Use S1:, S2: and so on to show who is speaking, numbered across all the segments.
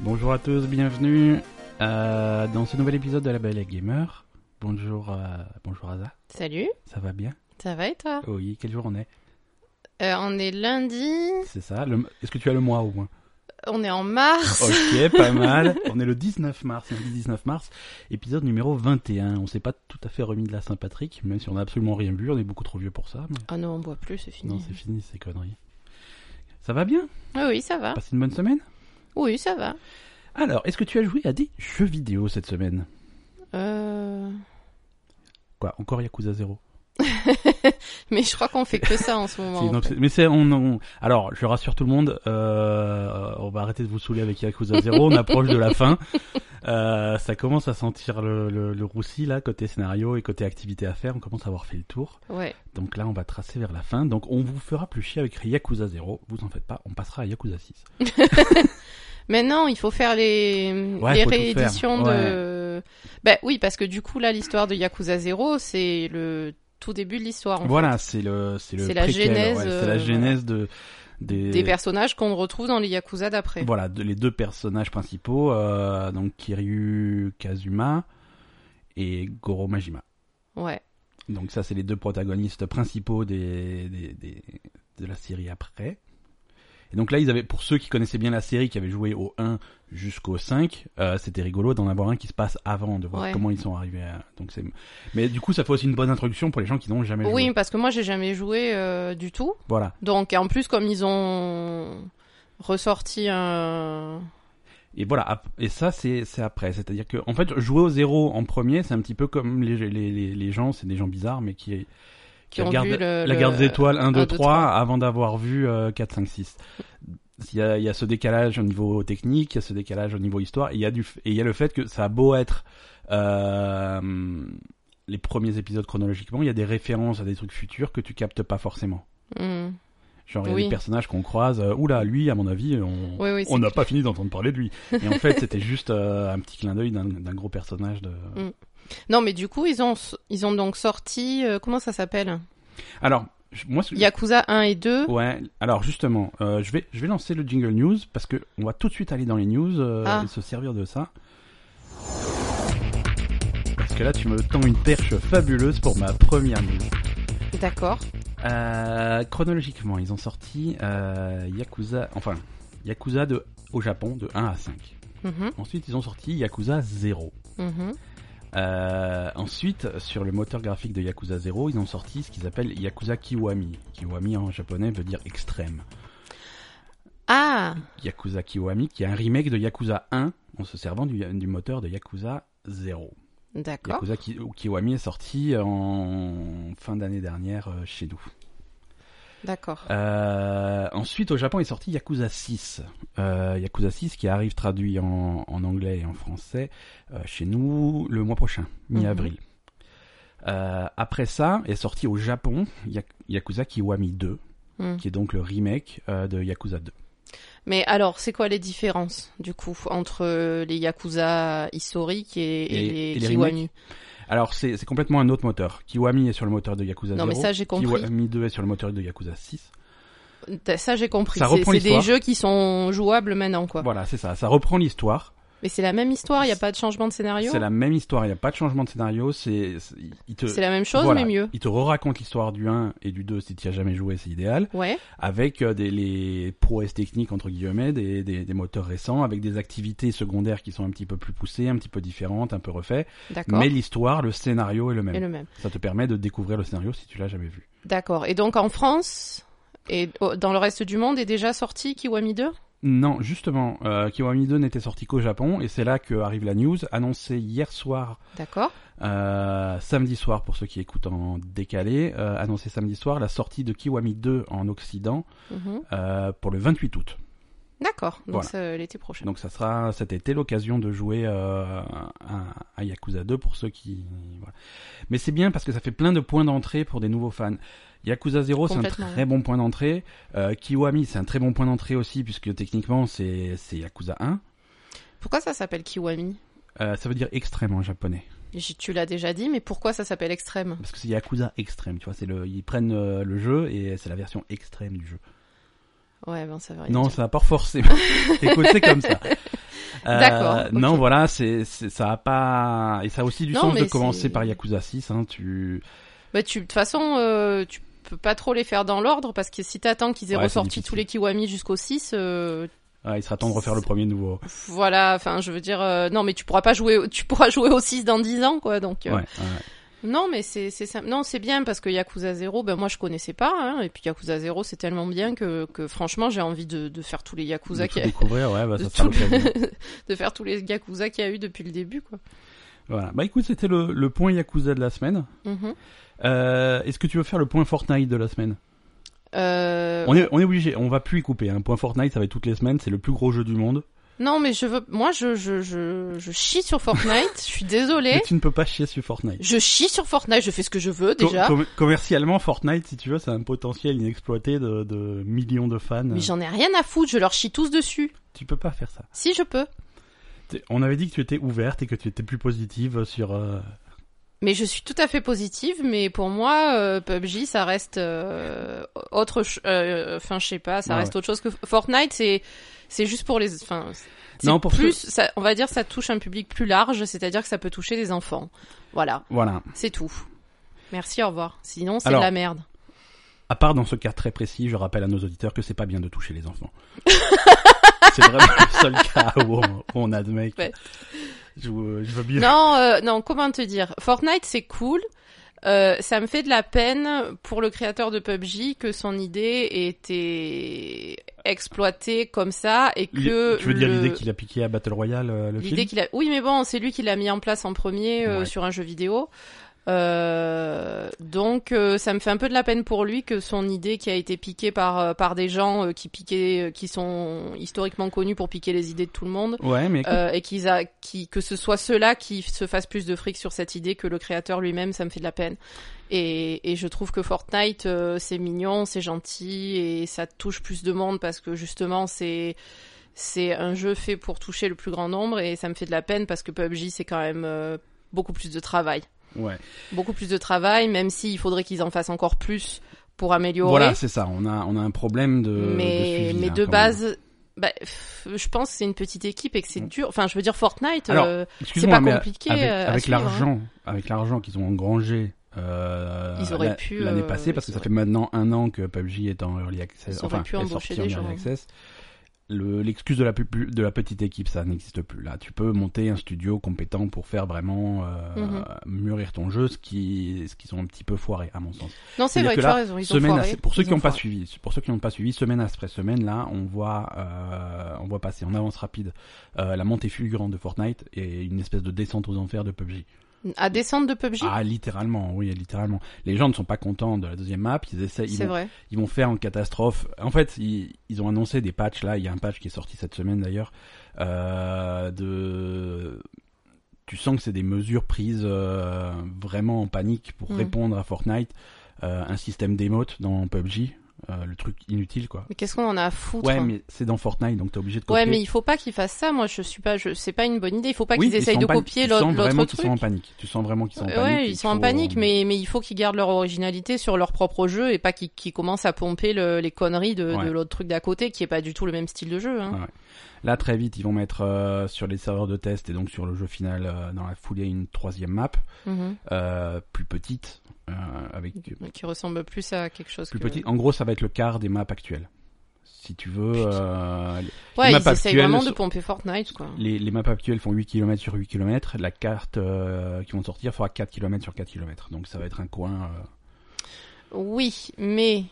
S1: Bonjour à tous, bienvenue euh, dans ce nouvel épisode de La Belle et Gamer. Bonjour, euh, bonjour Aza,
S2: Salut,
S1: ça va bien
S2: ça va et toi
S1: Oui, quel jour on est
S2: Euh, On est lundi,
S1: C'est ça le- Est-ce que tu as le mois au moins
S2: on est en mars.
S1: Ok, pas mal. On est le 19 mars, lundi 19 mars, épisode numéro 21. On s'est pas tout à fait remis de la Saint-Patrick, même si on a absolument rien bu, on est beaucoup trop vieux pour ça. mais-
S2: Ah non, on boit plus, c'est fini.
S1: Non, c'est fini ces conneries. Ça va bien
S2: Ah oui, ça va.
S1: Passez une bonne semaine
S2: Oui, ça va.
S1: Alors, est-ce que tu as joué à des jeux vidéo cette semaine
S2: Euh,
S1: Quoi, encore Yakuza 0
S2: Mais je crois qu'on fait que ça en ce moment.
S1: C'est-
S2: en
S1: donc,
S2: fait.
S1: c'est- Mais c'est on, on- alors je rassure tout le monde, euh, on va arrêter de vous saouler avec Yakuza 0, on approche de la fin. Euh, ça commence à sentir le, le, le roussi là côté scénario et côté activité à faire. On commence à avoir fait le tour.
S2: Ouais.
S1: Donc là on va tracer vers la fin. Donc on vous fera plus chier avec Yakuza 0. Vous en faites pas. On passera à Yakuza 6.
S2: Mais non, il faut faire les,
S1: Ouais,
S2: les
S1: faut tout
S2: rééditions
S1: faire.
S2: de. Ben oui, parce que du coup, là, l'histoire de Yakuza 0, c'est le tout début de l'histoire. en
S1: Voilà, c'est le c'est le
S2: C'est la
S1: préquel,
S2: genèse,
S1: ouais, c'est la
S2: euh,
S1: genèse de des,
S2: fait. Des personnages qu'on retrouve dans les Yakuza d'après.
S1: Voilà, de- les deux personnages principaux, euh, donc Kiryu Kazuma et Goro Majima.
S2: Ouais.
S1: Donc ça, c'est les deux protagonistes principaux des, des- des- de la série après. Et donc là, ils avaient, pour ceux qui connaissaient bien la série, qui avaient joué au 1 jusqu'au 5, euh, c'était rigolo d'en avoir un qui se passe avant, de voir
S2: Ouais.
S1: comment ils sont arrivés à... Donc c'est... Mais du coup, ça fait aussi une bonne introduction pour les gens qui n'ont jamais
S2: Oui,
S1: joué.
S2: parce que moi, j'ai jamais joué euh, du tout.
S1: Voilà.
S2: Donc, et en plus, comme ils ont ressorti un.
S1: Et voilà. ap- Et ça, c'est, c'est après. C'est-à-dire que, en fait, jouer au zéro en premier, c'est un petit peu comme les, les, les, les gens, c'est des gens bizarres, mais qui, qui,
S2: qui ont
S1: regardent-
S2: vu le,
S1: la
S2: le-
S1: garde des étoiles 1, 2, 3,
S2: deux,
S1: avant d'avoir vu euh, 4, 5, 6. Il y, a, il y a ce décalage au niveau technique, il y a ce décalage au niveau histoire, et il y a, du, f- et il y a le fait que ça a beau être euh, les premiers épisodes chronologiquement, il y a des références à des trucs futurs que tu captes pas forcément.
S2: Hmm.
S1: Genre, il y a
S2: Oui.
S1: des personnages qu'on croise, euh, oula, lui, à mon avis, on
S2: Oui, oui, c'est
S1: on n'a
S2: clair.
S1: pas fini d'entendre parler de lui. Et en fait, c'était juste euh, un petit clin d'œil d'un- d'un gros personnage de...
S2: Non, mais du coup, ils ont, ils ont donc sorti. euh, comment ça s'appelle
S1: Alors, je- moi, ce-
S2: Yakuza 1 et 2.
S1: Ouais, alors justement, euh, je, vais, je vais lancer le jingle news parce que on va tout de suite aller dans les news euh,
S2: Ah.
S1: et se servir de ça. Parce que là, tu me tends une perche fabuleuse pour ma première news. Oh.
S2: D'accord.
S1: Euh, chronologiquement, ils ont sorti euh, Yakuza, enfin, Yakuza de, au Japon de 1 à 5.
S2: Mhm,
S1: Ensuite, ils ont sorti Yakuza 0.
S2: mhm.
S1: Euh, ensuite, sur le moteur graphique de Yakuza 0, ils ont sorti ce qu'ils appellent Yakuza Kiwami. Kiwami en japonais veut dire extrême.
S2: Ah
S1: Yakuza Kiwami, qui est un remake de Yakuza 1 en se servant du, du moteur de Yakuza 0.
S2: D'accord.
S1: Yakuza Ki- Kiwami est sorti en fin d'année dernière euh, chez nous.
S2: D'accord.
S1: Euh, ensuite, au Japon est sorti Yakuza 6. Euh, Yakuza 6 qui arrive traduit en, en anglais et en français euh, chez nous le mois prochain,
S2: Mhm.
S1: mi-avril. Euh, après ça, est sorti au Japon Yak- Yakuza Kiwami 2,
S2: Hmm.
S1: qui est donc le remake euh, de Yakuza 2.
S2: Mais alors, c'est quoi les différences, du coup, entre euh, les Yakuza historiques et, et
S1: Et-
S2: les,
S1: et les
S2: Kiwami
S1: Alors c'est c'est complètement un autre moteur. Kiwami est sur le moteur de Yakuza
S2: Non,
S1: 0.
S2: mais ça, j'ai compris.
S1: Kiwami 2 est sur le moteur de Yakuza 6.
S2: T'as- Ça, j'ai compris.
S1: Ça
S2: C'est-
S1: reprend
S2: C'est des
S1: l'histoire.
S2: jeux qui sont jouables maintenant, quoi.
S1: Voilà, c'est ça. Ça reprend l'histoire.
S2: Mais c'est la même histoire, il n'y a pas de changement de scénario
S1: C'est la même histoire. Il n'y a pas de changement de scénario. C'est c'est- il te
S2: C'est la même chose,
S1: voilà,
S2: mais mieux.
S1: Il te re-raconte l'histoire du 1 et du 2 si tu as jamais joué, c'est idéal.
S2: Ouais.
S1: Avec euh, des, les prouesses techniques, entre guillemets, des, des, des moteurs récents, avec des activités secondaires qui sont un petit peu plus poussées, un petit peu différentes, un peu refaites.
S2: D'accord.
S1: Mais l'histoire, le scénario est le même.
S2: Et le même.
S1: Ça te permet de découvrir le scénario si tu l'as jamais vu.
S2: D'accord. Et donc en France et oh, dans le reste du monde est déjà sorti Kiwami 2
S1: Non, justement, euh, Kiwami 2 n'était sorti qu'au Japon, et c'est là que arrive la news, annoncée hier soir
S2: D'accord.
S1: Euh, samedi soir, pour ceux qui écoutent en décalé, euh, annoncé samedi soir la sortie de Kiwami 2 en Occident
S2: Mhm.
S1: euh, pour le 28 août.
S2: D'accord. Donc
S1: Voilà.
S2: c'est l'été prochain.
S1: Donc ça sera cet été l'occasion de jouer euh, à, à Yakuza 2 pour ceux qui... voilà. Mais c'est bien parce que ça fait plein de points d'entrée pour des nouveaux fans. Yakuza 0 c'est un
S2: Complètement,
S1: très bon point d'entrée. Euh, Kiwami c'est un très bon point d'entrée aussi puisque techniquement c'est c'est Yakuza 1.
S2: Pourquoi ça s'appelle Kiwami
S1: Euh, ça veut dire extrême en japonais.
S2: J- Tu l'as déjà dit, mais pourquoi ça s'appelle Extrême
S1: Parce que c'est Yakuza extrême, tu vois. c'est Le, ils prennent euh, le jeu et c'est la version extrême du jeu.
S2: Ouais, ben ça veut rien
S1: Non,
S2: dire.
S1: ça va pas forcément. Écoute, c'est comme ça. Euh,
S2: D'accord, ok.
S1: Non, voilà, c'est, c'est- ça a pas, et ça a aussi du
S2: Non,
S1: sens de
S2: mais
S1: commencer
S2: c'est-
S1: par Yakuza 6, hein, tu,
S2: Bah, tu, de toute façon, euh, tu peux pas trop les faire dans l'ordre parce que si t'attends qu'ils aient
S1: Ouais, c'est
S2: ressorti
S1: difficile.
S2: tous les Kiwami jusqu'au 6, euh,
S1: ouais, il sera temps de refaire le premier nouveau.
S2: voilà, enfin, je veux dire, euh, non, mais tu pourras pas jouer, au- tu pourras jouer au 6 dans 10 ans, quoi, donc.
S1: Ouais,
S2: euh,
S1: ouais.
S2: Non, mais c'est c'est simple. Non, c'est bien parce que Yakuza 0, ben moi je connaissais pas, hein, et puis Yakuza 0 c'est tellement bien que, que franchement j'ai envie de, de faire tous les Yakuza
S1: De tout
S2: qui
S1: découvrir, ouais, bah,
S2: de
S1: ça sera
S2: tout-
S1: l'occasion.
S2: de faire tous les Yakuza qu'il y a eu depuis le début, quoi.
S1: Voilà. Bah, écoute, c'était le, le point Yakuza de la semaine.
S2: Mhm.
S1: Euh, est-ce que tu veux faire le point Fortnite de la semaine?
S2: Euh,
S1: On est, on est obligé, on va plus y couper, hein. Point Fortnite, ça va être toutes les semaines, c'est le plus gros jeu du monde.
S2: Non, mais je veux, moi je je je, je chie sur Fortnite. je suis
S1: Mais
S2: désolée.
S1: tu ne peux pas chier sur Fortnite.
S2: Je chie sur Fortnite. Je fais ce que je veux
S1: Co-
S2: déjà.
S1: com- commercialement, Fortnite, si tu veux, c'est un potentiel inexploité de, de millions de fans.
S2: Mais j'en ai rien à foutre. Je leur chie tous dessus.
S1: Tu peux pas faire ça.
S2: Si je peux.
S1: T'es- On avait dit que tu étais ouverte et que tu étais plus positive sur. euh,
S2: Mais je suis tout à fait positive, mais pour moi, euh, PUBG, ça reste euh, autre, ch- euh, enfin, je sais pas, ça
S1: Ah
S2: reste autre chose que Fortnite. C'est, c'est juste pour les, enfin, c'est
S1: Non, pour
S2: plus, ça, on va dire, ça touche un public plus large, c'est-à-dire que ça peut toucher des enfants. Voilà,
S1: Voilà.
S2: c'est tout. Merci, au revoir. Sinon, c'est
S1: Alors.
S2: de la merde.
S1: À part dans ce cas très précis, je rappelle à nos auditeurs que c'est pas bien de toucher les enfants. c'est vraiment le seul cas où on, où on admet. que-
S2: Ouais.
S1: Je, veux- je veux bien.
S2: Non, euh, non, comment te dire Fortnite, c'est cool. Euh, ça me fait de la peine pour le créateur de PUBG que son idée ait été exploitée comme ça et
S1: Li-
S2: que
S1: tu veux dire
S2: le-
S1: l'idée qu'il a piqué à Battle Royale euh, le
S2: l'idée
S1: film
S2: qu'il a oui mais bon c'est lui qui l'a mis en place en premier euh,
S1: Ouais.
S2: sur un jeu vidéo Euh, donc euh, ça me fait un peu de la peine pour lui que son idée qui a été piquée par euh, par des gens euh, qui piquaient euh, qui sont historiquement connus pour piquer les idées de tout le monde
S1: Ouais, mais écoute,
S2: euh, et qu'ils a, qui, que ce soit ceux-là qui se fassent plus de fric sur cette idée que le créateur lui-même, ça me fait de la peine. Et, et je trouve que Fortnite, euh, c'est mignon, c'est gentil et ça touche plus de monde parce que justement, c'est c'est un jeu fait pour toucher le plus grand nombre et ça me fait de la peine parce que PUBG, c'est quand même euh, beaucoup plus de travail.
S1: ouais.
S2: Beaucoup plus de travail, même s'il faudrait qu'ils en fassent encore plus pour améliorer.
S1: Voilà, c'est ça. On a on a un problème de. de
S2: mais
S1: suivi,
S2: mais
S1: hein,
S2: de
S1: quand même.
S2: base... Bah, pff, je pense que c'est une petite équipe et que c'est dur. Enfin, je veux dire, Fortnite,
S1: Mm. Alors,
S2: euh,
S1: Excuse-moi,
S2: pas
S1: mais
S2: compliqué,
S1: avec,
S2: euh, à
S1: avec
S2: suivre,
S1: l'argent, avec l'argent qu'ils ont engrangé euh,
S2: Ils auraient
S1: la-
S2: pu,
S1: l'année
S2: euh,
S1: passée, parce que
S2: ils
S1: ça fait maintenant un an que PUBG est en early access,
S2: Ils auraient
S1: enfin,
S2: pu
S1: est
S2: embaucher
S1: sorti en
S2: des
S1: early
S2: gens. hein.
S1: access. Le- L'excuse de la pu- de la petite équipe, ça n'existe plus. Là, tu peux monter un studio compétent pour faire vraiment euh,
S2: Mhm.
S1: mûrir ton jeu, ce qui ce qu'ils ont un petit peu foiré à mon sens.
S2: Non, c'est
S1: C'est-à-dire
S2: vrai,
S1: que
S2: tu
S1: là,
S2: as raison. Ils ont
S1: semaine
S2: foiré.
S1: assez- pour ceux
S2: Ils
S1: qui n'ont pas
S2: foiré.
S1: suivi, pour ceux qui n'ont pas suivi, semaine après semaine, là, on voit, euh, on voit passer en avance rapide euh, la montée fulgurante de Fortnite et une espèce de descente aux enfers de PUBG.
S2: À descendre de PUBG
S1: Ah, littéralement, oui, littéralement. Les gens ne sont pas contents de la deuxième map. Ils essaient, ils
S2: C'est
S1: vont,
S2: vrai.
S1: ils vont faire en catastrophe. En fait, ils, ils ont annoncé des patchs là. Il y a un patch qui est sorti cette semaine d'ailleurs. euh, de, tu sens que c'est des mesures prises euh, vraiment en panique pour
S2: Mhm.
S1: répondre à Fortnite. Euh, un système d'émote dans PUBG, euh, le truc inutile quoi.
S2: Mais qu'est-ce qu'on en a à foutre
S1: Ouais,
S2: hein.
S1: mais c'est dans Fortnite, donc t'es obligé de copier.
S2: Ouais, mais il faut pas qu'ils fassent ça. Moi, je suis pas. Je... C'est pas une bonne idée. Il faut pas
S1: Oui,
S2: qu'ils
S1: ils
S2: essayent
S1: sont
S2: de
S1: en pan-
S2: copier
S1: tu
S2: l'autre
S1: sens vraiment
S2: l'autre
S1: qu'ils
S2: truc. Euh,
S1: sont en panique. Tu sens vraiment qu'ils sont en panique.
S2: Ouais,
S1: et
S2: ils
S1: qu'il
S2: sont en
S1: faut-
S2: panique, mais, mais il faut qu'ils gardent leur originalité sur leur propre jeu et pas qu'ils qu'ils commencent à pomper le- les conneries de,
S1: Ouais.
S2: de l'autre truc d'à côté qui est pas du tout le même style de jeu. Hein.
S1: Ouais. Là, très vite, ils vont mettre euh, sur les serveurs de test et donc sur le jeu final euh, dans la foulée une troisième map,
S2: Mhm.
S1: euh, plus petite, euh, avec
S2: Qui ressemble plus à quelque chose
S1: plus
S2: que...
S1: petite. En gros, ça va être le quart des maps actuelles. Si tu veux,
S2: Putain.
S1: euh,
S2: Ouais,
S1: maps
S2: ils essayent
S1: actuelles
S2: vraiment de
S1: sont-
S2: pomper Fortnite, quoi.
S1: les, les maps actuelles font 8 km sur 8 km. La carte euh, qui vont sortir fera 4 km sur 4 km. Donc ça va être un coin. euh,
S2: Oui, mais...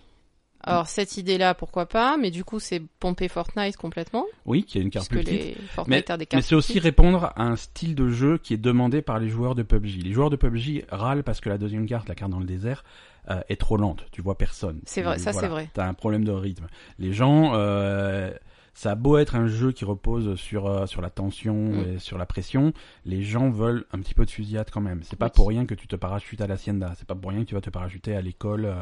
S2: Alors, cette idée-là, pourquoi pas, mais du coup, c'est pomper Fortnite complètement.
S1: Oui, qui est une carte
S2: Puisque
S1: plus petite.
S2: les Fortnite a des cartes
S1: Mais c'est aussi
S2: petites.
S1: répondre à un style de jeu qui est demandé par les joueurs de PUBG. Les joueurs de PUBG râlent parce que la deuxième carte, la carte dans le désert, euh, est trop lente. Tu vois personne.
S2: C'est vrai,
S1: Tu-
S2: ça,
S1: voilà,
S2: c'est vrai.
S1: T'as un problème de rythme. Les gens, euh, ça a beau être un jeu qui repose sur euh, sur la tension
S2: Mm.
S1: et sur la pression, les gens veulent un petit peu de fusillade quand même. C'est pas
S2: Oui.
S1: pour rien que tu te parachutes à l'hacienda. C'est pas pour rien que tu vas te parachuter à l'école euh,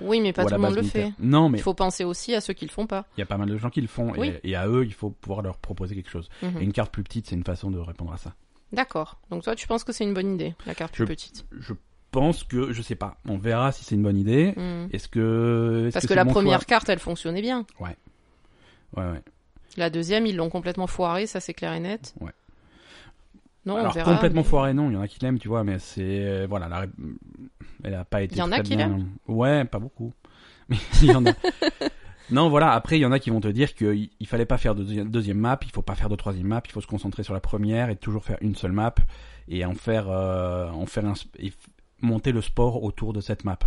S2: Oui, mais pas
S1: ou à
S2: tout
S1: la
S2: le
S1: base
S2: monde le
S1: militaire.
S2: fait.
S1: Non, mais
S2: Il faut penser aussi à ceux qui le font pas.
S1: il y a pas mal de gens qui le font et-
S2: Oui.
S1: et, à eux, il faut pouvoir leur proposer quelque chose.
S2: Mhm.
S1: Et une carte plus petite, c'est une façon de répondre à ça.
S2: D'accord. Donc toi, tu penses que c'est une bonne idée, la carte plus
S1: Je-
S2: petite.
S1: je pense que je sais pas. On verra si c'est une bonne idée.
S2: Hmm.
S1: Est-ce que est-ce
S2: Parce que,
S1: c'est
S2: la
S1: mon
S2: première
S1: choix
S2: carte, elle fonctionnait bien.
S1: Ouais ouais.
S2: La deuxième, ils l'ont complètement foiré, ça c'est clair et net.
S1: Ouais.
S2: Non,
S1: Alors
S2: on verra.
S1: complètement
S2: mais-
S1: foiré, non, il y en a qui l'aiment, tu vois, mais c'est euh, voilà, la ré- elle a pas été.
S2: Il y en a
S1: très
S2: qui
S1: bien- Ouais, pas beaucoup, mais il y en a. non, voilà. Après, il y en a qui vont te dire qu'il il fallait pas faire de deuxi- deuxième map, il faut pas faire de troisième map, il faut se concentrer sur la première et toujours faire une seule map et en faire, euh, en faire un, sp- et f- monter le sport autour de cette map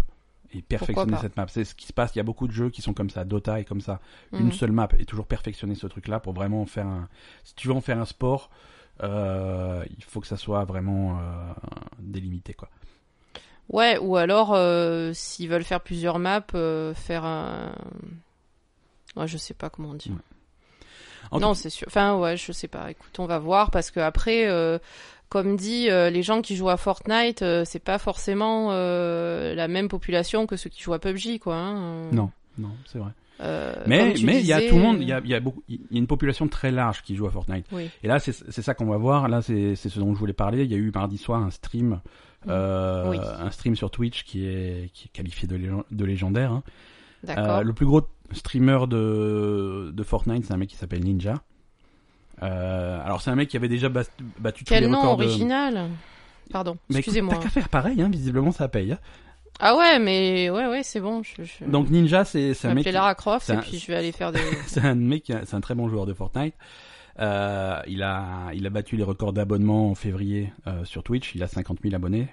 S1: et perfectionner
S2: pas
S1: cette map. C'est ce qui se passe. Il y a beaucoup de jeux qui sont comme ça. Dota est comme ça
S2: Mhm.
S1: une seule map et toujours perfectionner ce truc là pour vraiment en faire un si tu veux en faire un sport euh, il faut que ça soit vraiment euh, délimité quoi
S2: Ouais, ou alors euh, s'ils veulent faire plusieurs maps, euh, faire un. Ouais, je sais pas comment dire.
S1: En
S2: non, c'est sûr. Enfin, ouais, je sais pas. Écoute, on va voir parce que après, euh, comme dit, euh, les gens qui jouent à Fortnite, euh, c'est pas forcément euh, la même population que ceux qui jouent à PUBG, quoi. hein. Euh,
S1: Non. non c'est vrai
S2: euh, comme
S1: mais
S2: tu
S1: mais il y a
S2: disais,
S1: tout le monde il y a, euh, il y a beaucoup il y a une population très large qui joue à Fortnite
S2: Oui.
S1: et là c'est c'est ça qu'on va voir là c'est c'est ce dont je voulais parler il y a eu mardi soir un stream euh,
S2: Mm. Oui.
S1: un stream sur Twitch qui est qui est qualifié de, légen- de légendaire hein.
S2: D'accord.
S1: Euh, le plus gros streamer de, de Fortnite, c'est un mec qui s'appelle Ninja. Euh, alors c'est un mec qui avait déjà bas- battu tous les
S2: Quel nom
S1: records de-
S2: original Pardon.
S1: Mais écoute,
S2: Excusez-moi.
S1: T'as qu'à faire pareil, hein, visiblement ça paye. hein.
S2: Ah ouais, mais ouais, ouais, c'est bon. Je, je...
S1: Donc Ninja, c'est
S2: je
S1: c'est
S2: vais
S1: un mec,
S2: appeler Lara Croft
S1: c'est
S2: et
S1: un-
S2: puis je vais aller faire des.
S1: c'est un mec, qui a- c'est un très bon joueur de Fortnite. Euh, il a il a battu les records d'abonnement en février euh, sur Twitch. Il a 50 000 abonnés.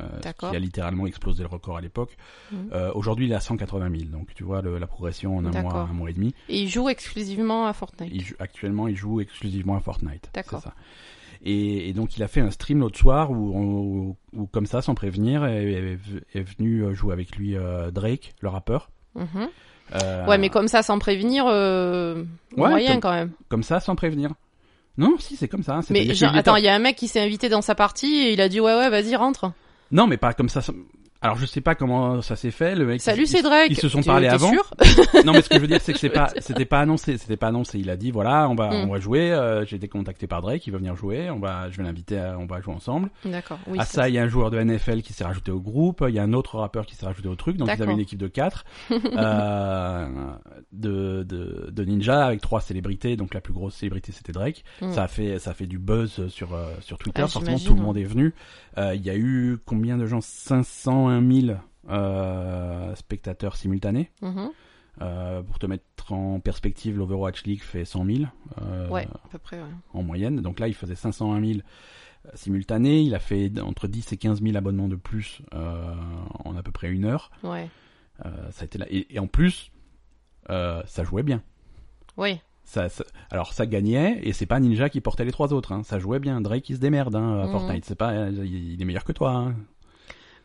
S1: Euh, ce
S2: D'accord.
S1: qui a littéralement explosé le record à l'époque.
S2: Mhm.
S1: Euh, Aujourd'hui, il a 180 000, donc tu vois le- la progression en un mois,
S2: D'accord.
S1: un mois et demi.
S2: Et il joue exclusivement à Fortnite.
S1: Il joue- actuellement, il joue exclusivement à Fortnite.
S2: D'accord.
S1: C'est ça. Et, et donc, il a fait un stream l'autre soir où, on- où, comme ça, sans prévenir, est, est- est venu euh, jouer avec lui euh, Drake, le rappeur.
S2: Mhm.
S1: Euh,
S2: Ouais, mais comme ça, sans prévenir, euh...
S1: Ouais,
S2: moyen
S1: comme-
S2: quand même.
S1: comme ça, sans prévenir. Non, si, c'est comme ça. hein.
S2: Mais
S1: C'est-à-dire
S2: genre,
S1: qu'il était-
S2: attends, il y a un mec qui s'est invité dans sa partie et il a dit ouais ouais vas-y rentre.
S1: Non, mais pas comme ça. sans- Alors, je sais pas comment ça s'est fait. Le mec,
S2: Salut
S1: il-
S2: c'est Drake.
S1: ils se sont
S2: T'es-
S1: parlé
S2: t'es
S1: avant
S2: sûr
S1: Non, mais ce que je veux dire, c'est que
S2: Je
S1: c'est
S2: veux
S1: pas,
S2: dire.
S1: c'était pas annoncé, c'était pas annoncé. Il a dit voilà, on va,
S2: Mm.
S1: on va jouer. euh, J'ai été contacté par Drake, il veut venir jouer. On va, je vais l'inviter, à- on va jouer ensemble.
S2: D'accord. Oui.
S1: à
S2: c'est-
S1: ça, il y a un joueur de NFL qui s'est rajouté au groupe, il y a un autre rappeur qui s'est rajouté au truc, donc ils
S2: D'accord.
S1: avaient une équipe de 4 euh, de, de, de ninja avec trois célébrités, donc la plus grosse célébrité c'était Drake.
S2: Mm.
S1: Ça a fait ça a fait du buzz sur euh, sur Twitter,
S2: Ah,
S1: forcément
S2: j'imagine,
S1: tout le
S2: ouais.
S1: monde est venu. Euh, Il y a eu combien de gens 501 000 euh, spectateurs simultanés.
S2: Mhm.
S1: Euh, pour te mettre en perspective, l'Overwatch League fait 100 000. euh,
S2: Ouais, à peu près. Ouais.
S1: en moyenne. Donc là, il faisait 501 000 euh, simultanés. Il a fait d- entre 10 et 15 000 abonnements de plus euh, en à peu près une heure.
S2: Ouais.
S1: Euh, ça a été là. Et, et en plus, euh, ça jouait bien.
S2: Oui.
S1: Ça, ça- alors ça gagnait et c'est pas Ninja qui portait les trois autres. hein. Ça jouait bien. Drake il se démerde hein, à
S2: Mhm.
S1: Fortnite. C'est pas, euh, il il est meilleur que toi. hein.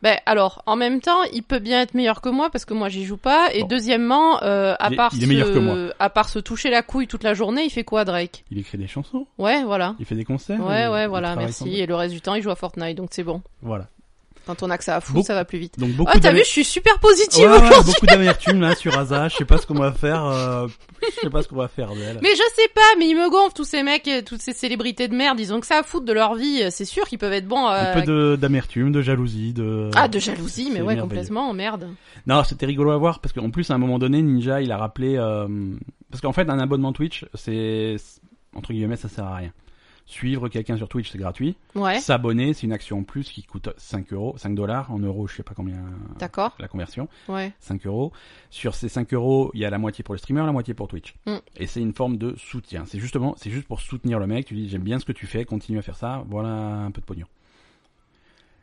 S2: Ben alors, en même temps, il peut bien être meilleur que moi parce que moi j'y joue pas. Et
S1: Bon.
S2: deuxièmement, euh, à
S1: Il est-
S2: part
S1: il est meilleur
S2: se...
S1: que moi.
S2: à part se toucher la couille toute la journée, il fait quoi Drake
S1: Il écrit des chansons,
S2: Ouais, voilà.
S1: il fait des concerts.
S2: Ouais
S1: il-
S2: ouais
S1: il
S2: voilà,
S1: travaille sans
S2: merci.
S1: doute.
S2: Et le reste du temps, il joue à Fortnite, donc c'est bon.
S1: Voilà.
S2: Quand on a que ça à foutre,
S1: Beaucoup-
S2: ça va plus vite.
S1: Donc
S2: Oh
S1: beaucoup
S2: t'as
S1: d'am-
S2: vu, je suis super positive
S1: Ouais, ouais,
S2: aujourd'hui.
S1: beaucoup d'amertume là sur Asa. Je sais pas ce qu'on va faire. euh, Je sais pas ce qu'on va faire d'elle.
S2: Mais je sais pas, mais ils me gonflent tous ces mecs, et toutes ces célébrités de merde. Ils ont que ça à foutre de leur vie. euh, C'est sûr qu'ils peuvent être bons.
S1: Un
S2: euh,
S1: peu de- d'amertume, de jalousie, de...
S2: Ah, de jalousie, mais
S1: C'est
S2: ouais,
S1: merveilleux.
S2: complètement, oh, merde.
S1: Non, c'était rigolo à voir, parce qu'en plus, à un moment donné, Ninja, il a rappelé... euh, Parce qu'en fait, un abonnement Twitch, c'est... Entre guillemets, ça sert à rien. Suivre quelqu'un sur Twitch, c'est gratuit.
S2: Ouais,
S1: S'abonner, c'est une action en plus qui coûte 5 euros, 5 dollars, en euros, je sais pas combien...
S2: d'accord,
S1: La conversion,
S2: ouais.
S1: 5 euros. Sur ces 5 euros, il y a la moitié pour le streamer, la moitié pour Twitch.
S2: Mm.
S1: Et c'est une forme de soutien. C'est justement, c'est juste pour soutenir le mec. Tu dis, j'aime bien ce que tu fais, continue à faire ça. Voilà un peu de pognon.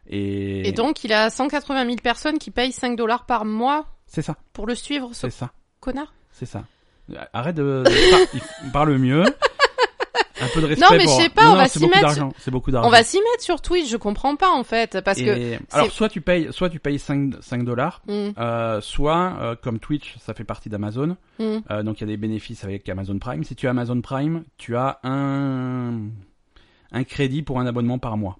S2: Et donc, il a 180 000 personnes qui payent 5 dollars par mois
S1: c'est ça.
S2: pour le suivre, ce
S1: C'est ça,
S2: connard.
S1: c'est ça. Arrête de, de par- il parle mieux. Un peu de respect.
S2: Non, mais
S1: pour-
S2: je sais pas,
S1: Non,
S2: on
S1: non,
S2: va
S1: c'est
S2: s'y
S1: beaucoup
S2: mettre.
S1: d'argent, C'est beaucoup d'argent.
S2: On va s'y mettre sur Twitch, je comprends pas, en fait, parce que...
S1: Ah Et- Alors soit tu payes, soit tu payes 5 5 dollars,
S2: Hum,
S1: euh, soit euh, comme Twitch, ça fait partie d'Amazon,
S2: hum.
S1: euh, donc il y a des bénéfices avec Amazon Prime. Si tu as Amazon Prime, tu as un un crédit pour un abonnement par mois.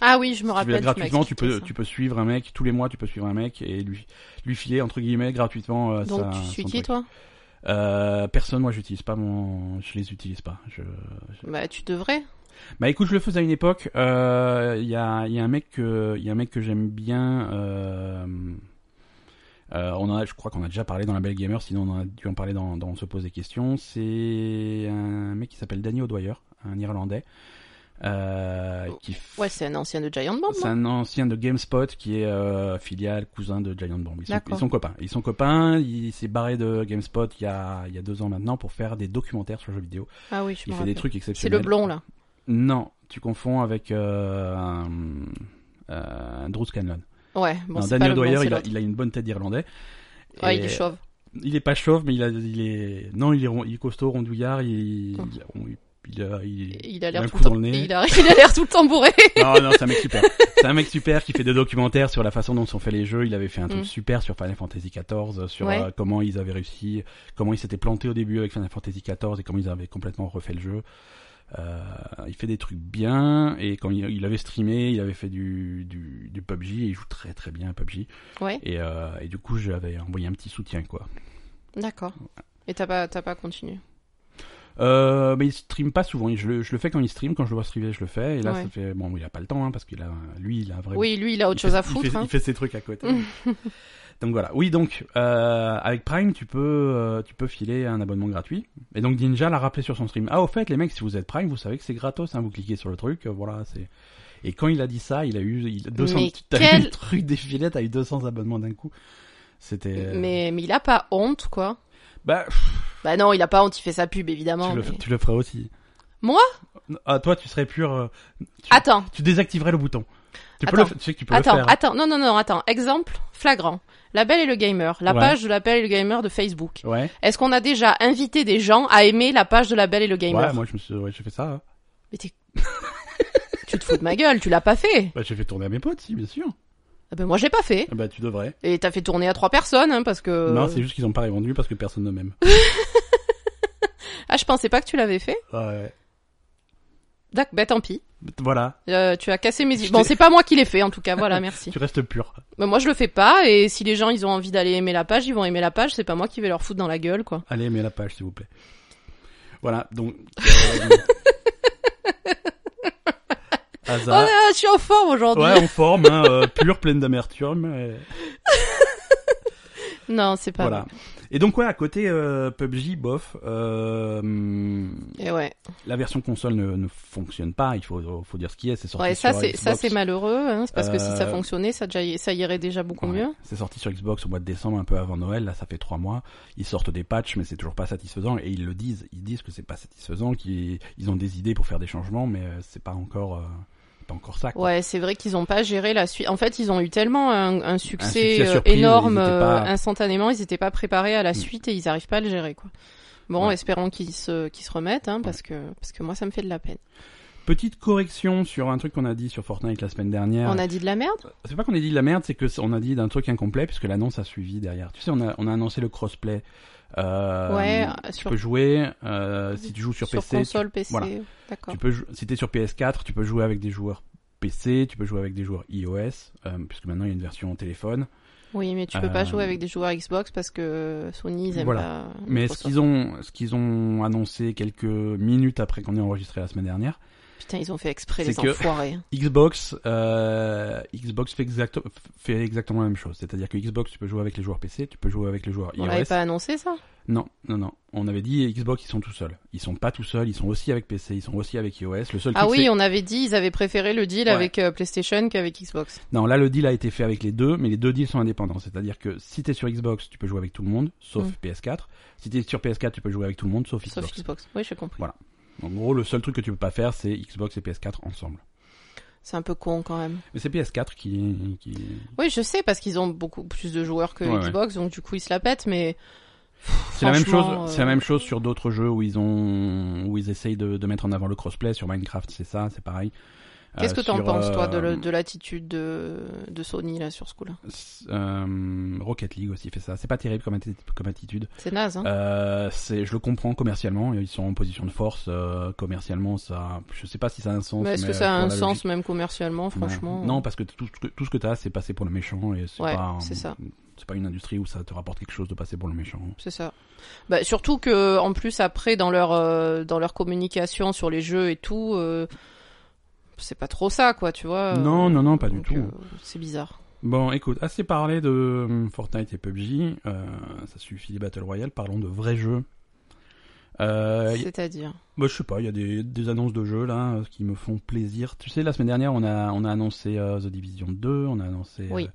S2: Ah oui, je me
S1: Si tu veux
S2: rappelle. tu m'as
S1: gratuitement, tu peux
S2: expliqué ça.
S1: tu peux suivre un mec tous les mois, tu peux suivre un mec et lui lui filer entre guillemets gratuitement. euh,
S2: Donc,
S1: sa-
S2: tu suis
S1: son
S2: qui,
S1: truc.
S2: toi
S1: Euh, personne, moi, j'utilise pas mon, je les utilise pas. Je...
S2: Bah, tu devrais.
S1: Bah écoute, je le faisais à une époque. euh, Il y a, il y a un mec que, il y a un mec que j'aime bien. Euh... Euh, on en a, je crois qu'on a déjà parlé dans la Belle Gamer, sinon on en a dû en parler dans, dans On se pose des questions. C'est un mec qui s'appelle Danny O'Dwyer, un Irlandais. Euh, qui f-
S2: Ouais, c'est un ancien de Giant Bomb.
S1: c'est
S2: hein.
S1: un ancien de GameSpot qui est euh, filiale, cousin de Giant Bomb. Ils sont,
S2: D'accord.
S1: ils sont copains. Ils sont copains. Il s'est barré de GameSpot il y, a, il y a deux ans maintenant pour faire des documentaires sur le jeu vidéo.
S2: Ah oui, je
S1: il fait
S2: me
S1: des
S2: rappelle.
S1: trucs
S2: C'est
S1: exceptionnels.
S2: le blond là.
S1: Non, tu confonds avec euh, un, euh, un Drew Scanlon.
S2: Ouais, bon,
S1: Non,
S2: c'est pas
S1: Daniel
S2: le blond,
S1: Dwyer,
S2: c'est
S1: il, a,
S2: l'autre.
S1: il a une bonne tête d'Irlandais. Et
S2: Ouais, Ah, il est chauve.
S1: il est pas chauve, mais il, a, il est non, il est, rond- il est costaud, rondouillard, il,
S2: Oh.
S1: il, on- il, a- il-
S2: Il a
S1: il a
S2: l'air
S1: un
S2: tout
S1: coup
S2: le
S1: dans
S2: temps.
S1: le nez.
S2: Il a il a l'air tout le temps bourré.
S1: Non, non, c'est un mec super. C'est un mec super qui fait des documentaires sur la façon dont sont faits les jeux. Il avait fait un truc
S2: Mm.
S1: super sur Final Fantasy XIV, sur
S2: Ouais.
S1: euh, comment ils avaient réussi, comment ils s'étaient plantés au début avec Final Fantasy XIV et comment ils avaient complètement refait le jeu. Euh, il fait des trucs bien et quand il, il avait streamé, il avait fait du, du, du PUBG et il joue très très bien à PUBG.
S2: Ouais.
S1: Et, euh, et du coup, j'avais envoyé un petit soutien quoi.
S2: D'accord. Et t'as pas, t'as pas continué.
S1: Euh, mais il stream pas souvent. Je le, je le fais quand il stream, quand je le vois streamer, je le fais. Et là,
S2: Ouais.
S1: ça fait bon, il a pas le temps hein, parce qu'il a, lui, il a vraiment.
S2: Oui, lui, il a autre
S1: Il
S2: chose
S1: fait-
S2: à foutre.
S1: Il fait,
S2: hein.
S1: il fait ses trucs à côté. donc voilà. Oui, donc euh, avec Prime, tu peux, euh, tu peux filer un abonnement gratuit. Et donc Ninja l'a rappelé sur son stream. Ah, au fait, les mecs, si vous êtes Prime, vous savez que c'est gratos. Hein, vous cliquez sur le truc, euh, voilà, c'est. Et quand il a dit ça, il a eu il, 200
S2: Mais
S1: t'as eu
S2: quel-
S1: le truc défilé, t'as eu 200 abonnements d'un coup. C'était.
S2: Mais, mais il a pas honte, quoi.
S1: Bah, pff,
S2: Bah non, il a pas honte, il fait sa pub, évidemment.
S1: tu, le,
S2: mais-
S1: tu le ferais aussi.
S2: Moi
S1: Ah, toi, tu serais pur. euh, tu-
S2: Attends,
S1: tu désactiverais le bouton. Tu peux
S2: Attends.
S1: le, f- tu sais que tu peux le
S2: attends,
S1: faire.
S2: attends. Non, non, non, attends. Exemple flagrant. La Belle et le Gamer. La
S1: Ouais.
S2: page de La Belle et le Gamer de Facebook.
S1: Ouais.
S2: Est-ce qu'on a déjà invité des gens à aimer la page de La Belle et le Gamer
S1: Ouais, moi je me suis, ouais, j'ai fait ça. hein.
S2: Mais t'es- tu te fous de ma gueule, tu l'as pas fait.
S1: Bah, j'ai fait tourner à mes potes, si, bien sûr.
S2: Ah ben moi, j'ai pas fait.
S1: Ah Bah, tu devrais.
S2: Et t'as fait tourner à trois personnes, hein, parce que.
S1: Non, c'est juste qu'ils ont pas répondu parce que personne ne m'aime.
S2: Ah, je pensais pas que tu l'avais fait.
S1: Ouais.
S2: D'accord, bah tant pis.
S1: Voilà,
S2: Euh, tu as cassé mes.
S1: Je
S2: Bon,
S1: t'ai-
S2: c'est pas moi qui l'ai fait, en tout cas. Voilà, merci.
S1: tu restes pur.
S2: Bah, moi je le fais pas et si les gens ils ont envie d'aller aimer la page, ils vont aimer la page, c'est pas moi qui vais leur foutre dans la gueule quoi.
S1: Allez, mets la page, s'il vous plaît. Voilà, donc. euh,
S2: Oh
S1: Hasard.
S2: là, je suis en forme aujourd'hui.
S1: Ouais, en forme, hein, euh, pure, pleine d'amertume. euh,
S2: Non, c'est pas
S1: voilà. Et donc, ouais, à côté euh, PUBG, bof, euh, hum,
S2: vrai. Et ouais.
S1: la version console ne, ne fonctionne pas. Il faut, faut dire ce qui est. C'est sorti
S2: Ouais, ça
S1: sur
S2: c'est ça
S1: Xbox.
S2: c'est malheureux hein, c'est parce que si ça
S1: Euh,
S2: fonctionnait, ça déjà y- ça irait déjà beaucoup
S1: Ouais.
S2: mieux.
S1: C'est sorti sur Xbox au mois de décembre, un peu avant Noël. Là, ça fait trois mois. Ils sortent des patchs, mais c'est toujours pas satisfaisant. Et ils le disent. Ils disent que c'est pas satisfaisant. Qu'ils ils ont des idées pour faire des changements, mais euh, c'est pas encore, euh, pas encore ça. quoi.
S2: Ouais, c'est vrai qu'ils ont pas géré la suite. En fait, ils ont eu tellement un, un succès,
S1: succès à
S2: euh,
S1: surprise,
S2: énorme
S1: ils étaient pas- Mm.
S2: euh, instantanément, ils étaient pas préparés à la suite et ils arrivent pas à le gérer quoi. Bon,
S1: Ouais.
S2: espérons qu'ils se qu'ils se remettent hein, parce que parce que moi ça me fait de la peine.
S1: Petite correction sur un truc qu'on a dit sur Fortnite la semaine dernière.
S2: On a dit de la merde
S1: C'est pas qu'on ait dit de la merde, c'est que c'est- on a dit d'un truc incomplet puisque l'annonce a suivi derrière. Tu sais, on a, on a annoncé le crossplay. Euh,
S2: Ouais,
S1: Tu
S2: sur
S1: peux jouer euh, si tu joues sur, PC. tu
S2: console PC.
S1: voilà.
S2: D'accord.
S1: Tu peux, jou- si t'es sur PS4, tu peux jouer avec des joueurs PC, tu peux jouer avec des joueurs iOS, euh, puisque maintenant il y a une version téléphone.
S2: Oui, mais tu peux
S1: Euh,
S2: pas jouer avec des joueurs Xbox parce que Sony ils aiment
S1: Voilà.
S2: pas.
S1: Mais ce
S2: Microsoft.
S1: qu'ils ont, ce qu'ils ont annoncé quelques minutes après qu'on ait enregistré la semaine dernière,
S2: Putain, ils ont fait exprès
S1: C'est
S2: les
S1: que-
S2: enfoirés.
S1: Xbox, euh, Xbox fait, exacto- fait exactement la même chose. C'est-à-dire que Xbox, tu peux jouer avec les joueurs PC, tu peux jouer avec les joueurs
S2: On
S1: iOS.
S2: l'avait pas annoncé ça
S1: Non, non, non. On avait dit Xbox, ils sont tout seuls. Ils sont pas tout seuls. Ils sont aussi avec PC, ils sont aussi avec iOS. Le seul
S2: Ah
S1: truc,
S2: oui,
S1: c'est-
S2: on avait dit ils avaient préféré le deal
S1: Ouais.
S2: avec euh, PlayStation qu'avec Xbox.
S1: Non, là le deal a été fait avec les deux, mais les deux deals sont indépendants. C'est-à-dire que si t'es sur Xbox, tu peux jouer avec tout le monde, sauf
S2: Mm.
S1: PS4. Si t'es sur PS4, tu peux jouer avec tout le monde, sauf Xbox.
S2: Sauf Xbox. Oui, j'ai compris.
S1: En gros, le seul truc que tu peux pas faire, c'est Xbox et PS4 ensemble.
S2: C'est un peu con quand même.
S1: Mais c'est PS4 qui, qui...
S2: Oui, je sais parce qu'ils ont beaucoup plus de joueurs que
S1: Ouais, ouais.
S2: Xbox, donc du coup ils se la pètent. Mais
S1: c'est la même chose.
S2: Franchement, euh,
S1: C'est la même chose sur d'autres jeux où ils ont, où ils essayent de, de mettre en avant le crossplay. Sur Minecraft, c'est ça, c'est pareil.
S2: qu'est-ce
S1: Euh,
S2: que t'en
S1: sur,
S2: penses toi de
S1: euh,
S2: le- de l'attitude de, de Sony là sur ce coup-là
S1: s- euh, Rocket League aussi fait ça. C'est pas terrible comme, atti- comme attitude.
S2: C'est naze. Hein
S1: Euh, c'est, je le comprends commercialement. Ils sont en position de force euh, commercialement. Ça, je sais pas si ça a un sens.
S2: mais est-ce que
S1: mais
S2: ça a
S1: pour
S2: un
S1: la
S2: sens même commercialement,
S1: logique, non.
S2: franchement euh
S1: Non, parce que tout ce que tout ce que t'as, c'est passer pour le méchant et c'est
S2: Ouais,
S1: pas.
S2: c'est ça.
S1: C'est pas une industrie où ça te rapporte quelque chose de passer pour le méchant.
S2: C'est ça. Bah, surtout que en plus après dans leur euh, dans leur communication sur les jeux et tout, euh, c'est pas trop ça quoi, tu vois.
S1: Non, non, non, pas du
S2: donc,
S1: tout.
S2: euh, c'est bizarre.
S1: Bon, écoute, assez parlé de euh, Fortnite et PUBG. euh, ça suffit les Battle Royale. Parlons de vrais jeux. Euh, y-
S2: C'est-à-dire.
S1: bah, je sais pas, il y a des, des annonces de jeux là euh, qui me font plaisir. Tu sais, la semaine dernière, on a, on a annoncé euh, The Division 2, on a annoncé
S2: Oui.
S1: euh,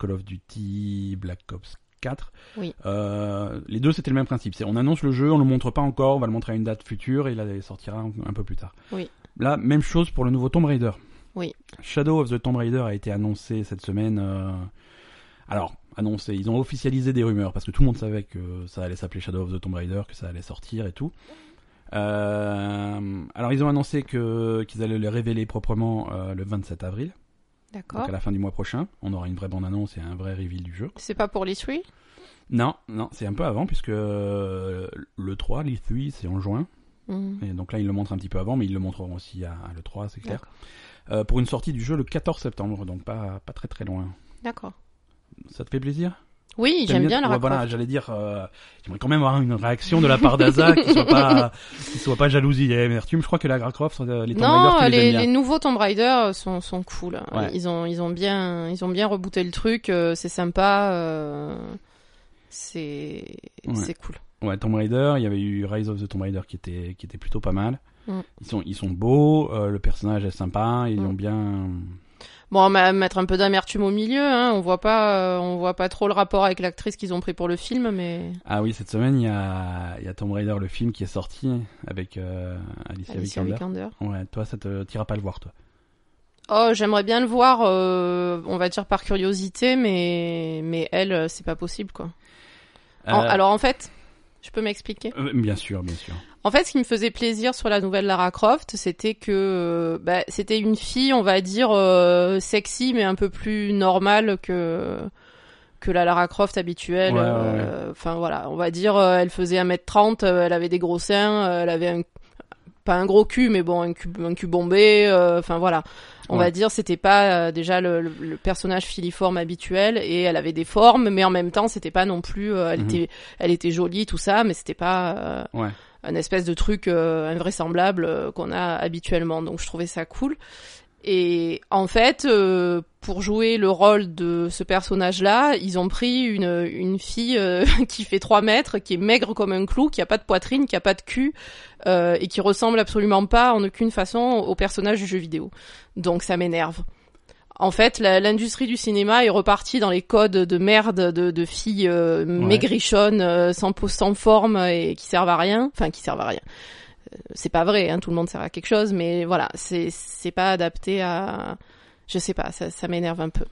S1: Call of Duty, Black Ops 4.
S2: Oui.
S1: Euh, les deux, c'était le même principe. C'est on annonce le jeu, on le montre pas encore, on va le montrer à une date future et il sortira un, un peu plus tard.
S2: Oui.
S1: Là, même chose pour le nouveau Tomb Raider.
S2: Oui.
S1: Shadow of the Tomb Raider a été annoncé cette semaine. euh, Alors, annoncé, ils ont officialisé des rumeurs parce que tout le monde savait que ça allait s'appeler Shadow of the Tomb Raider, que ça allait sortir et tout. Euh, alors ils ont annoncé que qu'ils allaient le révéler proprement euh, le 27 avril, donc
S2: D'accord.
S1: à la fin du mois prochain. On aura une vraie bande-annonce et un vrai reveal du jeu.
S2: C'est pas pour les 3
S1: Non, non, c'est un peu avant puisque euh, le 3, l'E3, c'est en juin. Et donc là ils le montrent un petit peu avant, mais ils le montreront aussi à, à le 3, c'est clair.
S2: D'accord.
S1: Euh, pour une sortie du jeu le 14 septembre, donc pas pas très très loin.
S2: D'accord.
S1: Ça te fait plaisir
S2: Oui, j'aime bien
S1: Ouais,
S2: Lara
S1: Voilà,
S2: Croft.
S1: j'allais dire, euh, j'aimerais quand même avoir une réaction de la part d'Aza qui soit pas qui soit pas jalousie et amertume. Je crois que la Croft, euh, les Tomb
S2: Non,
S1: Raider, tu les,
S2: les,
S1: aimes bien.
S2: les nouveaux Tomb Raider sont, sont cool. Hein.
S1: Ouais.
S2: Ils ont ils ont bien ils ont bien rebooté le truc. euh, c'est sympa. euh, c'est
S1: Ouais.
S2: c'est cool.
S1: Ouais, Tomb Raider, il y avait eu Rise of the Tomb Raider qui était qui était plutôt pas mal.
S2: Mm.
S1: Ils sont ils sont beaux, euh, le personnage est sympa, ils
S2: Mm.
S1: ont bien. euh,
S2: Bon, on va mettre un peu d'amertume au milieu. Hein. On voit pas euh, on voit pas trop le rapport avec l'actrice qu'ils ont pris pour le film, mais
S1: Ah oui, cette semaine il y a il y a Tomb Raider le film qui est sorti avec euh, Alicia,
S2: Alicia
S1: Vikander.
S2: Vikander.
S1: Ouais, toi ça te tira pas le voir toi.
S2: Oh, j'aimerais bien le voir. euh, on va dire par curiosité, mais mais elle, euh, c'est pas possible quoi. En-
S1: Euh,
S2: alors en fait, je peux m'expliquer.
S1: euh, bien sûr, bien sûr.
S2: En fait, ce qui me faisait plaisir sur la nouvelle Lara Croft, c'était que euh, bah, c'était une fille, on va dire, euh, sexy, mais un peu plus normale que que la Lara Croft habituelle.
S1: Ouais, ouais,
S2: euh, Enfin voilà, on va dire, euh, elle faisait 1m30, euh, elle avait des gros seins, euh, elle avait un pas un gros cul, mais bon, un cul, un cul bombé. euh, Enfin voilà, on
S1: Ouais.
S2: va dire, c'était pas euh, déjà le, le- le personnage filiforme habituel et elle avait des formes, mais en même temps, c'était pas non plus, euh, elle
S1: Mhm.
S2: était, elle était jolie, tout ça, mais c'était pas. euh,
S1: Ouais.
S2: un espèce de truc euh, invraisemblable euh, qu'on a habituellement. Donc je trouvais ça cool. Et en fait, euh, pour jouer le rôle de ce personnage-là, ils ont pris une, une fille euh, qui fait 3 mètres, qui est maigre comme un clou, qui a pas de poitrine, qui a pas de cul, euh, et qui ressemble absolument pas en aucune façon au personnage du jeu vidéo. Donc ça m'énerve. En fait, la- l'industrie du cinéma est repartie dans les codes de merde de, de filles euh, maigrichonnes, euh, sans peau, sans forme et qui servent à rien. Enfin, qui servent à rien. Euh, C'est pas vrai, hein, tout le monde sert à quelque chose, mais voilà, c'est c'est pas adapté à. Je sais pas, ça, ça m'énerve un peu.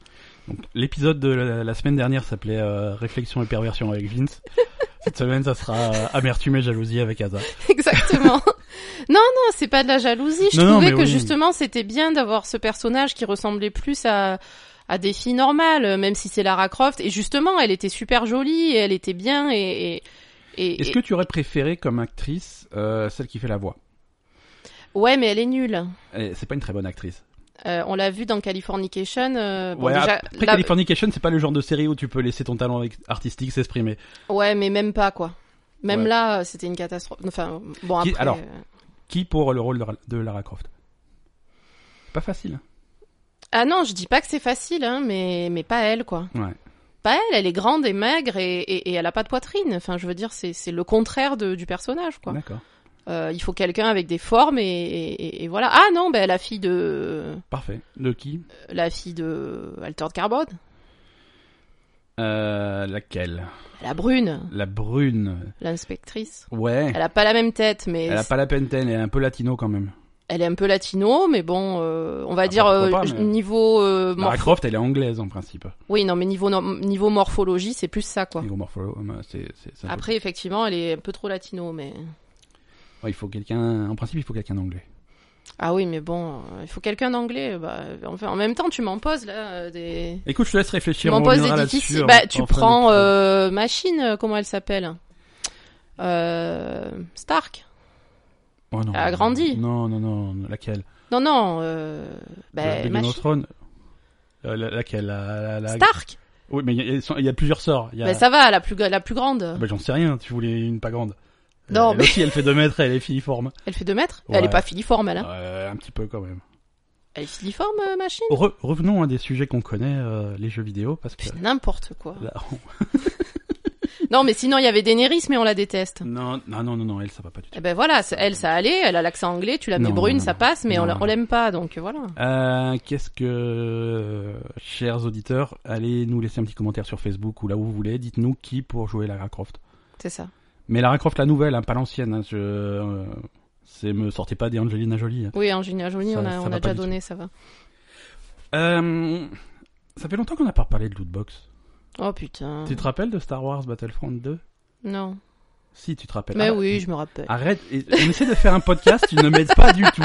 S1: Donc, l'épisode de la, la semaine dernière s'appelait euh, Réflexion et perversion avec Vince. Cette semaine, ça sera euh, Amertume et jalousie avec Asa.
S2: Exactement. non, non, c'est pas de la jalousie. Je
S1: Non, non,
S2: trouvais
S1: mais
S2: que
S1: oui.
S2: justement, c'était bien d'avoir ce personnage qui ressemblait plus à à des filles normales, euh, même si c'est Lara Croft. Et justement, elle était super jolie, et elle était bien, et. et- et-
S1: Est-ce que tu aurais préféré comme actrice euh, celle qui fait la voix
S2: Ouais, mais elle est nulle.
S1: Eh, C'est pas une très bonne actrice.
S2: Euh, on l'a vu dans Californication. euh, bon,
S1: Ouais,
S2: déjà,
S1: Après,
S2: là-
S1: Californication, c'est pas le genre de série où tu peux laisser ton talent ex- artistique s'exprimer.
S2: ouais, mais même pas quoi. Même
S1: Ouais.
S2: là, euh, c'était une catastrophe. Enfin, bon
S1: Qui-
S2: après.
S1: alors
S2: euh,
S1: Qui pour le rôle de, Ra- de Lara Croft Pas facile. hein.
S2: Ah non, je dis pas que c'est facile, hein, mais mais pas elle quoi.
S1: Ouais.
S2: Pas elle. Elle est grande et maigre et, et, et elle a pas de poitrine. Enfin, je veux dire, c'est c'est le contraire de, du personnage quoi.
S1: D'accord.
S2: Euh, il faut quelqu'un avec des formes et, et, et voilà. Ah non, ben la fille de
S1: Parfait. De qui
S2: la fille de Altered Carbone,
S1: euh, Laquelle
S2: la brune,
S1: La brune.
S2: l'inspectrice.
S1: Ouais.
S2: Elle a pas la même tête, mais
S1: Eh. Elle a pas la peine, elle est un peu latino quand même.
S2: elle est un peu latino, mais bon, euh, on va
S1: Ah,
S2: dire
S1: pourquoi
S2: euh,
S1: pas,
S2: j-
S1: mais-
S2: niveau euh,
S1: Lara
S2: morph-
S1: Croft, elle est anglaise en principe.
S2: oui, non, mais niveau norm- niveau morphologie, c'est plus ça quoi.
S1: Ego Morpholo, euh, c'est- c'est- c'est un peu-
S2: Après, effectivement, elle est un peu trop latino, mais
S1: Ouais, il faut quelqu'un. En principe, il faut quelqu'un d'anglais.
S2: ah oui, mais bon, euh, il faut quelqu'un d'anglais. Bah, enfin, en même temps, tu m'en poses là euh, des.
S1: Écoute, je te laisse
S2: Tu
S1: réfléchir.
S2: m'en
S1: on
S2: poses
S1: reviendra
S2: des
S1: là-dessus
S2: difficiles.
S1: en-
S2: Bah, tu
S1: en fin
S2: prends
S1: d'épisode.
S2: euh, machine, euh, comment elle s'appelle euh, Stark.
S1: Oh, non.
S2: elle a euh, grandi.
S1: Non, non, non. Laquelle
S2: Non, non. Euh, bah,
S1: De- de Game of
S2: machine.
S1: Thrones Euh, la- Laquelle la- la- la-
S2: Stark.
S1: Oui, mais il y a- ils sont- il y, a plusieurs sorts. Il y a-
S2: Bah, ça va, la plus gra- la plus
S1: Ah
S2: grande.
S1: bah, j'en sais rien. Tu voulais une pas grande. Euh,
S2: Non,
S1: elle
S2: mais-
S1: aussi, elle fait 2 mètres, elle est filiforme.
S2: Elle fait 2 mètres.
S1: Ouais.
S2: Elle est pas filiforme, elle. hein.
S1: Euh, un petit peu quand même.
S2: Elle est filiforme, euh, machine
S1: Re- revenons à des sujets qu'on connaît, euh, les jeux vidéo, parce que
S2: Putain, n'importe quoi.
S1: là, on-
S2: Non, mais sinon, il y avait Daenerys, mais on la déteste.
S1: non, non, non, non, non, elle, ça va pas du tout.
S2: Eh ben voilà, c'est- elle, ça allait, elle a l'accent anglais, tu la mets
S1: Non,
S2: brune,
S1: non,
S2: ça
S1: non.
S2: passe, mais on la-
S1: Non.
S2: on l'aime pas, donc voilà.
S1: Euh, Qu'est-ce que, euh, chers auditeurs, allez nous laisser un petit commentaire sur Facebook ou là où vous voulez. Dites-nous qui pour jouer Lara Croft.
S2: C'est ça.
S1: Mais Lara Croft la nouvelle, hein, pas l'ancienne. hein, je, euh, c'est me sortez pas des Angelina Jolie. hein.
S2: Oui, Angelina Jolie,
S1: Ça-
S2: on a,
S1: ça va
S2: on a
S1: pas
S2: déjà
S1: du
S2: donné, ça va.
S1: Euh, ça fait longtemps qu'on n'a pas parlé de Lootbox.
S2: Oh putain.
S1: Tu te rappelles de Star Wars Battlefront 2
S2: Non.
S1: Si, tu te rappelles.
S2: Mais
S1: Ah,
S2: oui, je me rappelle.
S1: Arrête, et- on essaie de faire un podcast, tu ne m'aides pas du tout.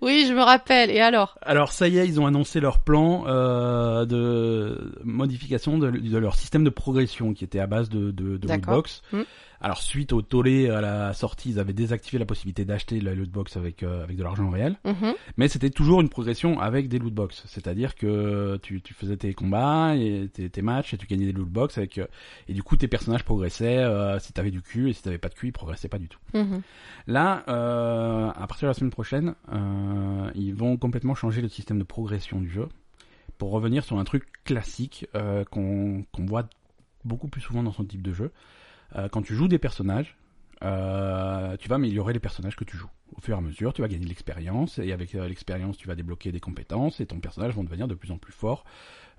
S2: Oui, je me rappelle. Et alors
S1: Alors ça y est, ils ont annoncé leur plan euh, de modification de, de leur système de progression qui était à base de, de, de
S2: D'accord.
S1: lootbox.
S2: Mm.
S1: Alors suite au tollé à la sortie, ils avaient désactivé la possibilité d'acheter la lootbox avec, euh, avec de l'argent réel.
S2: Mhm.
S1: Mais c'était toujours une progression avec des lootbox. C'est-à-dire que tu, tu faisais tes combats et tes, tes matchs et tu gagnais des lootbox avec... euh, et du coup tes personnages progressaient euh, si t'avais du cul et si t'avais pas de cul ils progressaient pas du tout.
S2: Mhm.
S1: Là, euh, à partir de la semaine prochaine, euh, ils vont complètement changer le système de progression du jeu pour revenir sur un truc classique euh, qu'on qu'on voit beaucoup plus souvent dans son type de jeu. Euh, quand tu joues des personnages, euh, tu vas améliorer les personnages que tu joues. Au fur et à mesure, tu vas gagner de l'expérience et avec euh, l'expérience, tu vas débloquer des compétences et ton personnage va devenir de plus en plus fort.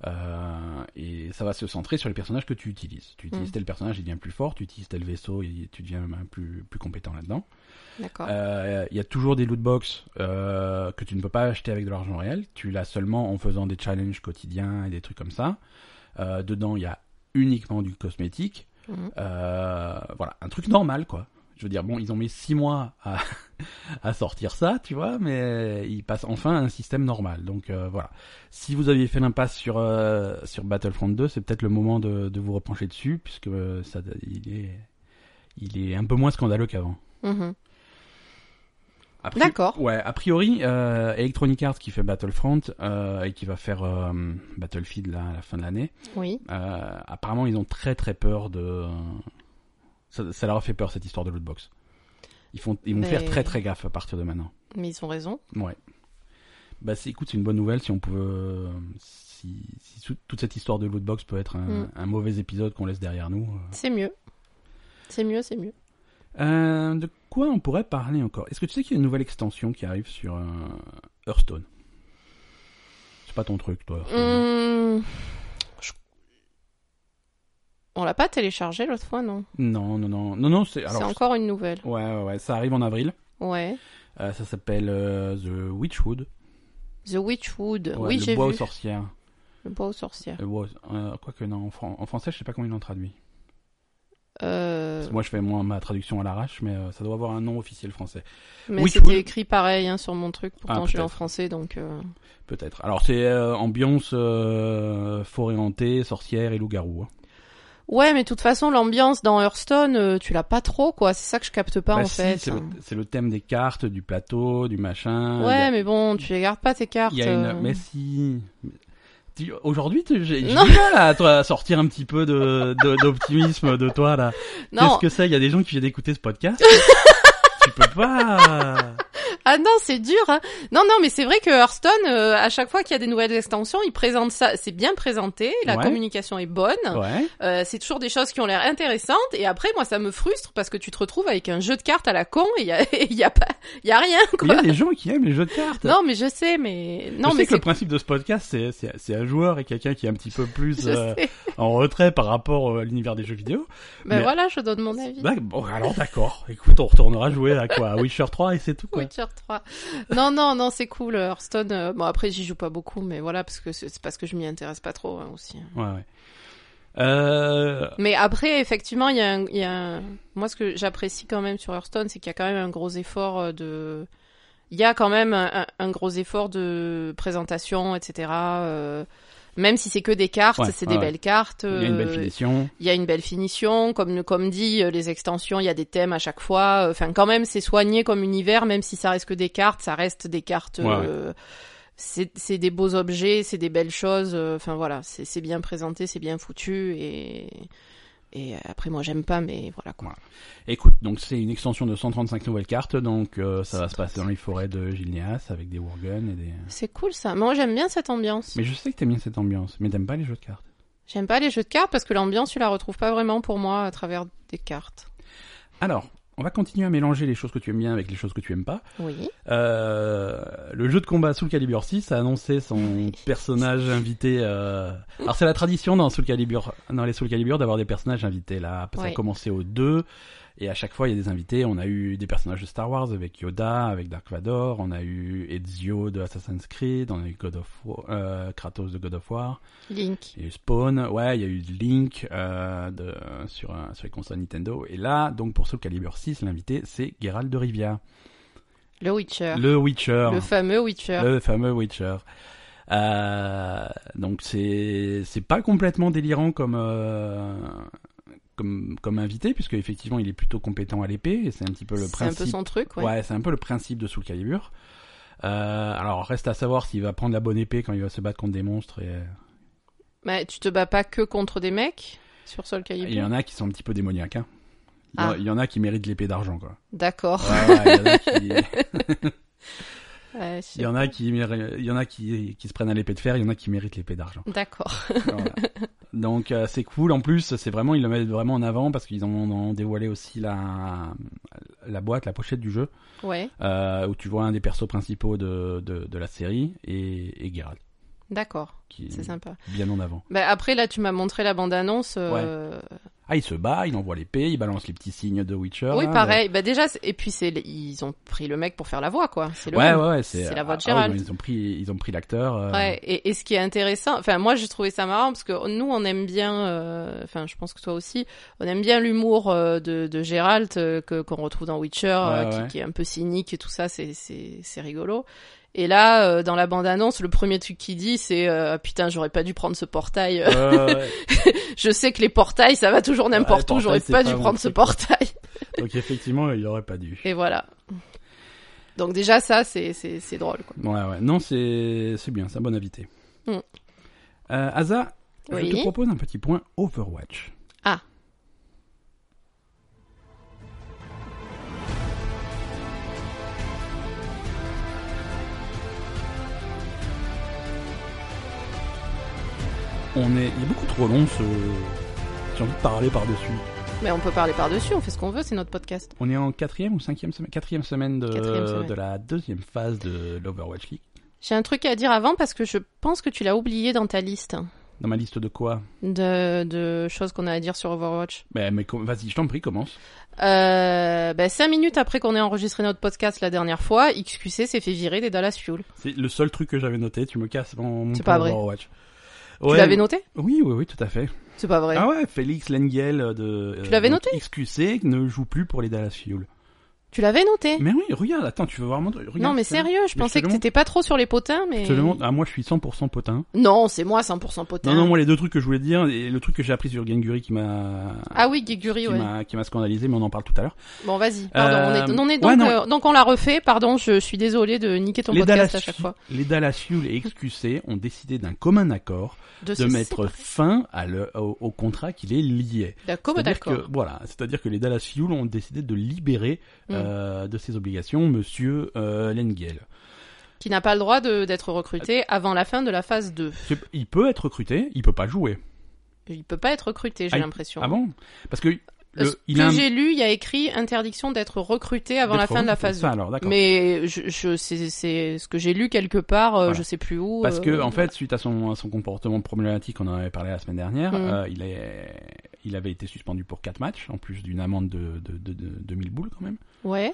S1: Euh, et ça va se centrer sur les personnages que tu utilises. Tu utilises
S2: Mm.
S1: tel personnage, il devient plus fort. Tu utilises tel vaisseau, il- tu deviens euh, plus, plus compétent là-dedans.
S2: D'accord.
S1: Euh, Il y a toujours des lootbox euh, que tu ne peux pas acheter avec de l'argent réel. Tu l'as seulement en faisant des challenges quotidiens et des trucs comme ça. Euh, dedans, il y a uniquement du cosmétique.
S2: Mhm.
S1: Euh, voilà, un truc normal, quoi. Je veux dire, bon, ils ont mis six mois à, à sortir ça, tu vois, mais ils passent enfin à un système normal. Donc euh, voilà. Si vous aviez fait l'impasse sur euh, sur Battlefront 2, c'est peut-être le moment de, de vous repencher dessus, puisque euh, ça, il est il est un peu moins scandaleux qu'avant.
S2: Mhm.
S1: A pri-
S2: D'accord.
S1: Ouais, a priori, euh, Electronic Arts qui fait Battlefront euh, et qui va faire euh, Battlefield là, à la fin de l'année,
S2: Oui.
S1: euh, apparemment ils ont très très peur de... Ça, ça leur a fait peur cette histoire de lootbox. Ils, font, ils vont
S2: Mais-
S1: faire très très gaffe à partir de maintenant.
S2: Mais ils ont raison.
S1: Ouais. Bah c'est, écoute, c'est une bonne nouvelle si on peut... euh, Si, si sou- toute cette histoire de lootbox peut être un,
S2: Mm.
S1: un mauvais épisode qu'on laisse derrière nous.
S2: C'est mieux. C'est mieux, c'est mieux.
S1: Euh, de quoi on pourrait parler encore Est-ce que tu sais qu'il y a une nouvelle extension qui arrive sur euh, Hearthstone C'est pas ton truc, toi. Hearthstone.
S2: Hum, je- On l'a pas téléchargé l'autre fois, non
S1: Non, non, non, non, Ah non. C'est
S2: Mm. C'est
S1: alors.
S2: encore une nouvelle.
S1: Ouais, ouais, ouais, ça arrive en avril.
S2: Ouais.
S1: Euh, ça s'appelle euh, The Witchwood.
S2: The Witchwood.
S1: Ouais,
S2: oui,
S1: le
S2: j'ai
S1: bois
S2: vu.
S1: aux sorcières.
S2: Le bois aux sorcières.
S1: Le bois aux- euh, Quoique, non, en, fran- en français, je sais pas comment ils l'ont traduit.
S2: Euh,
S1: Parce que moi, je fais moi, ma traduction à l'arrache, mais euh, ça doit avoir un nom officiel français.
S2: Mais
S1: Witchwood.
S2: c'était écrit pareil hein, sur mon truc, pourtant
S1: Ah,
S2: je l'ai en
S1: peut-être.
S2: français, donc... euh,
S1: Peut-être. Alors, c'est euh, ambiance euh, forêt hantée, sorcière et loup-garou. hein.
S2: Ouais, mais de toute façon, l'ambiance dans Hearthstone, euh, tu l'as pas trop, quoi. C'est ça que je capte pas,
S1: Bah
S2: en
S1: si,
S2: fait.
S1: c'est le, c'est le thème des cartes, du plateau, du machin. Ah, Il y a-
S2: Ouais, mais bon, tu les gardes pas, tes cartes.
S1: Il y a une...
S2: euh.
S1: Mais si... Tu- Aujourd'hui, tu- j'ai j'ai du
S2: Non.
S1: mal à, toi, à sortir un petit peu de de- d'optimisme de, toi là.
S2: Non,
S1: Qu'est-ce que c'est Il y a des gens qui viennent d'écouter ce podcast. tu peux pas.
S2: ah non, c'est dur. hein. Non, non, mais c'est vrai que Hearthstone, euh, à chaque fois qu'il y a des nouvelles extensions, ils présentent ça. C'est bien présenté, la
S1: Ouais.
S2: communication est bonne.
S1: Ouais.
S2: Euh, c'est toujours des choses qui ont l'air intéressantes. Et après, moi, ça me frustre parce que tu te retrouves avec un jeu de cartes à la con et il y a, et il y a pas, il y a rien,
S1: Il y
S2: quoi.
S1: a des gens qui aiment les jeux de cartes.
S2: Non, mais je sais, mais non,
S1: je sais
S2: mais
S1: que le
S2: c'est.
S1: principe de ce podcast, c'est- c'est c'est un joueur et quelqu'un qui est un petit peu plus
S2: Je
S1: euh,
S2: sais.
S1: en retrait par rapport euh, à l'univers des jeux vidéo.
S2: Ben
S1: mais-
S2: voilà, je donne mon avis.
S1: Bah, bon, alors d'accord. Écoute, on retournera jouer à quoi À Witcher 3 et c'est tout quoi.
S2: Witcher 3. Non, non, non, c'est cool. euh, Hearthstone, euh, bon, après, j'y joue pas beaucoup, mais voilà, parce que c'est c'est parce que je m'y intéresse pas trop hein, aussi.
S1: Ouais, ouais. Euh,
S2: Mais après, effectivement, il y, a un- il y a un... Moi, ce que j'apprécie quand même sur Hearthstone, c'est qu'il y a quand même un gros effort euh, de... Il y a quand même un, un- un gros effort de présentation, etc. euh, Même si c'est que des cartes,
S1: Ouais,
S2: c'est
S1: ouais,
S2: des
S1: ouais.
S2: belles cartes.
S1: il y a une belle
S2: euh,
S1: finition.
S2: il y a une belle finition, comme comme dit euh, les extensions, il y a des thèmes à chaque fois. Euh, Enfin, quand même, c'est soigné comme univers, même si ça reste que des cartes, ça reste des cartes.
S1: Ouais, ouais.
S2: euh, c'est c'est des beaux objets, c'est des belles choses. euh, Enfin voilà, c'est c'est bien présenté, c'est bien foutu et Et après, moi, j'aime pas, mais voilà quoi.
S1: Écoute, donc c'est une extension de 135 nouvelles cartes, donc euh, ça va se passer dans les forêts de Gilneas avec des Worgen et des.
S2: C'est cool ça. Moi, j'aime bien cette ambiance.
S1: Mais je sais que t'aimes bien cette ambiance, mais t'aimes pas les jeux de cartes.
S2: J'aime pas les jeux de cartes parce que l'ambiance, tu la retrouves pas vraiment pour moi à travers des cartes.
S1: Alors, on va continuer à mélanger les choses que tu aimes bien avec les choses que tu aimes pas.
S2: Oui.
S1: Euh, le jeu de combat Soul Calibur 6 a annoncé son personnage invité. euh, Alors c'est la tradition dans Soul Calibur, dans les Soul Calibur, d'avoir des personnages invités. Là, ça a
S2: Ouais.
S1: commencé au 2 et à chaque fois il y a des invités. On a eu des personnages de Star Wars avec Yoda, avec Dark Vador. On a eu Ezio de Assassin's Creed. On a eu God of War, euh, Kratos de God of War.
S2: Link.
S1: Il y a eu Spawn, ouais, il y a eu Link euh, de, sur, euh, sur les consoles Nintendo. Et là, donc pour Soul Calibur 6, l'invité, c'est Geralt de Rivia,
S2: Le Witcher.
S1: le Witcher,
S2: Le fameux Witcher.
S1: le fameux Witcher. Euh, donc c'est c'est pas complètement délirant comme euh, comme comme invité puisque effectivement il est plutôt compétent à l'épée et c'est un petit peu le
S2: C'est un
S1: principe
S2: peu son truc, ouais.
S1: Ouais, c'est un peu le principe de Soul Calibur. Euh, alors reste à savoir s'il va prendre la bonne épée quand il va se battre contre des monstres et,
S2: Mais Bah, tu te bats pas que contre des mecs sur Soul
S1: Il y
S2: Calibur.
S1: en a qui sont un petit peu démoniaques. Hein. Il, y en-
S2: Ah.
S1: il y en a qui méritent l'épée d'argent, quoi.
S2: D'accord.
S1: Ouais, ouais, il y en a qui-
S2: Ouais, je
S1: il y en a qui, méri- il y en a qui, qui se prennent à l'épée de fer, il y en a qui méritent l'épée d'argent.
S2: D'accord.
S1: Voilà. Donc euh, c'est cool. En plus, c'est vraiment ils le mettent vraiment en avant parce qu'ils en ont dévoilé aussi la la boîte, la pochette du jeu
S2: Ouais,
S1: euh, où tu vois un des persos principaux de de, de la série et, et Geralt
S2: d'accord.
S1: qui
S2: C'est
S1: est
S2: sympa.
S1: bien en avant.
S2: Bah, après, là, tu m'as montré la bande-annonce. euh,
S1: Ah, il se bat, il envoie l'épée, il balance les petits signes de Witcher. euh,
S2: Oui,
S1: là,
S2: pareil. Bah, déjà, c'est- et puis, c'est ils ont pris le mec pour faire la voix, quoi. C'est le
S1: Ouais,
S2: même.
S1: ouais, ouais, c'est
S2: C'est la voix de
S1: ah, oui,
S2: Geralt.
S1: ils ont pris, ils ont pris l'acteur. euh,
S2: Ouais, et, et ce qui est intéressant, enfin moi j'ai trouvé ça marrant parce que nous on aime bien, euh, enfin je pense que toi aussi, on aime bien l'humour euh, de, de Gérald euh, que qu'on retrouve dans Witcher, euh,
S1: Ouais,
S2: qui,
S1: ouais.
S2: qui est un peu cynique et tout ça, c'est c'est c'est rigolo. Et là euh, dans la bande annonce, le premier truc qu'il dit c'est euh, putain j'aurais pas dû prendre ce portail.
S1: Euh,
S2: je sais que les portails ça va toujours n'importe
S1: Ouais,
S2: où,
S1: portail,
S2: j'aurais
S1: c'est
S2: pas
S1: pas
S2: dû
S1: mon
S2: prendre ce
S1: truc.
S2: portail.
S1: donc effectivement, il aurait pas dû.
S2: Et voilà. Donc déjà ça c'est c'est c'est drôle quoi.
S1: Ouais, ouais. Non, c'est c'est bien, c'est un bon invité.
S2: Mm.
S1: Euh, Asa, je te
S2: Oui.
S1: propose un petit point Overwatch.
S2: Ah.
S1: On est, il est beaucoup trop long ce. J'ai envie de parler par-dessus.
S2: Mais on peut parler par dessus, on fait ce qu'on veut, c'est notre podcast.
S1: On est en quatrième ou cinquième semaine, quatrième semaine de,
S2: Quatrième semaine.
S1: de la deuxième phase de l'Overwatch League.
S2: J'ai un truc à dire avant parce que je pense que tu l'as oublié dans ta liste
S1: Dans ma liste de quoi
S2: de, de choses qu'on a à dire sur Overwatch.
S1: Ben, mais com- vas-y, je t'en prie, commence.
S2: Euh, ben, cinq minutes après qu'on ait enregistré notre podcast la dernière fois, XQC s'est fait virer des Dallas Fuel.
S1: C'est le seul truc que j'avais noté. Tu me casses mon, mon
S2: C'est
S1: plan
S2: pas vrai.
S1: Overwatch.
S2: Tu
S1: Ouais,
S2: l'avais noté
S1: Oui, oui, oui, tout à fait.
S2: C'est pas vrai.
S1: Ah ouais, Félix Lenguel de
S2: Tu
S1: euh,
S2: l'avais
S1: donc XQC ne joue plus pour les Dallas Fuel.
S2: Tu l'avais noté
S1: Mais oui, regarde, attends, tu veux voir mon truc Regarde,
S2: Eh. Non mais
S1: je te le-
S2: sérieux, je
S1: mais je
S2: pensais
S1: te
S2: que
S1: le montre.
S2: t'étais pas trop sur les potins, mais...
S1: Je te le montre. Ah, moi, je suis 100% potin.
S2: Non, c'est moi 100% potin.
S1: Non, non, moi, les deux trucs que je voulais dire, et le truc que j'ai appris sur Genguri qui m'a...
S2: Ah oui, Guiguri,
S1: qui
S2: ouais.
S1: m'a qui m'a scandalisé, mais on en parle tout à l'heure.
S2: Bon, vas-y. Pardon,
S1: Euh,
S2: on est, on est donc,
S1: ouais, non.
S2: euh, donc on l'a refait. Pardon, je suis désolée de niquer ton
S1: Les
S2: podcast
S1: Dallas,
S2: à chaque fois.
S1: les Dallas Fuel et XQC ont décidé d'un commun accord de
S2: se
S1: mettre fin à le- au, au contrat qui les liait.
S2: séparer.
S1: C'est-à-dire
S2: Comme Oh, bah, d'accord.
S1: que voilà, c'est-à-dire que les Dallas Fuel ont décidé de libérer
S2: Mm.
S1: euh, de ses obligations Monsieur euh, Lengel.
S2: qui n'a pas le droit de- d'être recruté avant la fin de la phase 2.
S1: C'est- Il peut être recruté, il peut pas jouer.
S2: Il peut pas être recruté, j'ai
S1: Ah, il-
S2: l'impression.
S1: Ah bon Parce que le-
S2: Euh, Ce
S1: il
S2: que
S1: a un-
S2: j'ai lu, il y a écrit interdiction d'être recruté avant la
S1: d'être
S2: fin de la
S1: recruté.
S2: phase 2.
S1: Ça, alors, d'accord.
S2: Mais je, je c'est c'est ce que j'ai lu quelque part, euh,
S1: Voilà.
S2: je sais plus où.
S1: Parce que
S2: euh,
S1: en fait, suite à son, à son comportement problématique, on en avait parlé la semaine dernière,
S2: Mm.
S1: euh, il est il avait été suspendu pour quatre matchs, en plus d'une amende de, de, de, de 2000 boules quand même.
S2: Ouais.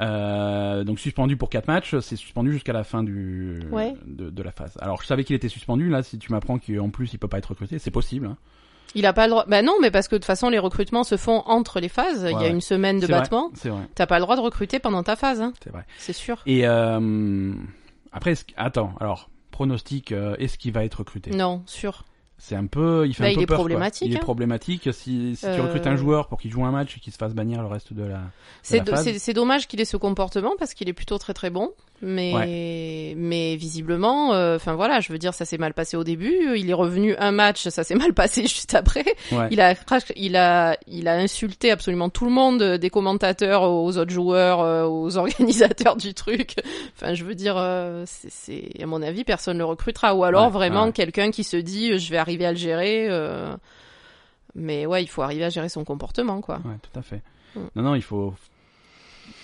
S1: Euh, donc suspendu pour quatre matchs, c'est suspendu jusqu'à la fin du
S2: Ouais.
S1: de, de la phase. Alors je savais qu'il était suspendu, là si tu m'apprends qu'en plus il peut pas être recruté, c'est possible. hein.
S2: Il a pas le droit. Bah non, mais parce que de toute façon, les recrutements se font entre les phases. il y a
S1: ouais.
S2: une semaine de
S1: C'est vrai,
S2: battement.
S1: C'est vrai,
S2: T'as pas le droit de recruter pendant ta phase, hein,
S1: c'est vrai.
S2: c'est sûr.
S1: Et euh, après, est-ce qu'- attends, alors pronostic, euh, est-ce qu'il va être recruté
S2: Non, sûr.
S1: C'est un peu, il fait
S2: Bah,
S1: un
S2: il
S1: peu
S2: est
S1: peur, quoi.
S2: problématique,
S1: Il est
S2: hein.
S1: problématique si, si tu
S2: Euh,
S1: recrutes un joueur pour qu'il joue un match et qu'il se fasse bannir le reste de la.
S2: C'est
S1: la
S2: do-
S1: phase.
S2: c'est- c'est dommage qu'il ait ce comportement parce qu'il est plutôt très très bon. Mais, mais visiblement, euh, enfin voilà, je veux dire, ça s'est mal passé au début. Il est revenu un match, ça s'est mal passé juste après.
S1: Ouais.
S2: Il a, crash- il a, il a insulté absolument tout le monde, euh, des commentateurs aux autres joueurs, euh, aux organisateurs du truc. Enfin, je veux dire, euh, c'est, c'est- à mon avis, personne le recrutera. Ou alors
S1: Ouais,
S2: vraiment
S1: ouais.
S2: quelqu'un qui se dit, euh, je vais arriver à le gérer. euh, Mais ouais, il faut arriver à gérer son comportement, quoi.
S1: Ouais, tout à fait.
S2: Mm.
S1: Non, non, il faut.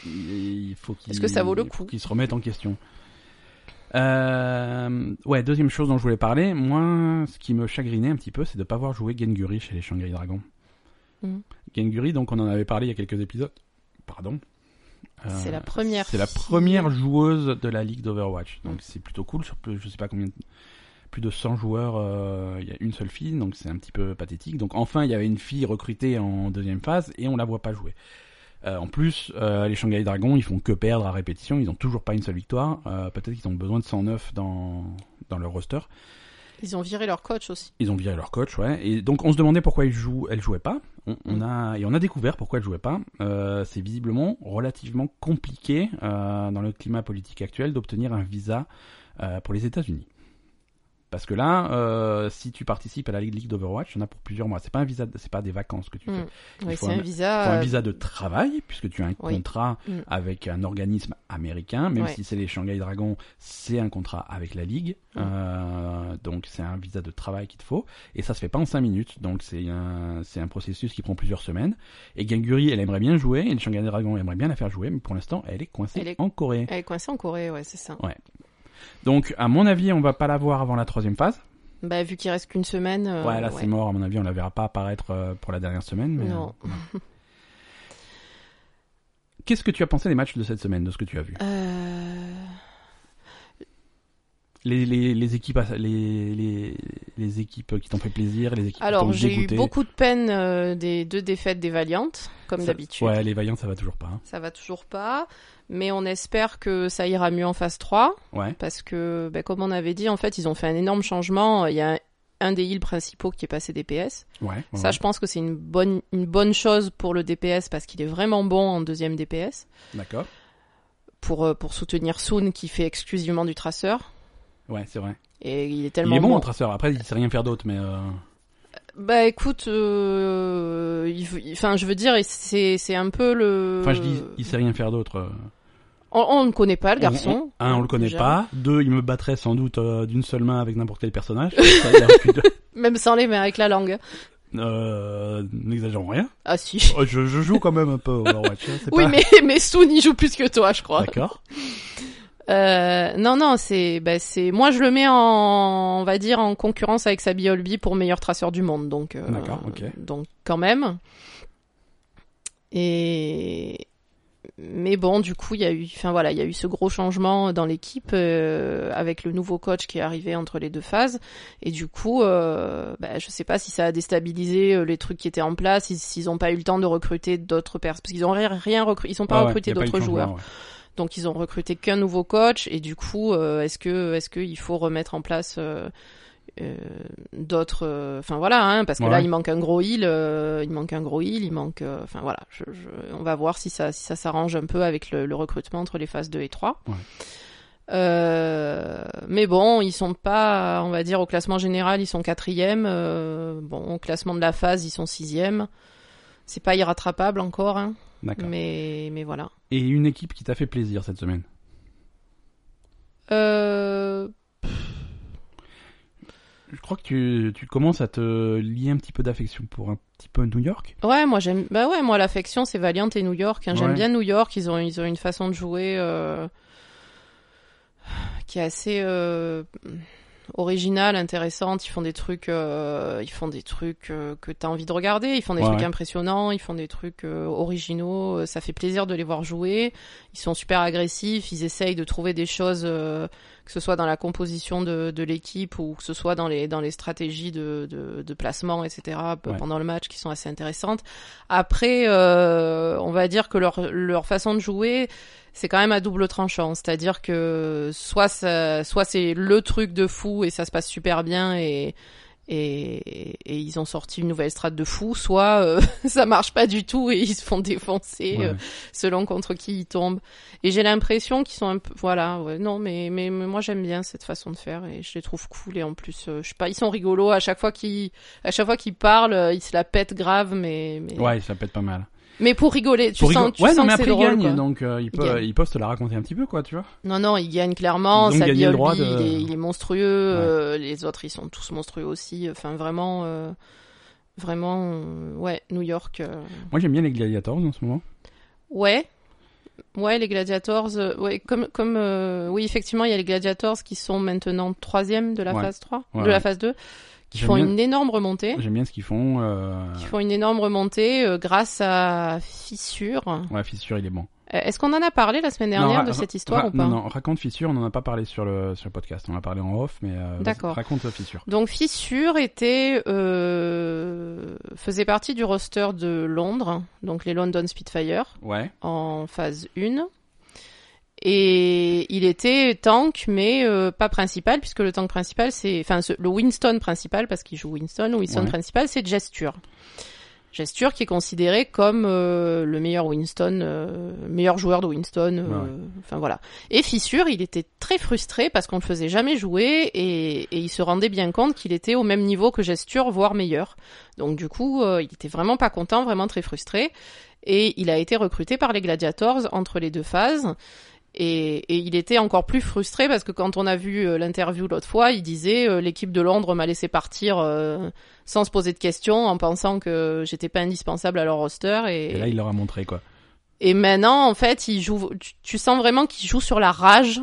S1: Il faut qu'il.
S2: Est-ce que ça vaut le
S1: il faut
S2: coup
S1: Qu'il se remette en question. Euh, ouais, deuxième chose dont je voulais parler, moi, ce qui me chagrinait un petit peu, c'est de ne pas avoir joué Genguri chez les Shanghai Dragons.
S2: Mm.
S1: Genguri, donc on en avait parlé il y a quelques épisodes. Pardon. Euh,
S2: C'est la première
S1: C'est la
S2: fille.
S1: première joueuse de la ligue d'Overwatch. Donc
S2: Mm.
S1: c'est plutôt cool. Sur plus, je sais pas combien. de- Plus de 100 joueurs, euh, il y a une seule fille, donc c'est un petit peu pathétique. Donc enfin, il y avait une fille recrutée en deuxième phase et on la voit pas jouer. Euh, en plus, euh, les Shanghai Dragons, ils font que perdre à répétition. Ils ont toujours pas une seule victoire. Euh, Peut-être qu'ils ont besoin de 109 dans dans leur roster.
S2: Ils ont viré leur coach aussi.
S1: Ils ont viré leur coach, ouais. Et donc on se demandait pourquoi ils jouent, elle jouait pas. On, on a et on a découvert pourquoi elle jouait pas. Euh, c'est visiblement relativement compliqué euh, dans le climat politique actuel d'obtenir un visa euh, pour les États-Unis. Parce que là, euh, si tu participes à la ligue d'Overwatch, il y en a pour plusieurs mois. C'est pas un visa, de- c'est pas des vacances que tu fais.
S2: Mm. Ouais,
S1: faut
S2: c'est
S1: un-
S2: un visa.
S1: Pour un
S2: euh,
S1: visa de travail, puisque tu as un
S2: Oui.
S1: contrat
S2: Mm.
S1: avec un organisme américain, même
S2: Ouais.
S1: si c'est les Shanghai Dragons, c'est un contrat avec la Ligue.
S2: Mm.
S1: Euh, donc c'est un visa de travail qu'il te faut. Et ça se fait pas en 5 minutes. Donc c'est un, c'est un processus qui prend plusieurs semaines. Et Ganguri, elle aimerait bien jouer, et les Shanghai Dragons aimerait bien la faire jouer, mais pour l'instant, elle est coincée
S2: Elle est-
S1: en Corée.
S2: Elle est coincée en Corée, ouais, c'est ça.
S1: Donc à mon avis, on va pas la voir avant la troisième phase.
S2: Bah, vu qu'il reste qu'une semaine. euh,
S1: ouais, là
S2: ouais.
S1: c'est mort. À mon avis, on la verra pas apparaître euh, pour la dernière semaine. Mais... euh,
S2: Non.
S1: Qu'est-ce que tu as pensé des matchs de cette semaine, de ce que tu as vu
S2: Euh,
S1: les, les, les équipes à- les, les, les équipes qui t'ont fait plaisir, les équipes qui
S2: Alors,
S1: t'ont
S2: j'ai eu
S1: dégoûté.
S2: beaucoup de peine euh, des deux défaites des Valiantes, comme
S1: Ça-
S2: d'habitude.
S1: Ouais, les vaillants ça va toujours pas. hein.
S2: Ça va toujours pas, mais on espère que ça ira mieux en phase 3,
S1: Ouais.
S2: parce que, bah, comme on avait dit, en fait, ils ont fait un énorme changement. Il y a un, un des heals principaux qui est passé DPS.
S1: Ouais. ouais,
S2: Ça, je pense que c'est une bonne, une bonne chose pour le DPS, parce qu'il est vraiment bon en deuxième DPS,
S1: ouais. D'accord.
S2: pour, euh, pour soutenir Soon, qui fait exclusivement du traceur.
S1: Ouais, c'est vrai.
S2: Et il est
S1: Il
S2: tellement
S1: est bon en traceur. Après, il sait rien faire d'autre, mais euh,
S2: Bah écoute, euh, il faut- il- enfin je veux dire, c'est c'est un peu le.
S1: enfin, je dis, il sait rien faire d'autre. euh.
S2: On, on ne connaît pas le
S1: On-
S2: garçon.
S1: on- un, on le connaît
S2: déjà.
S1: pas. Deux, il me battrait sans doute euh, d'une seule main avec n'importe quel personnage. Ça, il y a aucune-
S2: Même sans les mains avec la langue.
S1: euh, N'exagérons rien.
S2: Ah si.
S1: Oh, je, je joue quand même un peu au Overwatch. hein, c'est
S2: Oui
S1: pas-
S2: mais mais Soon il joue plus que toi je crois.
S1: D'accord.
S2: Euh, non non c'est bah c'est moi je le mets en on va dire en concurrence avec Sabi Olbi pour meilleur traceur du monde donc. euh,
S1: D'accord, ok.
S2: Donc quand même. Et mais bon, du coup, il y a eu, enfin voilà, il y a eu ce gros changement dans l'équipe euh, avec le nouveau coach qui est arrivé entre les deux phases. Et du coup, euh, bah, je sais pas si ça a déstabilisé euh, les trucs qui étaient en place, si- s'ils ont pas eu le temps de recruter d'autres personnes, parce qu'ils ont rien, rien recruté, ils ont pas
S1: Ah ouais, y
S2: recruté
S1: a eu de
S2: d'autres
S1: changement,
S2: joueurs.
S1: ouais.
S2: Donc ils ont recruté qu'un nouveau coach et du coup euh, est-ce que est-ce qu'il faut remettre en place euh, euh, d'autres euh, enfin voilà hein, parce que
S1: Ouais.
S2: là il manque un gros heal euh, il manque un gros heal il manque euh, enfin voilà je, je- on va voir si ça si ça s'arrange un peu avec le, le recrutement entre les phases 2 et 3
S1: Ouais.
S2: Euh, mais bon, ils sont pas, on va dire, au classement général, ils sont quatrième. euh, bon, au classement de la phase, ils sont sixième. C'est pas irrattrapable encore, hein,
S1: D'accord.
S2: mais mais voilà.
S1: Et une équipe qui t'a fait plaisir cette semaine.
S2: Euh,
S1: Je crois que tu, tu commences à te lier un petit peu d'affection pour un petit peu New York.
S2: Ouais, moi j'aime. Bah ouais, moi l'affection c'est Valiant et New York. hein. J'aime
S1: Ouais.
S2: bien New York. Ils ont ils ont une façon de jouer euh, qui est assez euh, originale, intéressante. Ils font des trucs, euh, ils font des trucs euh, que t'as envie de regarder. Ils font des
S1: Ouais,
S2: trucs
S1: ouais.
S2: impressionnants. Ils font des trucs euh, originaux. Euh, Ça fait plaisir de les voir jouer. Ils sont super agressifs. Ils essayent de trouver des choses, euh, que ce soit dans la composition de, de l'équipe ou que ce soit dans les dans les stratégies de de, de placement, etc. p-
S1: Ouais.
S2: Pendant le match, qui sont assez intéressantes. Après, euh, on va dire que leur, leur façon de jouer, c'est quand même à double tranchant. C'est-à-dire que soit, ça- soit c'est le truc de fou et ça se passe super bien et, et, Et, et ils ont sorti une nouvelle strate de fou, soit euh, ça marche pas du tout et ils se font défoncer
S1: Ouais.
S2: euh, selon contre qui ils tombent. Et j'ai l'impression qu'ils sont un peu, voilà, ouais, non, mais, mais, mais moi j'aime bien cette façon de faire et je les trouve cool et en plus, euh, je sais pas, ils sont rigolos à chaque fois qu'ils, à chaque fois qu'ils parlent, euh, ils se la pètent grave, mais, mais,
S1: Ouais, ça pète pas mal.
S2: mais pour rigoler, tu
S1: Pour
S2: sens,
S1: rigolo-
S2: tu
S1: ouais,
S2: sens
S1: non,
S2: que
S1: mais
S2: c'est
S1: après,
S2: drôle.
S1: ils
S2: quoi.
S1: gagnent, donc euh, ils,
S2: Ils
S1: peuvent,
S2: gagnent.
S1: ils peuvent te la raconter un petit peu, quoi, tu vois.
S2: Non, non, il gagne clairement.
S1: Ils ont
S2: Sa
S1: gagné le droit de-
S2: il, est, il est monstrueux. euh, les autres, ils sont tous monstrueux aussi. Enfin, vraiment, euh, vraiment, euh, ouais, New York. euh,
S1: Moi, j'aime bien les Gladiators en ce moment.
S2: Ouais. Ouais, les Gladiators. euh, ouais, comme, comme, euh, oui, effectivement, il y a les Gladiators qui sont maintenant troisième de la
S1: Ouais.
S2: phase 3,
S1: Ouais,
S2: de la
S1: ouais.
S2: phase 2, qui
S1: J'aime
S2: font
S1: bien-
S2: une énorme remontée.
S1: J'aime bien ce qu'ils font. Euh...
S2: Qui font une énorme remontée euh, grâce à Fissure. Euh,
S1: Ouais, Fissure, il est bon.
S2: Est-ce qu'on en a parlé la semaine dernière
S1: Non,
S2: de
S1: ra-
S2: cette histoire
S1: ra-
S2: ou pas
S1: Non, non, raconte Fissure, on en a pas parlé sur le, sur le podcast, on en a parlé en off, mais euh, vas-y,
S2: D'accord.
S1: raconte euh, Fissure.
S2: Donc Fissure était euh, faisait partie du roster de Londres, donc les London Spitfire
S1: Ouais,
S2: en phase 1. Et il était tank, mais euh, pas principal, puisque le tank principal, c'est... Enfin, ce- le Winston principal, parce qu'il joue Winston, le Winston
S1: Ouais.
S2: principal, c'est Gesture. Gesture qui est considéré comme euh, le meilleur Winston, euh, meilleur joueur de Winston. euh,
S1: Ouais, ouais.
S2: Enfin, voilà. Et Fissure, il était très frustré parce qu'on le faisait jamais jouer et, et il se rendait bien compte qu'il était au même niveau que Gesture, voire meilleur. Donc, du coup, euh, il était vraiment pas content, vraiment très frustré et il a été recruté par les Gladiators entre les deux phases. Et, et il était encore plus frustré parce que quand on a vu euh, l'interview l'autre fois, il disait euh, l'équipe de Londres m'a laissé partir euh, sans se poser de questions, en pensant que j'étais pas indispensable à leur roster.
S1: et là, il leur a montré, quoi.
S2: Et maintenant, en fait, il joue. Tu, tu sens vraiment qu'il joue sur la rage.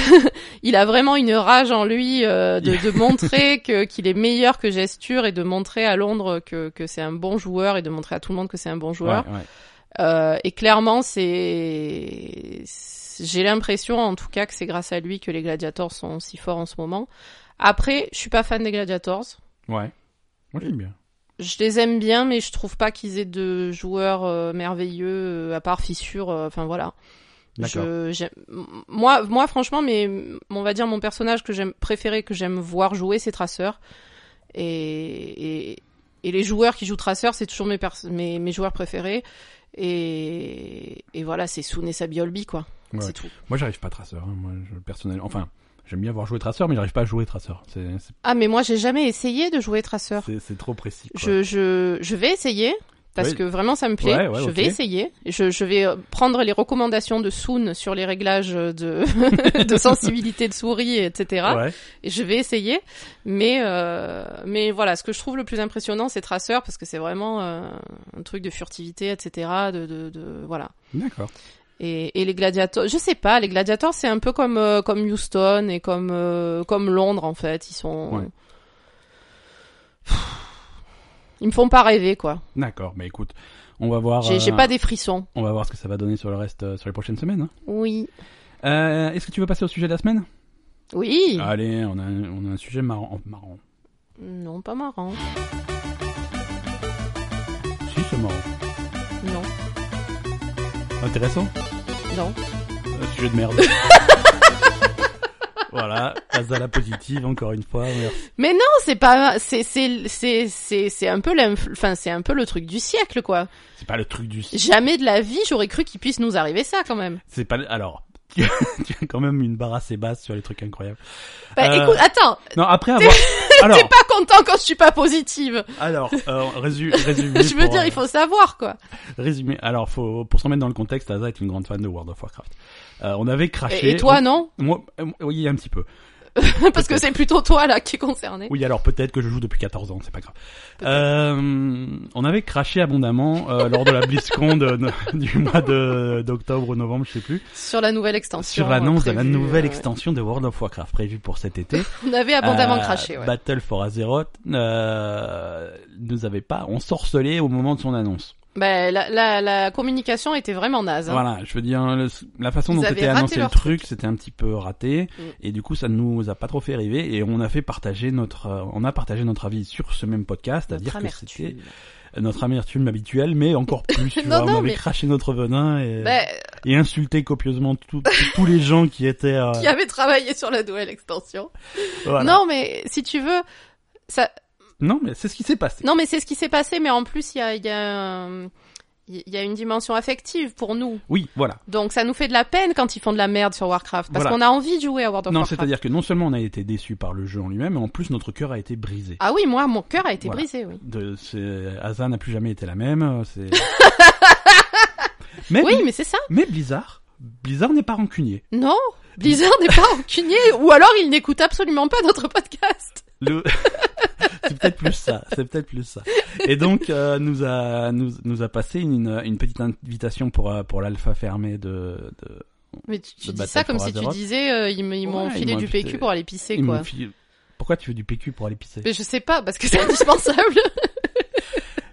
S2: il a vraiment une rage en lui euh, de, de montrer que qu'il est meilleur que Gesture et de montrer à Londres que que c'est un bon joueur et de montrer à tout le monde que c'est un bon joueur.
S1: Ouais, ouais.
S2: Euh, et clairement, c'est, c'est- j'ai l'impression, en tout cas, que c'est grâce à lui que les Gladiators sont si forts en ce moment. Après, je suis pas fan des Gladiators.
S1: Ouais. Moi, j'aime bien.
S2: Je les aime bien, mais je trouve pas qu'ils aient de joueurs euh, merveilleux euh, à part Fissure. euh, Enfin voilà.
S1: D'accord.
S2: Je- j'aime- m- moi, moi, franchement, mais on va dire mon personnage que j'aime préféré, que j'aime voir jouer, c'est Traceur. Et, et, et les joueurs qui jouent Traceur, c'est toujours mes, pers- mes, mes joueurs préférés. Et, et voilà, c'est Soun et Sabiolbi, quoi.
S1: Ouais.
S2: C'est tout.
S1: Moi, j'arrive pas à traceur. hein. Moi, je, personnellement, enfin, j'aime bien avoir joué traceur, mais j'arrive pas à jouer traceur. C'est, c'est-
S2: Ah, mais moi, j'ai jamais essayé de jouer Traceur.
S1: c'est, c'est trop précis. Quoi.
S2: Je, je, je vais essayer. Parce
S1: Oui.
S2: que vraiment ça me plaît,
S1: Ouais, ouais,
S2: je
S1: ok.
S2: vais essayer. Je, je vais euh, prendre les recommandations de Soun sur les réglages de, de sensibilité de souris, etc.
S1: Ouais.
S2: Et je vais essayer, mais euh, mais voilà, ce que je trouve le plus impressionnant, c'est Traceur parce que c'est vraiment euh, un truc de furtivité, etc. De, de, de- voilà.
S1: D'accord.
S2: Et, et les gladiators, je sais pas, les gladiators, c'est un peu comme euh, comme Houston et comme euh, comme Londres en fait, ils sont.
S1: Ouais.
S2: Ils me font pas rêver quoi.
S1: D'accord. Mais écoute, on va voir.
S2: J'ai j'ai
S1: euh,
S2: pas des frissons.
S1: On va voir ce que ça va donner sur le reste, euh, sur les prochaines semaines. hein.
S2: Oui.
S1: Euh, est-ce que tu veux passer au sujet de la semaine
S2: Oui.
S1: Allez, on a, un- on a un sujet marrant. oh, marrant.
S2: Non, pas marrant.
S1: Si, c'est marrant.
S2: Non,
S1: Intéressant.
S2: non.
S1: Un sujet de merde. voilà, passe à la positive encore une fois. Merci.
S2: Mais non, c'est pas, c'est c'est c'est c'est c'est un peu l'inf- enfin c'est un peu le truc du siècle quoi.
S1: C'est pas le truc du.
S2: Jamais de la vie, j'aurais cru qu'il puisse nous arriver ça quand même.
S1: C'est pas. le- Alors, tu as quand même une barre assez basse sur les trucs incroyables.
S2: Bah
S1: Euh,
S2: écoute, attends,
S1: Non, après avoir. Alors,
S2: pas content quand je suis pas positive.
S1: alors, euh, résu- résumé.
S2: je veux
S1: pour,
S2: dire,
S1: euh,
S2: il faut savoir quoi.
S1: Résumé. Alors, faut pour se remettre dans le contexte, Asa est une grande fan de World of Warcraft. Euh, on avait craché.
S2: Et, et toi non
S1: on- Moi, euh, oui, un petit peu.
S2: Parce que c'est plutôt toi là qui est concerné.
S1: Oui, alors peut-être que je joue depuis 14 ans, c'est pas grave. Euh, on avait craché abondamment euh, lors de la BlizzCon de- de- du mois de- d'octobre ou novembre, je sais plus,
S2: Sur la nouvelle extension.
S1: sur l'annonce
S2: euh,
S1: de la
S2: prévue,
S1: nouvelle
S2: euh,
S1: extension de World of Warcraft prévue pour cet été.
S2: On avait abondamment
S1: Euh,
S2: craché. Ouais.
S1: Battle for Azeroth euh, nous avait pas ensorcelé au moment de son annonce.
S2: Bah, la, la, la communication était vraiment naze. hein.
S1: Voilà, je veux dire, le- la façon
S2: Ils
S1: dont
S2: avaient
S1: était
S2: raté
S1: annoncé le
S2: leur
S1: truc, c'était un petit peu raté,
S2: Mm.
S1: et du coup, ça nous a pas trop fait rêver, et on a fait partager notre, euh, on a partagé notre avis sur ce même podcast,
S2: Notre
S1: c'est-à-dire que c'était euh,
S2: amertume.
S1: notre amertume habituelle, mais encore plus. tu
S2: Non,
S1: vois,
S2: non,
S1: on avait
S2: mais-
S1: craché notre venin et,
S2: Bah,
S1: et insulté copieusement tout- tout- tous les gens qui étaient. euh,
S2: qui avait travaillé sur la nouvelle extension.
S1: voilà.
S2: Non, mais si tu veux, ça,
S1: Non, mais c'est ce qui s'est passé.
S2: Non, mais c'est ce qui s'est passé, mais en plus, il y a, il y, a, euh, il y a une dimension affective pour nous.
S1: Oui, voilà.
S2: Donc ça nous fait de la peine quand ils font de la merde sur Warcraft, parce
S1: Voilà.
S2: qu'on a envie de jouer à World of
S1: non,
S2: Warcraft.
S1: c'est-à-dire que non seulement on a été déçu par le jeu en lui-même, mais en plus notre cœur a été brisé.
S2: Ah oui, moi, mon cœur a été
S1: Voilà.
S2: brisé, oui.
S1: De, c'est- Asa n'a plus jamais été la même. euh, C'est. mais,
S2: Oui, mais c'est ça.
S1: mais Blizzard, Blizzard n'est pas rancunier.
S2: Non, Blizzard n'est pas rancunier, ou alors il n'écoute absolument pas notre podcast.
S1: Le- c'est peut-être plus ça, c'est peut-être plus ça. Et donc euh, nous a nous, nous a passé une, une petite invitation pour euh, pour l'alpha fermée de, de...
S2: Mais tu, tu
S1: Le
S2: dis
S1: Battle
S2: ça
S1: for
S2: comme si tu
S1: Azeroth.
S2: disais, euh, ils m- ils m'ont
S1: Ouais, ils
S2: filé
S1: m'ont
S2: du
S1: invité.
S2: PQ pour aller pisser,
S1: Ils m'ont
S2: quoi.
S1: fi- Pourquoi tu veux du PQ pour aller pisser
S2: Mais je sais pas, parce que c'est indispensable.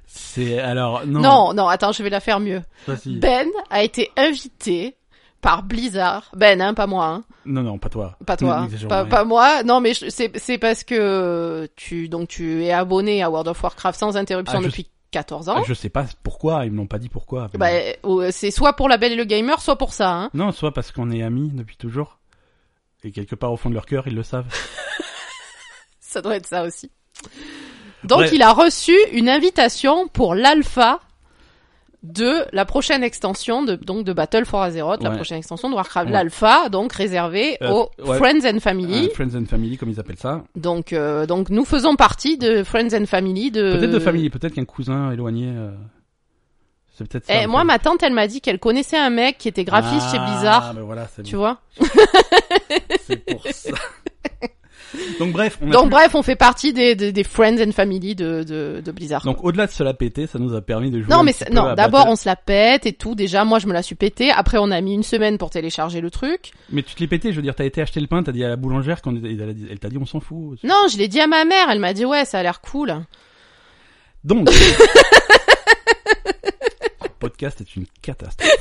S1: C'est alors non.
S2: non, non, attends, je vais la faire mieux.
S1: ça, si.
S2: Ben a été invité par Blizzard. Ben, hein, pas moi, hein.
S1: Non non, pas toi.
S2: Pas toi, hein.
S1: N'exagérons
S2: pas,
S1: rien.
S2: pas moi. Non, mais je- c'est c'est parce que tu donc tu es abonné à World of Warcraft sans interruption
S1: Ah, je-
S2: depuis 14
S1: Ah,
S2: ans.
S1: Je sais pas pourquoi, ils m'ont pas dit pourquoi.
S2: Bah, euh, c'est soit pour la Belle et le Gamer, soit pour ça. Hein.
S1: Non, soit parce qu'on est amis depuis toujours. Et quelque part au fond de leur cœur, ils le savent.
S2: Ça doit être ça aussi. Donc
S1: Ouais.
S2: il a reçu une invitation pour l'alpha de la prochaine extension de donc de Battle for Azeroth, la
S1: Ouais.
S2: prochaine extension de Warcraft.
S1: Ouais.
S2: L'alpha donc réservée
S1: Euh,
S2: aux
S1: ouais.
S2: friends and
S1: Euh,
S2: family.
S1: Friends and Family, comme ils appellent ça.
S2: Donc euh, donc nous faisons partie de friends and family de
S1: Peut-être de famille, peut-être qu'un cousin éloigné. euh, C'est peut-être ça.
S2: Eh,
S1: en
S2: moi
S1: fait.
S2: ma tante elle m'a dit qu'elle connaissait un mec qui était graphiste chez
S1: Ah,
S2: Blizzard.
S1: ben voilà, c'est
S2: Tu
S1: bon.
S2: vois.
S1: C'est pour ça. Donc bref, on a
S2: Donc
S1: pu-
S2: bref, on fait partie des, des, des friends and family de de, de Blizzard.
S1: donc au-delà de se la péter, ça nous a permis de jouer.
S2: Non,
S1: un
S2: mais
S1: petit
S2: c'est-
S1: peu
S2: non.
S1: à
S2: D'abord,
S1: Battle-
S2: on se la pète et tout. Déjà, moi, je me la suis pété. Après, on a mis une semaine pour télécharger le truc.
S1: Mais tu te l'es pété, je veux dire, t'as été acheter le pain, t'as dit à la boulangère qu'on était- elle a dit- elle t'a dit on s'en fout.
S2: Non, je l'ai dit à ma mère. Elle m'a dit ouais, ça a l'air cool.
S1: Donc. Le podcast est une catastrophe.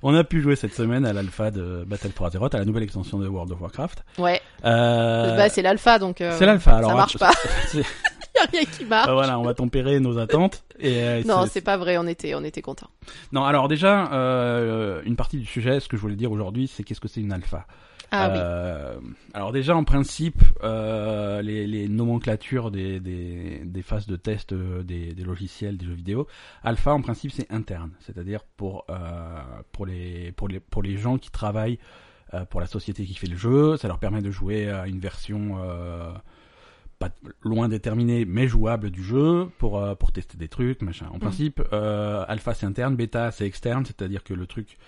S1: On a pu jouer cette semaine à l'alpha de Battle for Azeroth, à la nouvelle extension de World of Warcraft.
S2: Ouais.
S1: Euh,
S2: Bah, c'est l'alpha, donc. euh,
S1: c'est l'alpha, alors.
S2: Ça marche
S1: att-
S2: pas.
S1: c'est-
S2: Y a rien qui marche.
S1: euh, voilà, on va tempérer nos attentes. Et, euh,
S2: non, c'est pas vrai. On était, on était contents.
S1: Non, alors déjà, euh, une partie du sujet, ce que je voulais dire aujourd'hui, c'est qu'est-ce que c'est une alpha
S2: Ah oui.
S1: Euh, Alors déjà, en principe, euh, les, les nomenclatures des, des, des phases de test euh, des, des logiciels, des jeux vidéo, alpha, en principe, c'est interne, c'est-à-dire pour, euh, pour, les, pour, les, pour les gens qui travaillent euh, pour la société qui fait le jeu, ça leur permet de jouer à une version... euh, pas loin déterminée mais jouable du jeu pour euh, pour tester des trucs machin
S2: Mm.
S1: en principe euh, alpha c'est interne bêta c'est externe c'est-à-dire que le truc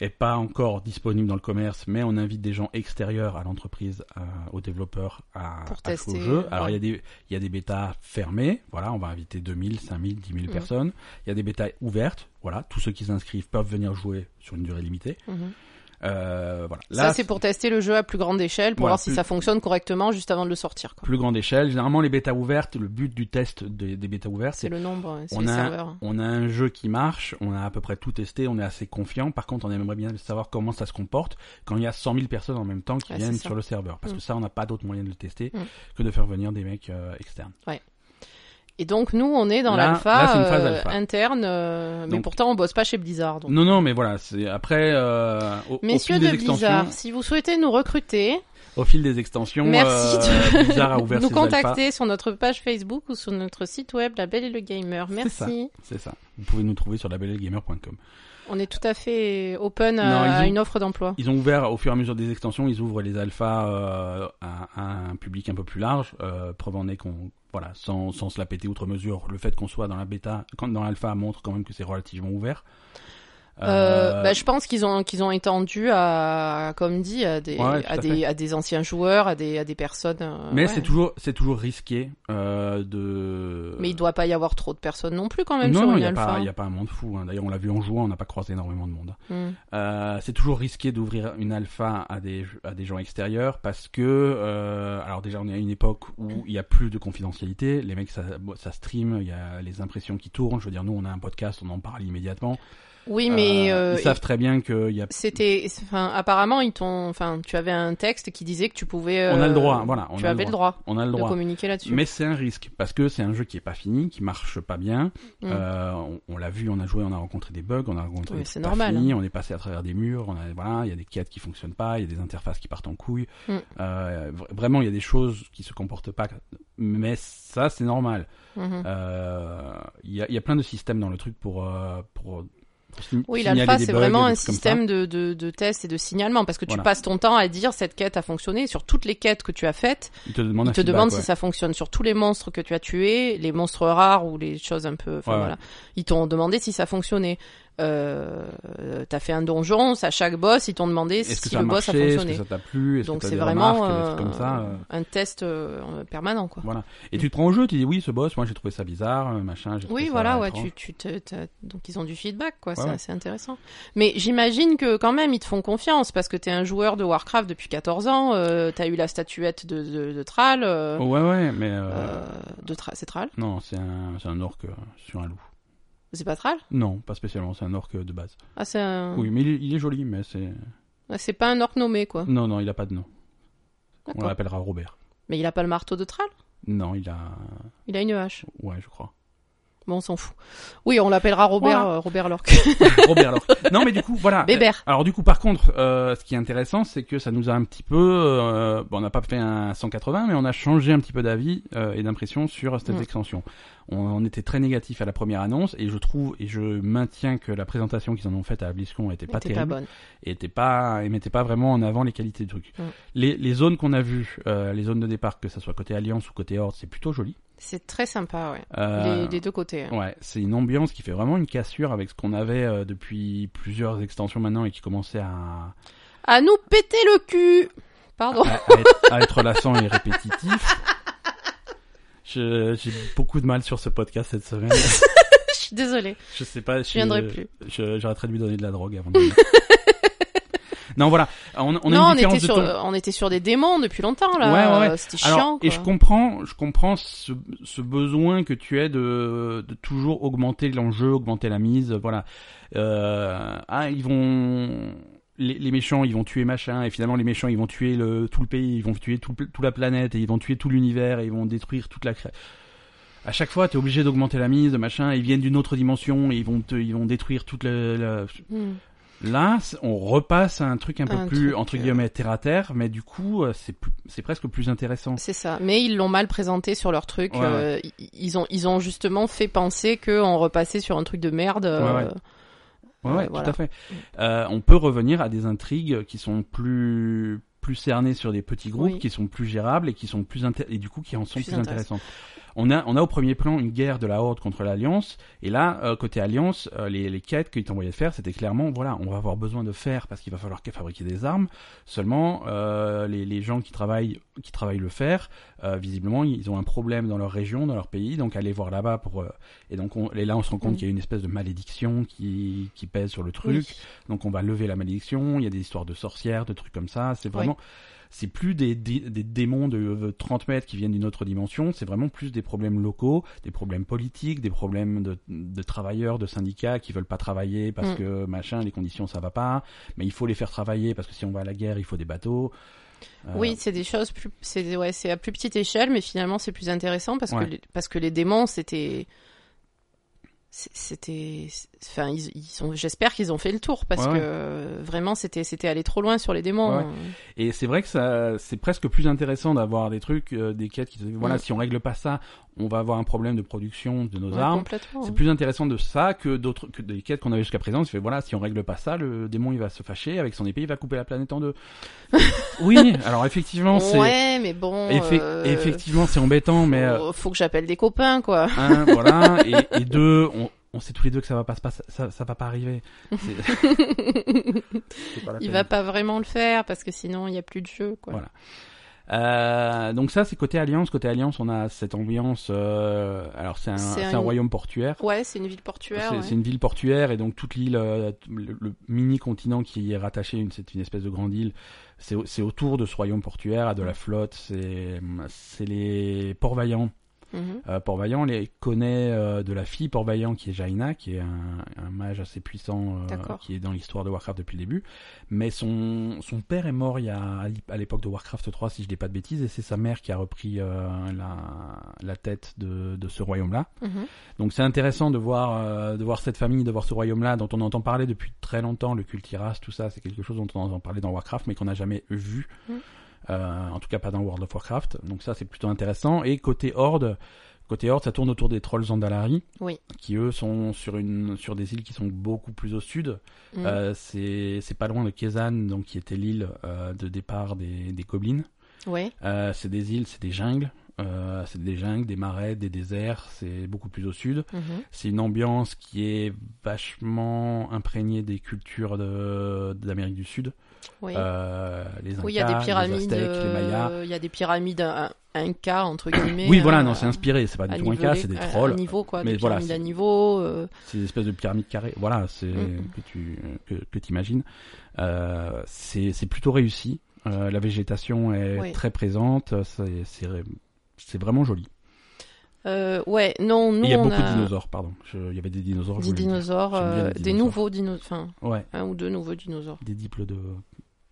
S1: est pas encore disponible dans le commerce mais on invite des gens extérieurs à l'entreprise à- aux développeurs à,
S2: Pour
S1: à jouer
S2: tester,
S1: au jeu alors il
S2: ouais.
S1: y a des il y a des bêtas fermées voilà on va inviter 2000 5000 10 000
S2: Mhm.
S1: personnes il y a des bêtas ouvertes voilà tous ceux qui s'inscrivent peuvent venir jouer sur une durée limitée
S2: Mhm.
S1: euh, voilà
S2: ça, c'est pour tester le jeu à plus grande échelle, pour
S1: Voilà,
S2: voir si
S1: plus-
S2: ça fonctionne correctement juste avant de le sortir. quoi.
S1: plus grande échelle généralement les bêtas ouvertes le but du test des, des bêtas ouvertes
S2: C'est le nombre, hein, c'est
S1: on
S2: les
S1: a-
S2: serveurs.
S1: On a un jeu qui marche, on a à peu près tout testé, on est assez confiant. Par contre, on aimerait bien savoir comment ça se comporte quand il y a 100 000 personnes en même temps qui
S2: Ouais,
S1: viennent
S2: c'est ça.
S1: sur le serveur. Parce
S2: Mm.
S1: que ça, on n'a pas d'autre moyen de le tester
S2: Mm.
S1: que de faire venir des mecs euh, externes.
S2: Et donc nous, on est dans
S1: Là- là,
S2: l'alpha
S1: c'est une phase
S2: euh,
S1: alpha.
S2: interne, euh, mais
S1: Donc-
S2: pourtant on bosse pas chez Blizzard. donc.
S1: Non, non, mais voilà, c'est après, euh, au, au
S2: Messieurs
S1: fil des
S2: de
S1: extensions,
S2: Blizzard, si vous souhaitez nous recruter,
S1: au fil des extensions,
S2: Merci
S1: euh, Blizzard a ouvert
S2: nous
S1: ses alphas.
S2: contacter sur notre page Facebook ou sur notre site web La Belle et le Gamer.
S1: ça.
S2: Merci.
S1: C'est ça. Vous pouvez nous trouver sur labellegamer.com.
S2: On est tout à fait open
S1: Non,
S2: à,
S1: ils ont-
S2: une offre d'emploi.
S1: Ils ont ouvert au fur et à mesure des extensions, ils ouvrent les alphas euh, à, à un public un peu plus large. Euh, preuve en est qu'on voilà, sans, sans se la péter outre mesure, le fait qu'on soit dans la bêta, quand dans l'alpha montre quand même que c'est relativement ouvert.
S2: Euh, bah, je pense qu'ils ont qu'ils ont étendu à comme dit à des
S1: Ouais, tout
S2: à
S1: à
S2: des
S1: fait.
S2: à des anciens joueurs, à des à des personnes. euh,
S1: mais
S2: ouais.
S1: c'est toujours c'est toujours risqué euh, de.
S2: Mais il doit pas y avoir trop de personnes non plus quand même
S1: non,
S2: sur
S1: non,
S2: une
S1: il y a
S2: alpha.
S1: pas il y a pas un monde fou. hein. D'ailleurs, on l'a vu en jouant, on n'a pas croisé énormément de monde.
S2: Hmm.
S1: Euh, c'est toujours risqué d'ouvrir une alpha à des, à des gens extérieurs parce que, euh, alors déjà, on est à une époque où il y a plus de confidentialité. Les mecs, ça, ça stream, il y a les impressions qui tournent. Je veux dire, nous, on a un podcast, on en parle immédiatement.
S2: Oui, mais
S1: Euh,
S2: euh,
S1: ils savent très bien qu'il y a.
S2: c'était, enfin, apparemment, ils t'ont, enfin, tu avais un texte qui disait que tu pouvais.
S1: On a le
S2: euh,
S1: droit, voilà. On
S2: tu
S1: a
S2: avais
S1: le
S2: le
S1: droit.
S2: droit,
S1: On a le
S2: de
S1: droit.
S2: communiquer là-dessus.
S1: Mais c'est un risque parce que c'est un jeu qui est pas fini, qui marche pas bien.
S2: Mm.
S1: Euh, on on l'a vu, on a joué, on a rencontré des bugs, on a rencontré
S2: Oui,
S1: des
S2: c'est
S1: trucs pas
S2: normal. hein.
S1: finis, on est passé à travers des murs, on a voilà, il y a des quêtes qui fonctionnent pas, il y a des interfaces qui partent en couille.
S2: Mm.
S1: Euh, vra- vraiment, il y a des choses qui se comportent pas, mais ça c'est normal.
S2: Mhm.
S1: Euh, Il y, a, il y a plein de systèmes dans le truc pour euh, pour, pour sign-
S2: Oui,
S1: signaler
S2: l'alpha,
S1: des
S2: c'est
S1: bugs,
S2: vraiment
S1: des
S2: un
S1: trucs comme ça.
S2: système de, de, de tests et de signalement parce que tu
S1: Voilà.
S2: passes ton temps à dire cette quête a fonctionné. Sur toutes les quêtes que tu as faites,
S1: Il te demande,
S2: Il
S1: un
S2: te
S1: feedback,
S2: demande
S1: ouais.
S2: si ça fonctionne sur tous les monstres que tu as tués, les monstres rares ou les choses un peu. Enfin
S1: Ouais, ouais.
S2: voilà, ils t'ont demandé si ça fonctionnait. Euh, euh, t'as fait un donjon, à chaque boss, ils t'ont demandé
S1: Est-ce que
S2: si
S1: ça a
S2: le boss a
S1: marché Est-ce que
S2: fonctionné.
S1: ça t'a plu Est-ce que
S2: Donc
S1: t'as
S2: c'est
S1: des
S2: vraiment
S1: remarques, des trucs comme
S2: euh,
S1: ça. euh.
S2: un test euh, permanent quoi.
S1: Voilà. Et tu te prends au jeu, tu dis oui, ce boss, moi j'ai trouvé ça bizarre, euh, machin. j'ai trouvé
S2: Oui,
S1: ça
S2: voilà, ouais,
S1: étrange.
S2: tu, tu te- t'as- donc ils ont du feedback, quoi,
S1: Ouais, ouais.
S2: c'est c'est intéressant. Mais j'imagine que quand même, ils te font confiance, parce que t'es un joueur de Warcraft depuis 14 ans, euh, t'as eu la statuette de, de, de Thrall, euh,
S1: Oh, ouais, ouais, mais euh,
S2: euh, de Thrall- c'est Thrall
S1: non, c'est un, c'est un orque euh, sur un loup.
S2: C'est pas Thrall
S1: Non, pas spécialement, c'est un orque de base.
S2: Ah, c'est un...
S1: Oui, mais il, est- il est joli, mais c'est.
S2: Ah, C'est pas un orc nommé, quoi.
S1: Non, non, il a pas de nom. On
S2: D'accord.
S1: l'appellera Robert.
S2: Mais il a pas le marteau de Thrall
S1: Non, il a.
S2: Il a une hache.
S1: Ouais, je crois.
S2: Bon, on s'en fout. Oui, on l'appellera Robert,
S1: Voilà. Ah,
S2: euh, Robert Lorc.
S1: Robert, alors. Non, mais du coup, voilà.
S2: Bébert.
S1: Alors du coup, par contre, euh, ce qui est intéressant, c'est que ça nous a un petit peu, euh, bon, on n'a pas fait un 180, mais on a changé un petit peu d'avis euh, et d'impression sur cette
S2: Mm.
S1: extension. On, on était très négatif à la première annonce et je trouve et je maintiens que la présentation qu'ils en ont faite à BlizzCon était
S2: Mais
S1: pas
S2: t'es pas
S1: terrible
S2: bonne.
S1: et était pas, et mettait pas vraiment en avant les qualités du truc.
S2: Mm.
S1: Les, les zones qu'on a vues, euh, les zones de départ, que ça soit côté Alliance ou côté Horde, c'est plutôt joli.
S2: C'est très sympa, ouais.
S1: Euh,
S2: Les- des deux côtés. hein.
S1: Ouais, c'est une ambiance qui fait vraiment une cassure avec ce qu'on avait euh, depuis plusieurs extensions maintenant et qui commençait à,
S2: À nous péter le cul Pardon.
S1: à, à être, à être lassant et répétitif. Je- J'ai beaucoup de mal sur ce podcast cette semaine.
S2: Je suis désolée.
S1: Je sais pas.
S2: Je viendrai plus.
S1: je- J'arrêterai de lui donner de la drogue avant. de- non, voilà. On, on a
S2: non,
S1: une
S2: on était,
S1: différence de
S2: sur, euh,
S1: ton.
S2: on était sur des démons depuis longtemps, là.
S1: Ouais, ouais, ouais.
S2: Euh, C'était
S1: Alors,
S2: chiant,
S1: et
S2: quoi.
S1: je comprends, je comprends ce, ce besoin que tu as de, de toujours augmenter l'enjeu, augmenter la mise, voilà. Euh, ah, ils vont, les, les méchants, ils vont tuer machin, et finalement les méchants, ils vont tuer le, tout le pays, ils vont tuer tout, le- toute la planète, et ils vont tuer tout l'univers, et ils vont détruire toute la cré... À chaque fois, t'es obligé d'augmenter la mise, machin. Ils viennent d'une autre dimension, et ils vont, te- ils vont détruire toute la, la-
S2: Hmm.
S1: Là, c'est- on repasse à un truc un peu
S2: Un
S1: plus
S2: truc,
S1: entre
S2: euh,
S1: guillemets terre à terre, mais du coup, euh, c'est plus- c'est presque plus intéressant.
S2: C'est ça. Mais ils l'ont mal présenté sur leur truc.
S1: Ouais,
S2: euh, i- Ils, ont, ils ont justement fait penser qu'on repassait sur un truc de merde. euh,
S1: Ouais, Ouais, ouais,
S2: Euh, voilà.
S1: tout à fait. Euh, on peut revenir à des intrigues qui sont plus plus cernées sur des petits groupes,
S2: Oui.
S1: qui sont plus gérables et qui sont plus inté- et du coup qui en sont
S2: Plus
S1: plus, intéressantes. On a on a au premier plan une guerre de la Horde contre l'Alliance et là euh, côté Alliance euh, les les quêtes qu'ils t'envoyaient faire c'était clairement voilà on va avoir besoin de faire parce qu'il va falloir fabriquer des armes seulement euh, les les gens qui travaillent qui travaillent le fer euh, visiblement ils ont un problème dans leur région dans leur pays donc allez voir là-bas pour euh, et donc on, et là on se rend compte
S2: Mm.
S1: qu'il y a une espèce de malédiction qui qui pèse sur le truc
S2: oui.
S1: donc on va lever la malédiction, il y a des histoires de sorcières, de trucs comme ça, c'est vraiment... C'est plus des, dé- des démons de euh, 30 mètres qui viennent d'une autre dimension, c'est vraiment plus des problèmes locaux, des problèmes politiques, des problèmes de, de travailleurs, de syndicats qui veulent pas travailler parce
S2: Mm.
S1: que machin, les conditions ça va pas, mais il faut les faire travailler parce que si on va à la guerre, il faut des bateaux. Euh,
S2: Oui, c'est des choses plus, c'est des- ouais, c'est à plus petite échelle, mais finalement c'est plus intéressant parce
S1: Ouais.
S2: que les, parce que les démons c'était, c'est- c'était, c'est- enfin ils, ils sont, j'espère qu'ils ont fait le tour parce
S1: Ouais,
S2: que
S1: ouais.
S2: euh, vraiment c'était, c'était aller trop loin sur les démons. hein.
S1: Ouais, Et c'est vrai que ça, c'est presque plus intéressant d'avoir des trucs, euh, des quêtes qui te disent, voilà,
S2: Mm.
S1: si on règle pas ça, on va avoir un problème de production de nos
S2: Ouais,
S1: armes.
S2: complètement.
S1: C'est plus intéressant de ça que d'autres que des quêtes qu'on avait jusqu'à présent. C'est fait voilà, si on règle pas ça, le démon il va se fâcher avec son épée, il va couper la planète en deux. oui, alors effectivement, c'est
S2: ouais, mais bon.
S1: effe-
S2: euh,
S1: effectivement c'est embêtant, mais euh,
S2: faut, faut que j'appelle des copains quoi.
S1: un voilà et, et deux, on, on sait tous les deux que ça va pas se passer- ça, ça va pas arriver. C'est- c'est pas la
S2: Il
S1: peine.
S2: va pas vraiment le faire parce que sinon il y a plus de jeu quoi.
S1: Voilà. Euh, donc ça c'est côté alliance, côté alliance on a cette ambiance. euh, alors c'est un,
S2: C'est
S1: c'est un
S2: une-
S1: royaume portuaire.
S2: Ouais, c'est une ville
S1: C'est
S2: portuaire. ouais.
S1: c'est une ville portuaire et donc toute l'île, euh, le, le mini continent qui y est rattaché, une- c'est une espèce de grande île. C'est au- c'est autour de ce royaume portuaire, à de la flotte. C'est c'est les ports vaillants
S2: Mhm.
S1: Euh, Port-Vaillant les connaît euh, de la fille Port-Vaillant qui est Jaina, qui est un, un mage assez puissant euh,
S2: D'accord.
S1: qui est dans l'histoire de Warcraft depuis le début. Mais son, son père est mort il y a, à l'époque de Warcraft 3, si je dis pas de bêtises, et c'est sa mère qui a repris euh, la, la tête de, de ce royaume-là.
S2: Mhm.
S1: Donc c'est intéressant de voir, euh, de voir cette famille, de voir ce royaume-là dont on entend parler depuis très longtemps, le cultiras, tout ça, c'est quelque chose dont on entend parler dans Warcraft, mais qu'on n'a jamais vu,
S2: Mm.
S1: Euh, en tout cas pas dans World of Warcraft. Donc ça c'est plutôt intéressant. Et côté Horde, côté Horde, ça tourne autour des trolls Andalari,
S2: Oui.
S1: qui eux sont sur une, sur des îles qui sont beaucoup plus au sud.
S2: Mhm.
S1: Euh, c'est, c'est pas loin de Kezan, donc qui était l'île euh, de départ des, des Goblins.
S2: Ouais.
S1: Euh, c'est des îles, c'est des jungles. Euh, c'est des jungles, des marais, des déserts, c'est beaucoup plus au sud.
S2: Mhm.
S1: C'est une ambiance qui est vachement imprégnée des cultures de- d'Amérique du Sud.
S2: Oui.
S1: Euh, les Incas,
S2: Oui, il y a des
S1: les
S2: pyramides.
S1: Aztèques, les Mayas.
S2: euh, Il y a des pyramides un, un cas entre guillemets.
S1: Oui, voilà,
S2: euh,
S1: non, c'est inspiré, c'est pas
S2: à
S1: du tout un cas,
S2: niveler,
S1: c'est des
S2: à- à
S1: trolls.
S2: niveau quoi,
S1: Mais
S2: des
S1: voilà,
S2: pyramides
S1: c'est-
S2: à niveau. euh,
S1: C'est des espèces de pyramides carrées, voilà, c'est
S2: Mm.
S1: que tu que, que t'imagines. Euh, c'est c'est plutôt réussi. Euh, la végétation est
S2: Oui.
S1: très présente. C'est c'est c'est vraiment joli.
S2: euh, ouais, non,
S1: Et
S2: nous
S1: il y a
S2: on
S1: beaucoup de
S2: a
S1: dinosaures, pardon. Je- Il y avait des dinosaures. je
S2: des
S1: voulais le dire.
S2: dinosaures,
S1: J'aime bien
S2: euh,
S1: les
S2: des
S1: dinosaures.
S2: nouveaux dinosaures, enfin
S1: Ouais,
S2: un ou deux nouveaux dinosaures,
S1: des diplodo,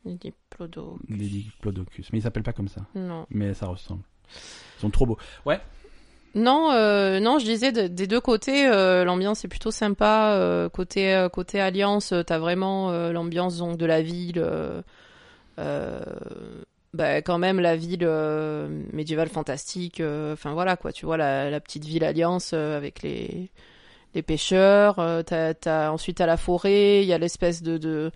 S2: des diplodocus.
S1: des diplodocus. Mais ils s'appellent pas comme ça.
S2: Non,
S1: mais ça ressemble. Ils sont trop beaux.
S2: non, euh, non, je disais de- des deux côtés, euh, l'ambiance est plutôt sympa. euh, côté euh, côté alliance, euh, t'as vraiment euh, l'ambiance donc de la ville. euh, euh, bah, quand même la ville euh, médiévale fantastique euh, enfin voilà quoi tu vois la, la petite ville alliance euh, avec les les pêcheurs euh, t'as, t'as- ensuite à la forêt il y a l'espèce de de,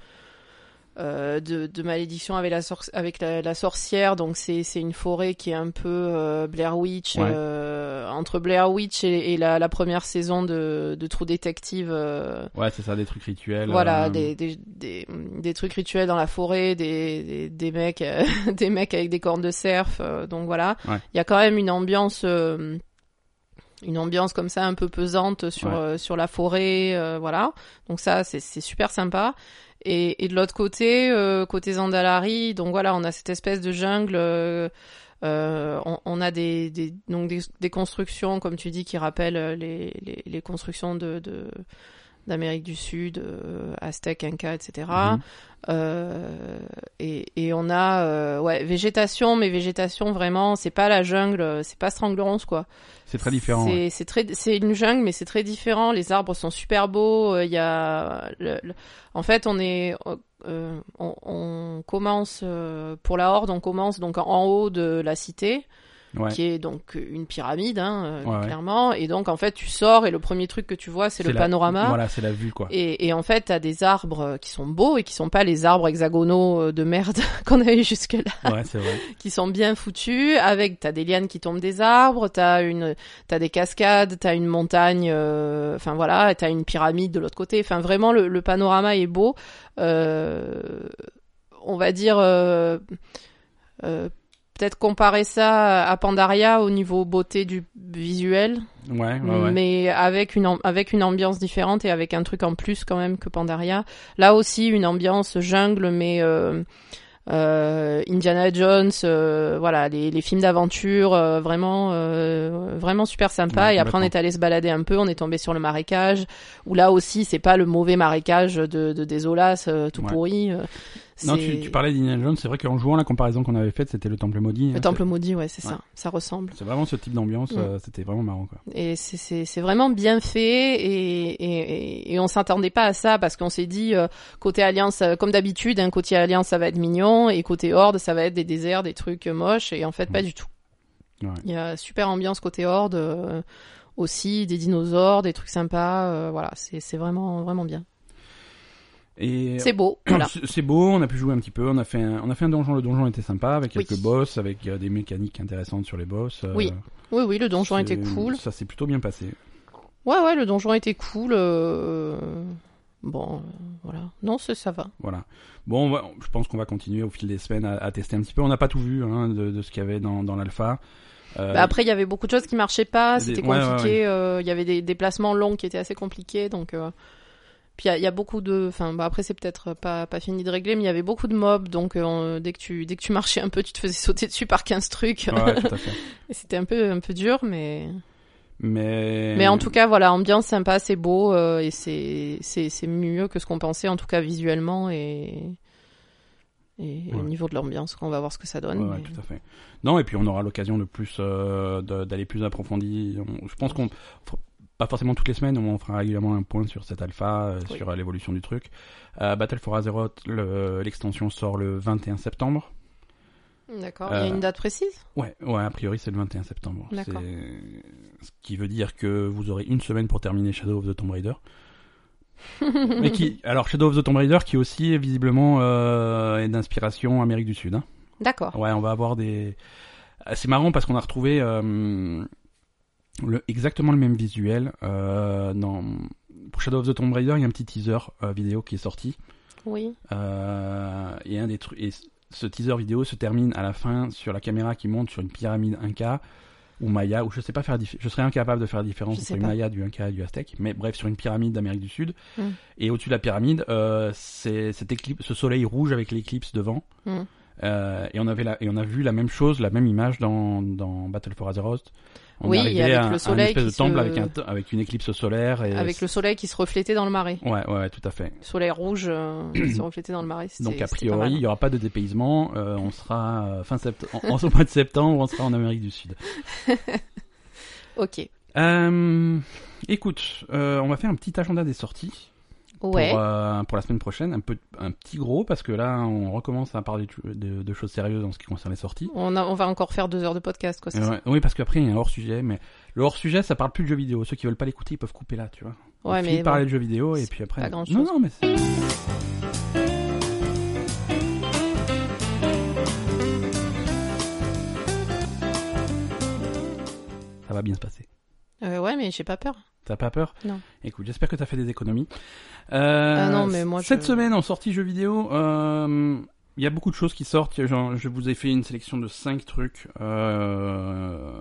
S2: euh, de de malédiction avec la sorc- avec la, la sorcière donc c'est c'est une forêt qui est un peu euh, Blair Witch
S1: Ouais.
S2: euh, entre Blair Witch et, et la, la première saison de de True Detective euh,
S1: Ouais, c'est ça, des trucs rituels.
S2: voilà,
S1: euh,
S2: des, des, des, des trucs rituels dans la forêt, des, des, des mecs, euh, des mecs avec des cornes de cerf. euh, donc voilà, il
S1: Ouais.
S2: y a quand même une ambiance, euh, une ambiance comme ça un peu pesante sur
S1: Ouais.
S2: euh, sur la forêt. euh, voilà, donc ça c'est c'est super sympa. Et, et de l'autre côté, euh, côté Zandalari, donc voilà, on a cette espèce de jungle. euh, euh, on, on a des, des, donc des, des constructions, comme tu dis, qui rappellent euh, les, les, les constructions de, de, d'Amérique du Sud, euh, Aztèque, Inca, etc.
S1: Mhm.
S2: Euh, et, et on a euh, ouais, végétation, mais végétation vraiment, c'est pas la jungle, euh, c'est pas Stranglerons quoi.
S1: C'est très différent.
S2: C'est
S1: ouais.
S2: c'est très c'est une jungle mais c'est très différent. Les arbres sont super beaux. euh, Il y a le- le- en fait on est euh, on, on commence euh, pour la horde on commence donc en- en haut de la cité
S1: Ouais.
S2: qui est donc une pyramide, hein, euh,
S1: Ouais, ouais.
S2: clairement. Et donc, en fait, tu sors et le premier truc que tu vois, c'est le
S1: la-
S2: panorama.
S1: Voilà, c'est la vue, quoi.
S2: Et, et en fait, t'as des arbres euh, qui sont beaux et qui sont pas les arbres hexagonaux euh, de merde qu'on a eu jusque-là,
S1: Ouais, c'est vrai.
S2: qui sont bien foutus. Avec, t'as des lianes qui tombent des arbres, t'as une, t'as des cascades, t'as une montagne. euh, Enfin voilà, et t'as une pyramide de l'autre côté. Enfin vraiment, le, le panorama est beau. Euh, on va dire. euh, euh, Peut-être comparer ça à Pandaria au niveau beauté du visuel,
S1: Ouais, ouais, ouais.
S2: mais avec une, am- avec une ambiance différente et avec un truc en plus quand même que Pandaria. Là aussi, une ambiance jungle, mais euh, euh, Indiana Jones, euh, voilà, les, les films d'aventure, euh, vraiment, euh, vraiment super sympa.
S1: Ouais,
S2: et après, on est allé se balader un peu, on est tombé sur le marécage, où là aussi, c'est pas le mauvais marécage de, de Désolas, euh, tout
S1: Ouais.
S2: pourri. euh,
S1: Non,
S2: c'est
S1: tu, tu parlais d'Indiana Jones. C'est vrai qu'en jouant la comparaison qu'on avait faite, c'était le Temple maudit. hein,
S2: Le
S1: c'est-
S2: Temple maudit, ouais, c'est
S1: Ouais.
S2: ça, ça ressemble.
S1: C'est vraiment ce type d'ambiance.
S2: Mm.
S1: euh, c'était vraiment marrant, quoi.
S2: Et c'est- c'est c'est vraiment bien fait et, et, et- et on s'attendait pas à ça parce qu'on s'est dit euh, côté alliance euh, comme d'habitude hein, côté alliance ça va être mignon et côté horde ça va être des déserts des trucs euh, moches et en fait pas du tout.
S1: Ouais.
S2: Il y a super ambiance côté horde euh, aussi des dinosaures des trucs sympas euh, voilà c'est c'est vraiment vraiment bien.
S1: Et
S2: C'est beau voilà.
S1: C'est c'est beau, on a pu jouer un petit peu, on a fait un, on a fait un donjon, le donjon était sympa, avec
S2: Oui.
S1: quelques boss, avec euh, des mécaniques intéressantes sur les boss. euh,
S2: Oui, Oui oui le donjon
S1: c'est-
S2: était cool.
S1: Ça s'est plutôt bien passé.
S2: Ouais ouais le donjon était cool. euh, Bon euh, voilà non ça ça va.
S1: Voilà. Bon, on va- je pense qu'on va continuer au fil des semaines à, à tester un petit peu. On n'a pas tout vu hein, de, de ce qu'il y avait dans, dans l'alpha. Euh,
S2: Bah après, il y avait beaucoup de choses qui marchaient pas,
S1: Des-
S2: c'était
S1: ouais, ouais,
S2: compliqué, euh, il y avait des déplacements longs qui étaient assez compliqués, donc euh, Puis il y a- il y, a beaucoup de, enfin bah, après c'est peut-être pas pas fini de régler, mais il y avait beaucoup de mobs, donc euh, dès que tu dès que tu marchais un peu, tu te faisais sauter dessus par 15 trucs.
S1: Ouais, tout à fait.
S2: Et c'était un peu un peu dur, mais
S1: Mais
S2: mais en tout cas voilà, ambiance sympa, c'est beau euh, et c'est c'est c'est mieux que ce qu'on pensait en tout cas visuellement et et
S1: Ouais.
S2: au niveau de l'ambiance, on va voir ce que ça donne.
S1: Ouais, ouais,
S2: mais-
S1: tout à fait. Non, et puis on aura l'occasion de plus euh, de- d'aller plus approfondi. On- Je pense qu'on f- pas forcément toutes les semaines, on fera régulièrement un point sur cet alpha, euh,
S2: Oui.
S1: sur euh, l'évolution du truc. Euh, Battle for Azeroth, le- l'extension sort le 21 septembre.
S2: D'accord. Il y a
S1: Euh,
S2: une date précise
S1: Ouais, ouais, a priori c'est le 21 septembre.
S2: D'accord.
S1: C'est- Ce qui veut dire que vous aurez une semaine pour terminer Shadow of the Tomb Raider. Mais qui, alors Shadow of the Tomb Raider qui aussi est visiblement euh, est d'inspiration Amérique du Sud. hein.
S2: D'accord.
S1: Ouais, on va avoir des. Ah, C'est marrant parce qu'on a retrouvé euh, le, exactement le même visuel euh, dans. Pour Shadow of the Tomb Raider, il y a un petit teaser euh, vidéo qui est sorti.
S2: Oui.
S1: Euh, et un des trucs. Et c- ce teaser vidéo se termine à la fin sur la caméra qui monte sur une pyramide Inca ou Maya, ou je sais pas faire dif- je serais incapable de faire la différence
S2: Je sais
S1: entre une
S2: pas.
S1: Maya, du Inca et du Aztèque, mais bref, sur une pyramide d'Amérique du Sud.
S2: Mm.
S1: Et au-dessus de la pyramide, euh, c'est cet éclipse, ce soleil rouge avec l'éclipse devant.
S2: Mm.
S1: Euh, et on avait la, et on a vu la même chose, la même image dans, dans Battle for Azeroth. On
S2: Oui,
S1: est arrivé
S2: avec
S1: à, un-
S2: le
S1: à
S2: soleil
S1: une espèce
S2: qui
S1: de temple
S2: se-
S1: avec, un, t- avec une éclipse solaire. Et
S2: Avec le soleil qui se reflétait dans le marais.
S1: Ouais, ouais, tout à fait.
S2: Le soleil rouge euh, qui se reflétait dans le marais. c'était-
S1: Donc a
S2: c'était pas mal.
S1: priori, il n'y aura pas de dépaysement. euh, on sera euh, fin septembre, en, en- au mois de septembre, on sera en Amérique du Sud.
S2: Ok.
S1: Euh, écoute, euh, on va faire un petit agenda des sorties
S2: Ouais.
S1: pour, euh, pour la semaine prochaine, un peu, un petit gros parce que là, on recommence à parler de- de- de choses sérieuses en ce qui concerne les sorties.
S2: On, a- on va encore faire deux heures de podcast, quoi. c'est ça
S1: Ouais, oui, parce qu'après, il y a un hors-sujet, mais le hors-sujet, ça parle plus de jeux vidéo. Ceux qui veulent pas l'écouter, ils peuvent couper là, tu vois. On
S2: Ouais,
S1: finit
S2: mais
S1: de parler
S2: bon.
S1: de jeux vidéo, et
S2: c'est
S1: puis après...
S2: pas grand-chose.
S1: non, non, mais c'est- Ça va bien se passer.
S2: Euh, ouais, mais j'ai pas peur.
S1: T'as pas peur
S2: Non.
S1: Écoute, j'espère que t'as fait des économies. Euh,
S2: Ah non, mais moi,
S1: Cette
S2: je-
S1: semaine, en sortie jeux vidéo, euh, il y a beaucoup de choses qui sortent. Genre, je vous ai fait une sélection de 5 trucs euh,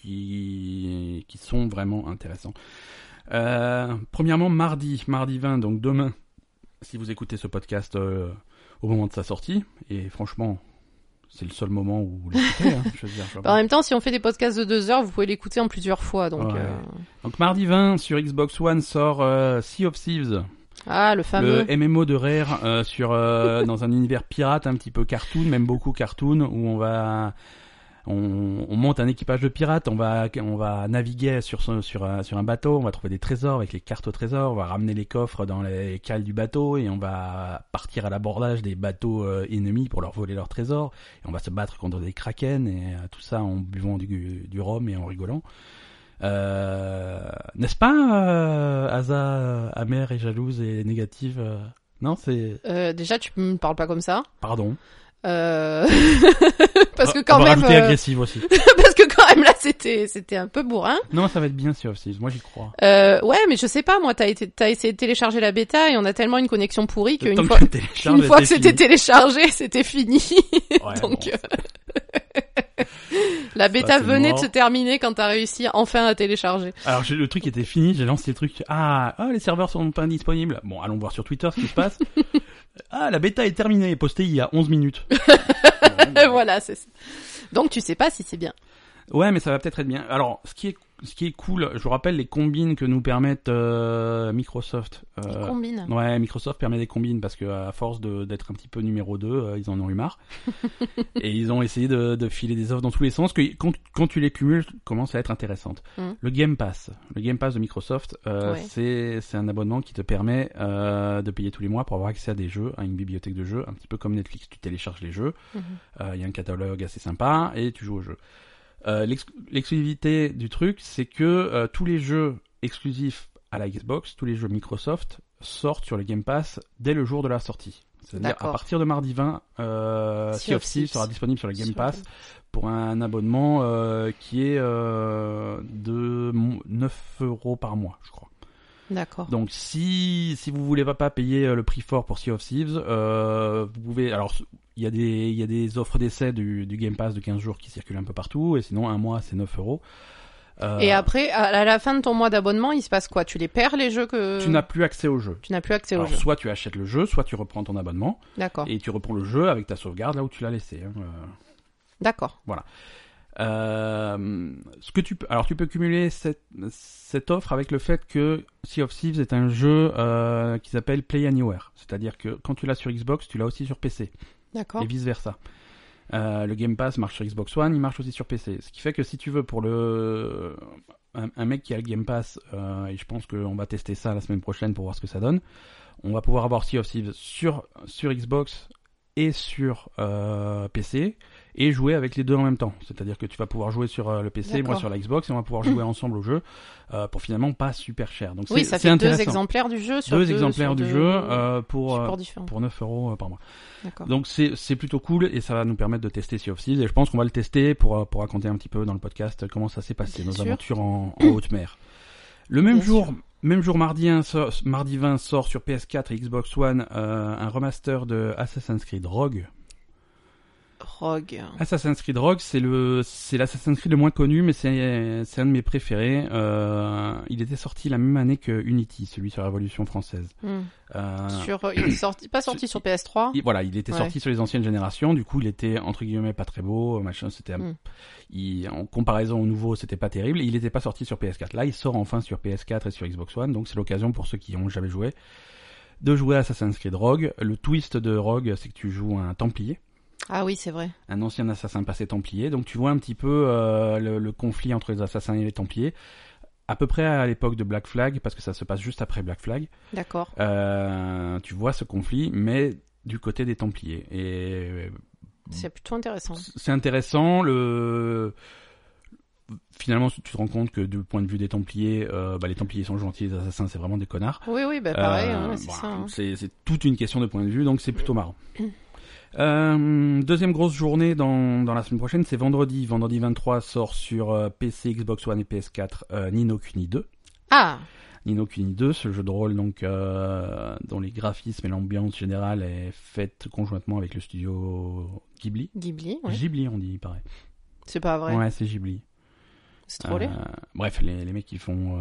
S1: qui... qui sont vraiment intéressants. Euh, premièrement, mardi, mardi 20, donc demain, si vous écoutez ce podcast euh, au moment de sa sortie, et franchement, c'est le seul moment où vous l'écoutez, hein, je veux dire, je vois
S2: Bah, en même temps, si on fait des podcasts de deux heures, vous pouvez l'écouter en plusieurs fois. Donc,
S1: Ouais.
S2: euh,
S1: Donc mardi 20 sur Xbox One sort euh, Sea of Thieves,
S2: Ah, le fameux.
S1: le MMO de Rare euh, sur euh, dans un univers pirate un petit peu cartoon, même beaucoup cartoon où on va on, on monte un équipage de pirates, on va on va naviguer sur son- sur un- sur un bateau, on va trouver des trésors avec les cartes au trésor, on va ramener les coffres dans les cales du bateau et on va partir à l'abordage des bateaux euh, ennemis pour leur voler leurs trésors et on va se battre contre des kraken et euh, tout ça en buvant du, du rhum et en rigolant. Euh, N'est-ce pas, euh, Asa euh, amère et jalouse et négative euh, Non, c'est
S2: Euh, déjà, tu me parles pas comme ça.
S1: pardon.
S2: Euh, parce que quand
S1: Ah, on va
S2: même,
S1: rajouter
S2: euh,
S1: agressive aussi.
S2: parce que quand même là, c'était, c'était un peu bourrin.
S1: non, ça va être bien Sea of Thieves. Moi, j'y crois.
S2: Euh, ouais, mais je sais pas. Moi, t'as été, t'as essayé de télécharger la bêta et on a tellement une connexion pourrie
S1: Le temps
S2: qu'une
S1: que
S2: fois,
S1: je télécharge,
S2: une fois que
S1: c'est
S2: c'était
S1: fini.
S2: téléchargé, c'était fini.
S1: Ouais,
S2: Donc,
S1: bon.
S2: euh, la bêta
S1: c'est
S2: venait
S1: mort.
S2: de se terminer quand t'as réussi enfin à télécharger.
S1: Alors, j'ai- le truc était fini. J'ai lancé le truc. Ah, ah, les serveurs sont pas disponibles. Bon, allons voir sur Twitter ce qui se passe. ah, la bêta est terminée. Postée il y a 11 minutes. Bon, bah,
S2: voilà, c'est ça. Donc tu sais pas si c'est bien.
S1: Ouais, mais ça va peut-être être bien. Alors, ce qui est ce qui est cool, je vous rappelle les combines que nous permettent euh, Microsoft.
S2: Il
S1: Euh,
S2: combine.
S1: ouais, Microsoft permet des combines parce que à force de- d'être un petit peu numéro 2, ils en ont eu marre. Et ils ont essayé de, de filer des offres dans tous les sens que quand, quand tu les cumules, commence à être intéressante.
S2: Mm.
S1: Le Game Pass, le Game Pass de Microsoft, euh,
S2: Ouais.
S1: c'est c'est un abonnement qui te permet euh, de payer tous les mois pour avoir accès à des jeux, à une bibliothèque de jeux, un petit peu comme Netflix, tu télécharges les jeux.
S2: Mhm.
S1: Euh, Il y a un catalogue assez sympa et tu joues au jeu. Euh, l'ex- L'exclusivité du truc, c'est que euh, tous les jeux exclusifs à la Xbox, tous les jeux Microsoft sortent sur le Game Pass dès le jour de la sortie. C'est-à-dire à
S2: D'accord.
S1: partir de mardi 20, euh,
S2: Sea
S1: Sea
S2: of
S1: of Thieves
S2: Thieves.
S1: sera disponible sur le Game
S2: Sur-
S1: Pass pour un abonnement euh, qui est euh, de mon- 9 euros par mois, je crois.
S2: D'accord.
S1: Donc si si vous voulez pas, pas payer euh, le prix fort pour Sea of Thieves, euh, vous pouvez alors il y a des il y a des offres d'essai du, du Game Pass de 15 jours qui circulent un peu partout et sinon un mois c'est 9 euros. Euh,
S2: Et après, à à la fin de ton mois d'abonnement, il se passe quoi Tu les perds les jeux que
S1: tu n'as plus accès au jeu.
S2: Tu n'as plus accès aux
S1: Alors,
S2: jeux.
S1: soit tu achètes le jeu, soit tu reprends ton abonnement
S2: D'accord.
S1: et tu reprends le jeu avec ta sauvegarde là où tu l'as laissé. hein, euh.
S2: D'accord.
S1: Euh, ce que tu peux, alors tu peux cumuler cette, cette offre avec le fait que Sea of Thieves est un jeu euh, qui s'appelle Play Anywhere, c'est-à-dire que quand tu l'as sur Xbox, tu l'as aussi sur PC
S2: D'accord.
S1: et vice versa. le Game Pass marche sur Xbox One, il marche aussi sur PC. Ce qui fait que si tu veux pour le euh, un, un mec qui a le Game Pass euh, et je pense qu'on va tester ça la semaine prochaine pour voir ce que ça donne, on va pouvoir avoir Sea of Thieves sur sur Xbox et sur euh, PC et jouer avec les deux en même temps. C'est-à-dire que tu vas pouvoir jouer sur euh, le PC, moi
S2: D'accord.
S1: sur la Xbox et on va pouvoir jouer ensemble au jeu euh, pour finalement pas super cher. Donc c'est
S2: Oui, ça
S1: c'est
S2: fait deux
S1: intéressant.
S2: exemplaires du jeu sur
S1: Deux
S2: deux-
S1: exemplaires
S2: sur
S1: du
S2: deux
S1: jeu euh, pour euh,
S2: supports différents.
S1: pour 9 euros euh, par mois.
S2: D'accord.
S1: Donc c'est c'est plutôt cool et ça va nous permettre de tester Sea of Thieves et je pense qu'on va le tester pour euh, pour raconter un petit peu dans le podcast comment ça s'est passé
S2: Bien
S1: nos
S2: sûr.
S1: aventures en, en haute mer. Le même
S2: Bien
S1: jour,
S2: sûr.
S1: même jour mardi un sort- mardi 20 sort sur PS4 et Xbox One euh, un remaster de Assassin's Creed Rogue.
S2: Rogue.
S1: Assassin's Creed Rogue, c'est le c'est l'Assassin's Creed le moins connu mais c'est c'est un de mes préférés. Euh, il était sorti la même année que Unity, celui sur la Révolution française.
S2: Hmm.
S1: Euh,
S2: Sur, euh, il est sorti, pas sorti sur PS3.
S1: Il- voilà, il était
S2: Ouais.
S1: sorti sur les anciennes générations, du coup il était entre guillemets pas très beau, machin, c'était un-
S2: Mm.
S1: il- en comparaison au nouveau, c'était pas terrible, il n'était pas sorti sur PS4. Là, il sort enfin sur PS4 et sur Xbox One, donc c'est l'occasion pour ceux qui ont jamais joué de jouer à Assassin's Creed Rogue. Le twist de Rogue, c'est que tu joues un Templier,
S2: Ah oui, c'est vrai.
S1: un ancien assassin passé Templier, donc tu vois un petit peu euh, le, le conflit entre les assassins et les Templiers. À peu près à l'époque de Black Flag, parce que ça se passe juste après Black Flag,
S2: D'accord.
S1: euh, tu vois ce conflit, mais du côté des Templiers. Et
S2: C'est plutôt intéressant.
S1: c'est intéressant. Le finalement, tu te rends compte que du point de vue des Templiers, euh, bah, les Templiers sont gentils, les assassins, c'est vraiment des connards.
S2: Oui, oui, bah pareil,
S1: Euh,
S2: hein, c'est
S1: voilà,
S2: ça. hein.
S1: c'est- c'est toute une question de point de vue, donc c'est plutôt marrant. Euh, deuxième grosse journée dans, dans la semaine prochaine, c'est vendredi. Vendredi 23 sort sur euh, PC, Xbox One et PS4 euh, Nino Kuni 2.
S2: Ah,
S1: Nino Kuni 2, ce jeu de rôle donc euh, dont les graphismes et l'ambiance générale est faite conjointement avec le studio Ghibli.
S2: Ghibli, ouais.
S1: Ghibli on dit, il paraît.
S2: c'est pas vrai.
S1: Ouais, c'est Ghibli.
S2: C'est trop laid.
S1: Euh, bref, les, les mecs qui font euh,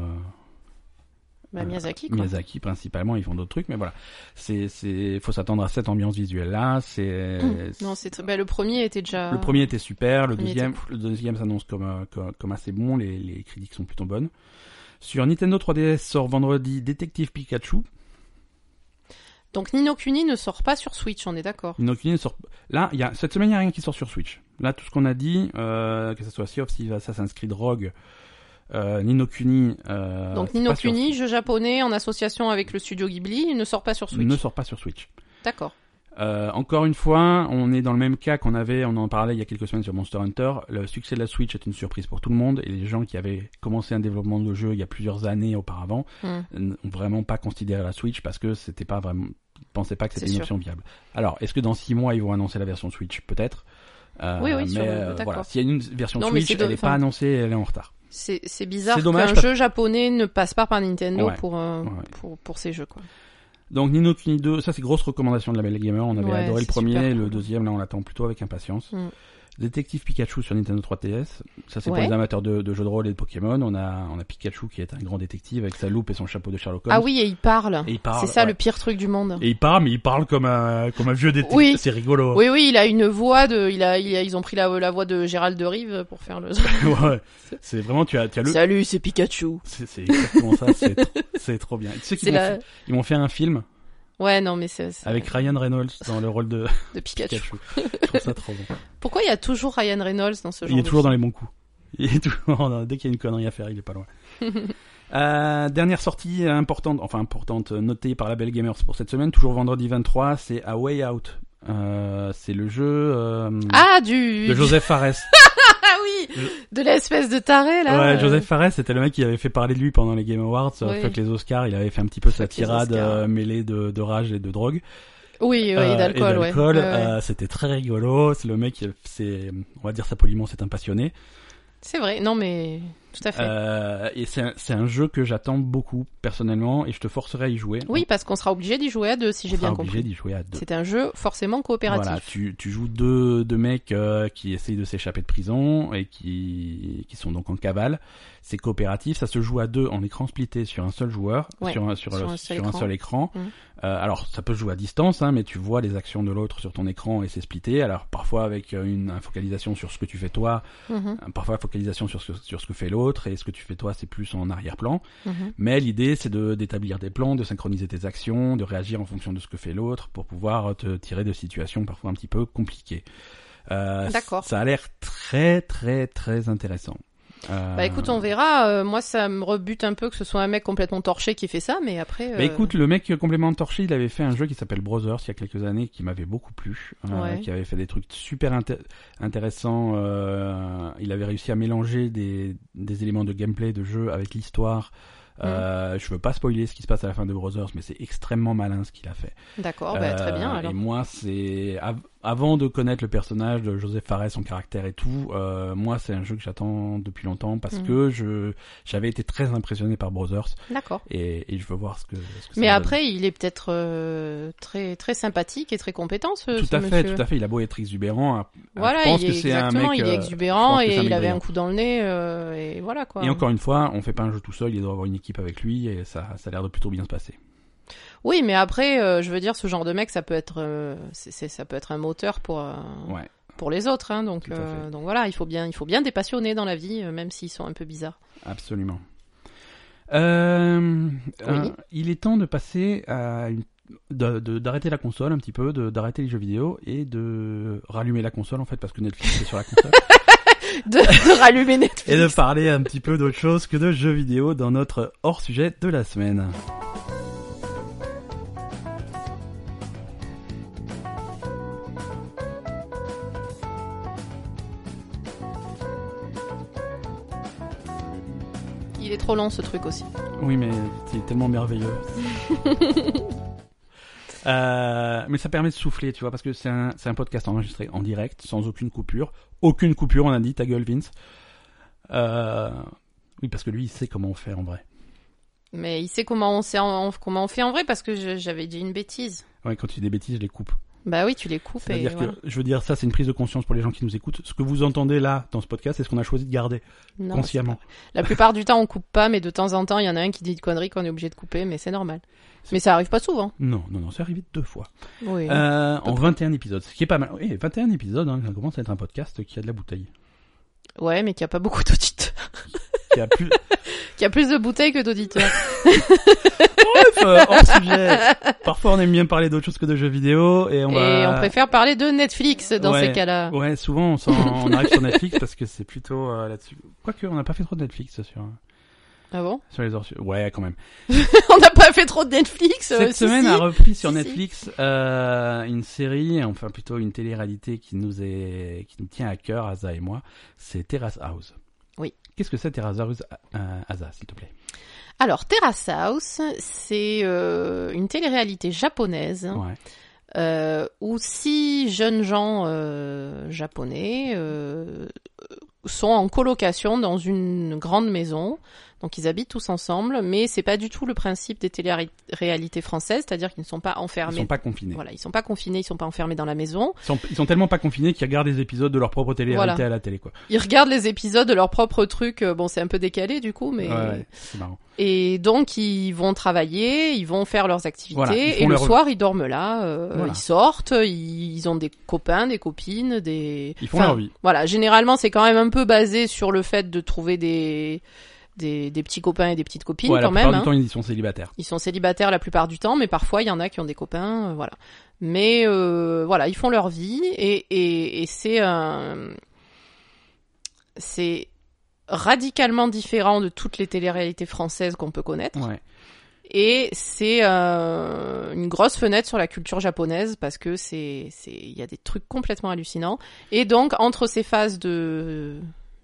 S2: Bah,
S1: euh,
S2: Miyazaki, quoi.
S1: Miyazaki principalement, ils font d'autres trucs, mais voilà. C'est c'est faut s'attendre à cette ambiance visuelle là. C'est
S2: Non, c'est tr- bah, le premier était déjà.
S1: le premier était super, le
S2: premier
S1: deuxième,
S2: était
S1: le deuxième s'annonce comme, euh, comme, comme assez bon, les, les critiques sont plutôt bonnes. Sur Nintendo 3DS sort vendredi Détective Pikachu,
S2: Donc Nino Kuni ne sort pas sur Switch, on est d'accord.
S1: Inokuni ne sort. Là, il y a... cette semaine, il n'y a rien qui sort sur Switch. Là, tout ce qu'on a dit, euh, que ce soit Sea of Thieves, Assassin's Creed Rogue, euh, Ninokuni. Euh,
S2: Donc
S1: c'est
S2: Nino
S1: pas sur-
S2: Kuni, jeu japonais en association avec le studio Ghibli, il ne sort pas sur Switch.
S1: ne sort pas sur Switch.
S2: D'accord.
S1: Euh, encore une fois, on est dans le même cas qu'on avait, on en parlait il y a quelques semaines sur Monster Hunter. Le succès de la Switch est une surprise pour tout le monde et les gens qui avaient commencé un développement de jeu il y a plusieurs années auparavant
S2: Hmm.
S1: n'ont vraiment pas considéré la Switch parce que c'était pas vraiment, pensaient pas que c'était
S2: C'est
S1: une
S2: sûr.
S1: option viable. Alors, est-ce que dans six mois ils vont annoncer la version Switch Peut-être. Euh,
S2: Oui, oui, sur
S1: mais
S2: le-
S1: euh,
S2: d'accord.
S1: voilà, s'il y a une version
S2: Non, mais
S1: Switch,
S2: c'est de-
S1: elle n'est
S2: enfin-
S1: pas annoncée, elle est en retard.
S2: C'est c'est bizarre
S1: C'est dommage,
S2: qu'un
S1: parce-
S2: jeu japonais ne passe pas par Nintendo
S1: Ouais,
S2: pour, euh,
S1: ouais.
S2: pour pour ces jeux quoi.
S1: Donc Nino Kuni 2, ça c'est grosse recommandation de la Belle Gamer, on avait
S2: Ouais,
S1: adoré le
S2: c'est
S1: premier,
S2: super
S1: le
S2: cool.
S1: deuxième là on l'attend plutôt avec impatience.
S2: Mm.
S1: Détective Pikachu sur Nintendo 3DS, ça c'est pour
S2: Ouais.
S1: les amateurs de, de jeux de rôle et de Pokémon, on a, on a Pikachu qui est un grand détective avec sa loupe et son chapeau de Sherlock Holmes.
S2: Ah oui, et il parle.
S1: Et il parle,
S2: C'est ça
S1: ouais.
S2: le pire truc du monde.
S1: Et il parle, mais il parle comme un, comme un vieux détective,
S2: Oui.
S1: c'est rigolo.
S2: Oui oui, il a une voix de il a, il a- ils ont pris la, la voix de Gérald de Rive pour faire le
S1: Ouais. c'est vraiment, tu as, tu as le...
S2: Salut, c'est Pikachu.
S1: C'est c'est exactement ça, c'est trop, c'est trop bien. Tu sais
S2: C'est
S1: qu'ils m'ont
S2: la
S1: fait un film
S2: Ouais, non mais c'est c'est-
S1: avec Ryan Reynolds dans le rôle de
S2: de Pikachu.
S1: Pikachu. Je trouve ça trop bon.
S2: Pourquoi il y a toujours Ryan Reynolds dans ce genre
S1: Il est
S2: de
S1: toujours
S2: film
S1: dans les bons coups. Il est toujours dans- dès qu'il y a une connerie à faire, il est pas loin. Euh, dernière sortie importante, enfin importante, notée par la Belle Gamers pour cette semaine, toujours vendredi 23, c'est A Way Out. Euh, c'est le jeu euh,
S2: Ah du
S1: de Joseph Fares.
S2: Ah oui, de l'espèce de taré là.
S1: ouais,
S2: euh,
S1: Joseph Fares, c'était le mec qui avait fait parler de lui pendant les Game Awards, euh,
S2: Oui.
S1: fuck les Oscars, il avait fait un petit peu sa
S2: Fuck les
S1: tirade
S2: Oscars.
S1: euh, mêlée de, de rage et de drogue.
S2: Oui, oui,
S1: Euh,
S2: et d'alcool, ouais. Ouais, ouais.
S1: euh, C'était très rigolo. C'est le mec, c'est, on va dire ça poliment, c'est un passionné.
S2: C'est vrai. Non mais tout à fait.
S1: Euh, et c'est un, c'est un jeu que j'attends beaucoup personnellement et je te forcerai à y jouer.
S2: oui, parce qu'on sera obligé d'y jouer à deux, si j'ai
S1: On sera
S2: bien
S1: obligé
S2: compris.
S1: d'y jouer à deux.
S2: C'est un jeu forcément coopératif.
S1: Voilà, tu, tu joues deux, deux mecs euh, qui essayent de s'échapper de prison et qui, qui sont donc en cavale. C'est coopératif, ça se joue à deux en écran splitté sur un seul joueur,
S2: Ouais,
S1: sur, un, sur,
S2: sur
S1: le-
S2: un seul
S1: sur écran.
S2: écran. Mhm.
S1: Euh, alors ça peut se jouer à distance, hein, mais tu vois les actions de l'autre sur ton écran et c'est splitté. Alors parfois avec euh, une, un focalisation sur ce que tu fais toi,
S2: Mhm,
S1: un- parfois focalisation sur ce, que- sur ce que fait l'autre et ce que tu fais toi c'est plus en arrière-plan.
S2: mhm.
S1: Mais l'idée, c'est de d'établir des plans, de synchroniser tes actions, de réagir en fonction de ce que fait l'autre pour pouvoir euh, te tirer de situations parfois un petit peu compliquées. Euh,
S2: D'accord.
S1: Ça a l'air très très très intéressant. Euh,
S2: Bah écoute, on verra. Euh, moi, ça me rebute un peu que ce soit un mec complètement torché qui fait ça, mais après.
S1: Bah
S2: euh,
S1: écoute, le mec complément torché, il avait fait un jeu qui s'appelle Brothers il y a quelques années qui m'avait beaucoup plu, euh,
S2: Ouais.
S1: qui avait fait des trucs super inté- intéressants. euh, il avait réussi à mélanger des, des éléments de gameplay de jeu avec l'histoire.
S2: Mm.
S1: Euh, Je veux pas spoiler ce qui se passe à la fin de Brothers, mais c'est extrêmement malin ce qu'il a fait.
S2: D'accord, bah, très bien.
S1: Euh,
S2: Alors.
S1: Et moi, c'est av- avant de connaître le personnage de Joseph Fares, son caractère et tout, euh, moi, c'est un jeu que j'attends depuis longtemps parce
S2: Mhm.
S1: que je j'avais été très impressionné par Brothers
S2: D'accord.
S1: et, et je veux voir ce que. ce que
S2: Mais
S1: ça
S2: après, il est peut-être euh, très très sympathique et très compétent, ce,
S1: donne.
S2: euh, ce
S1: tout à fait,
S2: monsieur.
S1: tout à fait. Il a beau être exubérant, hein,
S2: Voilà,
S1: je pense
S2: il
S1: que
S2: est
S1: c'est un
S2: exactement,
S1: mec,
S2: il est
S1: euh,
S2: exubérant
S1: je pense que
S2: et
S1: c'est un
S2: il
S1: mec
S2: avait un
S1: brillant.
S2: coup dans le nez euh, et voilà quoi.
S1: Et encore une fois, on fait pas un jeu tout seul. Il doit avoir une équipe avec lui et ça ça a l'air de plutôt bien se passer.
S2: Oui, mais après, euh, je veux dire, ce genre de mec, ça peut être, euh, c'est- c'est- ça peut être un moteur pour euh,
S1: Ouais.
S2: pour les autres. Hein, donc
S1: Tout à
S2: euh, donc voilà, il faut bien, il faut bien des passionnés dans la vie, euh, même s'ils sont un peu bizarres.
S1: Absolument. Euh,
S2: Oui.
S1: euh, il est temps de passer à une de- de- d'arrêter la console un petit peu, de- d'arrêter les jeux vidéo et de rallumer la console en fait parce que Netflix est sur la console
S2: De, de rallumer Netflix.
S1: et de parler un petit peu d'autre chose que de jeux vidéo dans notre hors sujet de la semaine.
S2: Il est trop long ce truc aussi.
S1: Oui, mais c'est tellement merveilleux. Euh, mais ça permet de souffler, tu vois, parce que c'est un, c'est un podcast enregistré en direct, sans aucune coupure. Aucune coupure, on a dit, ta gueule, Vince. Euh, oui, parce que lui, il sait comment on fait en vrai.
S2: Mais il sait comment on sait en- comment on fait en vrai parce que je- j'avais dit une bêtise.
S1: Ouais, quand tu dis des bêtises, je les coupe.
S2: Bah oui, tu les coupes et
S1: C'est-à-dire
S2: voilà.
S1: que, je veux dire, ça, c'est une prise de conscience pour les gens qui nous écoutent. Ce que vous entendez là, dans ce podcast, c'est ce qu'on a choisi de garder,
S2: Non,
S1: consciemment.
S2: La plupart du temps, on coupe pas, mais de temps en temps, il y en a un qui dit une connerie qu'on est obligé de couper, mais c'est normal. Mais ça arrive pas souvent.
S1: Non, non, non, c'est arrivé deux fois.
S2: Oui.
S1: Euh, en 21 épisodes, ce qui est pas mal. Oui, 21 épisodes, hein, ça commence à être un podcast qui a de la bouteille.
S2: Ouais, mais qui a pas beaucoup d'auditeurs.
S1: Qui a plus,
S2: Qui a plus de bouteilles que d'auditeurs.
S1: Bref, euh, hors sujet. Parfois, on aime bien parler d'autre chose que de jeux vidéo et on va.
S2: Et on préfère parler de Netflix dans
S1: Ouais.
S2: ces cas-là.
S1: Ouais, souvent on, s'en- on arrive sur Netflix parce que c'est plutôt euh, là-dessus. Quoique, on n'a pas fait trop de Netflix sur
S2: Ah bon
S1: sur les hors sujets. Ouais, quand même.
S2: On n'a pas fait trop de Netflix euh,
S1: Cette
S2: si,
S1: semaine
S2: si.
S1: a repris sur
S2: Si, si.
S1: Netflix euh, une série, enfin plutôt une télé-réalité qui nous est qui nous tient à cœur, Asa et moi. C'est Terrace House.
S2: Oui.
S1: Qu'est-ce que c'est Terrace House, euh, Asa, s'il te plaît
S2: Alors, Terrace House, c'est euh, une télé-réalité japonaise
S1: Ouais.
S2: euh, où six jeunes gens euh, japonais euh, sont en colocation dans une grande maison. Donc ils habitent tous ensemble, mais c'est pas du tout le principe des téléréalités françaises, c'est-à-dire qu'ils ne sont pas
S1: Ils
S2: enfermés.
S1: sont pas confinés.
S2: Voilà, ils sont pas confinés, ils sont pas enfermés dans la maison.
S1: Ils, sont, ils sont tellement pas confinés qu'ils regardent des épisodes de leur propre télé-réalité
S2: Voilà.
S1: à la télé, quoi.
S2: Ils regardent les épisodes de leur propre truc. euh, Bon, c'est un peu décalé du coup, mais
S1: Ouais, ouais, c'est marrant.
S2: et donc ils vont travailler, ils vont faire leurs activités
S1: Voilà, ils font
S2: et le
S1: leur-
S2: soir ils dorment là, euh,
S1: Voilà.
S2: ils sortent, ils, ils ont des copains, des copines, des
S1: Ils font
S2: Enfin,
S1: leur vie.
S2: Voilà, généralement c'est quand même un peu basé sur le fait de trouver des des, des petits copains et des petites copines
S1: Ouais, la
S2: quand même.
S1: plupart
S2: hein.
S1: du temps, ils sont célibataires.
S2: Ils sont célibataires la plupart du temps, mais parfois il y en a qui ont des copains, euh, voilà. Mais euh, voilà, ils font leur vie et, et, et c'est un... c'est radicalement différent de toutes les téléréalités françaises qu'on peut connaître.
S1: Ouais.
S2: Et c'est euh, une grosse fenêtre sur la culture japonaise parce que c'est c'est il y a des trucs complètement hallucinants. Et donc entre ces phases de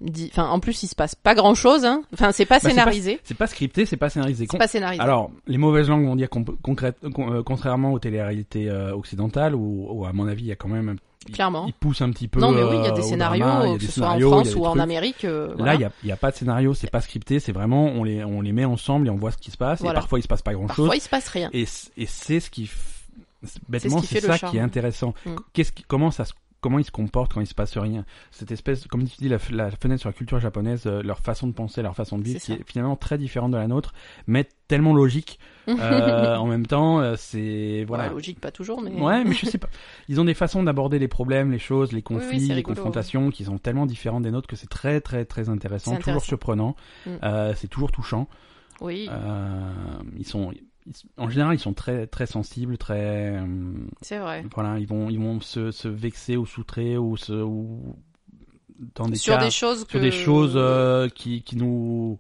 S2: dit. Enfin, en plus, il se passe pas grand chose. Hein. Enfin, c'est pas
S1: Bah, c'est
S2: scénarisé.
S1: C'est pas scripté, c'est pas scénarisé.
S2: C'est
S1: Con-
S2: pas scénarisé.
S1: Alors, les mauvaises langues vont dire qu'on peut- concrète- con- euh, contrairement aux téléréalités euh, occidentales, où, où, à mon avis, il y a quand même. un-
S2: Clairement.
S1: Ils poussent un petit peu.
S2: non, mais oui, il y
S1: euh,
S2: a des
S1: au
S2: scénarios,
S1: drama, il y a
S2: que
S1: des
S2: ce soit en
S1: scénarios, il y a
S2: France
S1: des
S2: ou en
S1: trucs.
S2: Amérique. euh,
S1: Là,
S2: voilà.
S1: il n'y a, il y a pas de scénario, c'est pas scripté, c'est vraiment on les, on les met ensemble et on voit ce qui se passe.
S2: Voilà.
S1: Et parfois, il se passe pas grand-chose.
S2: Parfois, il se passe rien.
S1: Et, c- et c'est ce qui, f- bêtement,
S2: qui
S1: c'est
S2: fait le
S1: ça
S2: charme.
S1: qui est intéressant.
S2: Mm.
S1: Qu'est-ce qui, comment ça se, comment ils se comportent quand il se passe rien Cette espèce, comme tu dis, la, f- la fenêtre sur la culture japonaise, euh, leur façon de penser, leur façon de vivre,
S2: C'est
S1: qui
S2: ça.
S1: est finalement très différente de la nôtre, mais tellement logique. Euh, en même temps, euh, c'est
S2: Ouais,
S1: voilà.
S2: logique, pas toujours, mais.
S1: Ouais, mais je sais pas. Ils ont des façons d'aborder les problèmes, les choses, les conflits,
S2: oui, c'est
S1: les
S2: rigolo.
S1: confrontations qui sont tellement différentes des nôtres que c'est très très très intéressant,
S2: C'est
S1: toujours
S2: intéressant.
S1: surprenant,
S2: Mm.
S1: Euh, c'est toujours touchant.
S2: Oui,
S1: Euh, ils sont, ils- en général, ils sont très très sensibles, très euh,
S2: c'est vrai.
S1: voilà, ils vont ils vont se, se vexer ou soutrer ou se ou dans des
S2: Sur
S1: cas-
S2: des choses que.
S1: sur des choses euh, qui qui nous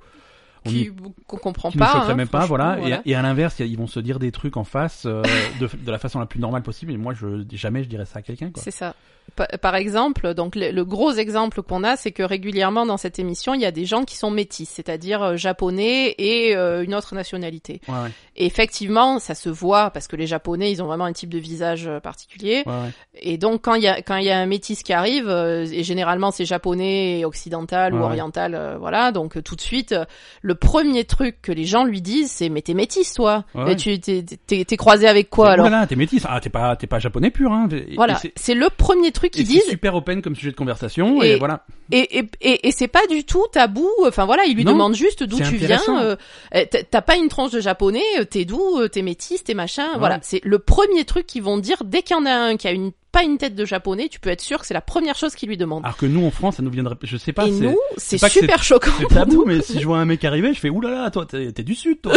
S1: on y-
S2: qui- qu'on comprend
S1: qui ne
S2: pas.
S1: choquerait
S2: hein,
S1: même pas, voilà.
S2: franchement,
S1: Et à- Et, à l'inverse, y a- ils vont se dire des trucs en face euh, de, de la façon la plus normale possible. Et moi, je jamais je dirais ça à quelqu'un. Quoi.
S2: C'est ça. Pa- Par exemple, donc le, le gros exemple qu'on a, c'est que régulièrement dans cette émission, il y a des gens qui sont métis, c'est-à-dire euh, japonais et euh, une autre nationalité.
S1: Ouais, ouais,
S2: Et effectivement, ça se voit parce que les japonais, ils ont vraiment un type de visage euh, particulier.
S1: ouais, ouais.
S2: Et donc quand il y a quand il y a un métis qui arrive, euh, et généralement c'est japonais, et occidental
S1: Ouais,
S2: ou
S1: ouais.
S2: oriental, euh, voilà. Donc euh, tout de suite, euh, le premier truc que les gens lui disent, c'est mais t'es métis toi.
S1: Ouais,
S2: Mais
S1: ouais.
S2: tu t'es- t'es t'es croisé avec quoi
S1: C'est-
S2: alors
S1: Oulala, t'es métisse. Ah, t'es pas, t'es pas japonais pur. Hein. Et- et
S2: Voilà,
S1: c'est-
S2: c'est le premier truc
S1: et
S2: qu'ils
S1: c'est
S2: disent.
S1: super open comme sujet de conversation. Et,
S2: Et-
S1: voilà.
S2: Et, et, et, et c'est pas du tout tabou. Enfin voilà, il lui
S1: Non,
S2: demande juste d'où
S1: c'est
S2: tu viens.
S1: intéressant.
S2: euh, euh, t'as- T'as pas une tranche de japonais. euh, T'es d'où euh, T'es métis T'es machin.
S1: Ouais.
S2: Voilà, c'est le premier truc qu'ils vont dire dès qu'il y en a un qui a une pas une tête de japonais. Tu peux être sûr que c'est la première chose qu'ils lui demandent.
S1: Alors que nous, en France, ça nous viendrait. Je sais pas.
S2: et
S1: c'est,
S2: nous, c'est
S1: pas que
S2: super choquant.
S1: c'est
S2: pour nous.
S1: tabou, mais si je vois un mec arriver, je fais oulala, toi, t'es, t'es du sud, toi.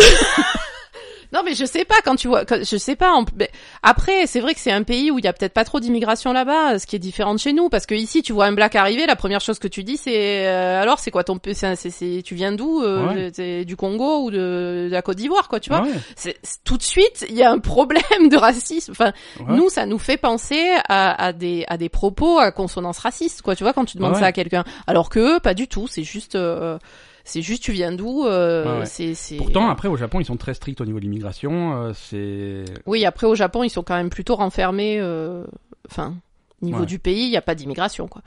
S2: Non mais je sais pas quand tu vois, quand- je sais pas. en- mais Après, c'est vrai que c'est un pays où il y a peut-être pas trop d'immigration là-bas, ce qui est différent de chez nous, parce que ici tu vois un black arriver, la première chose que tu dis c'est euh, alors c'est quoi ton, p- c'est, c'est- c'est- tu viens d'où euh,
S1: Ouais.
S2: t'es du Congo ou de, de la Côte d'Ivoire quoi, tu vois
S1: Ouais,
S2: c'est, c'est- Tout de suite il y a un problème de racisme. Enfin
S1: ouais.
S2: nous ça nous fait penser à, à des à des propos à consonance raciste quoi, tu vois quand tu demandes
S1: Ouais.
S2: ça à quelqu'un, alors que eux, pas du tout, c'est juste euh, c'est juste tu viens d'où, euh,
S1: Ouais, ouais.
S2: c'est, c'est
S1: Pourtant, après, au Japon, ils sont très stricts au niveau de l'immigration. euh, c'est
S2: Oui, après au Japon, ils sont quand même plutôt renfermés. euh, Enfin, niveau
S1: Ouais.
S2: du pays, il n'y a pas d'immigration, quoi.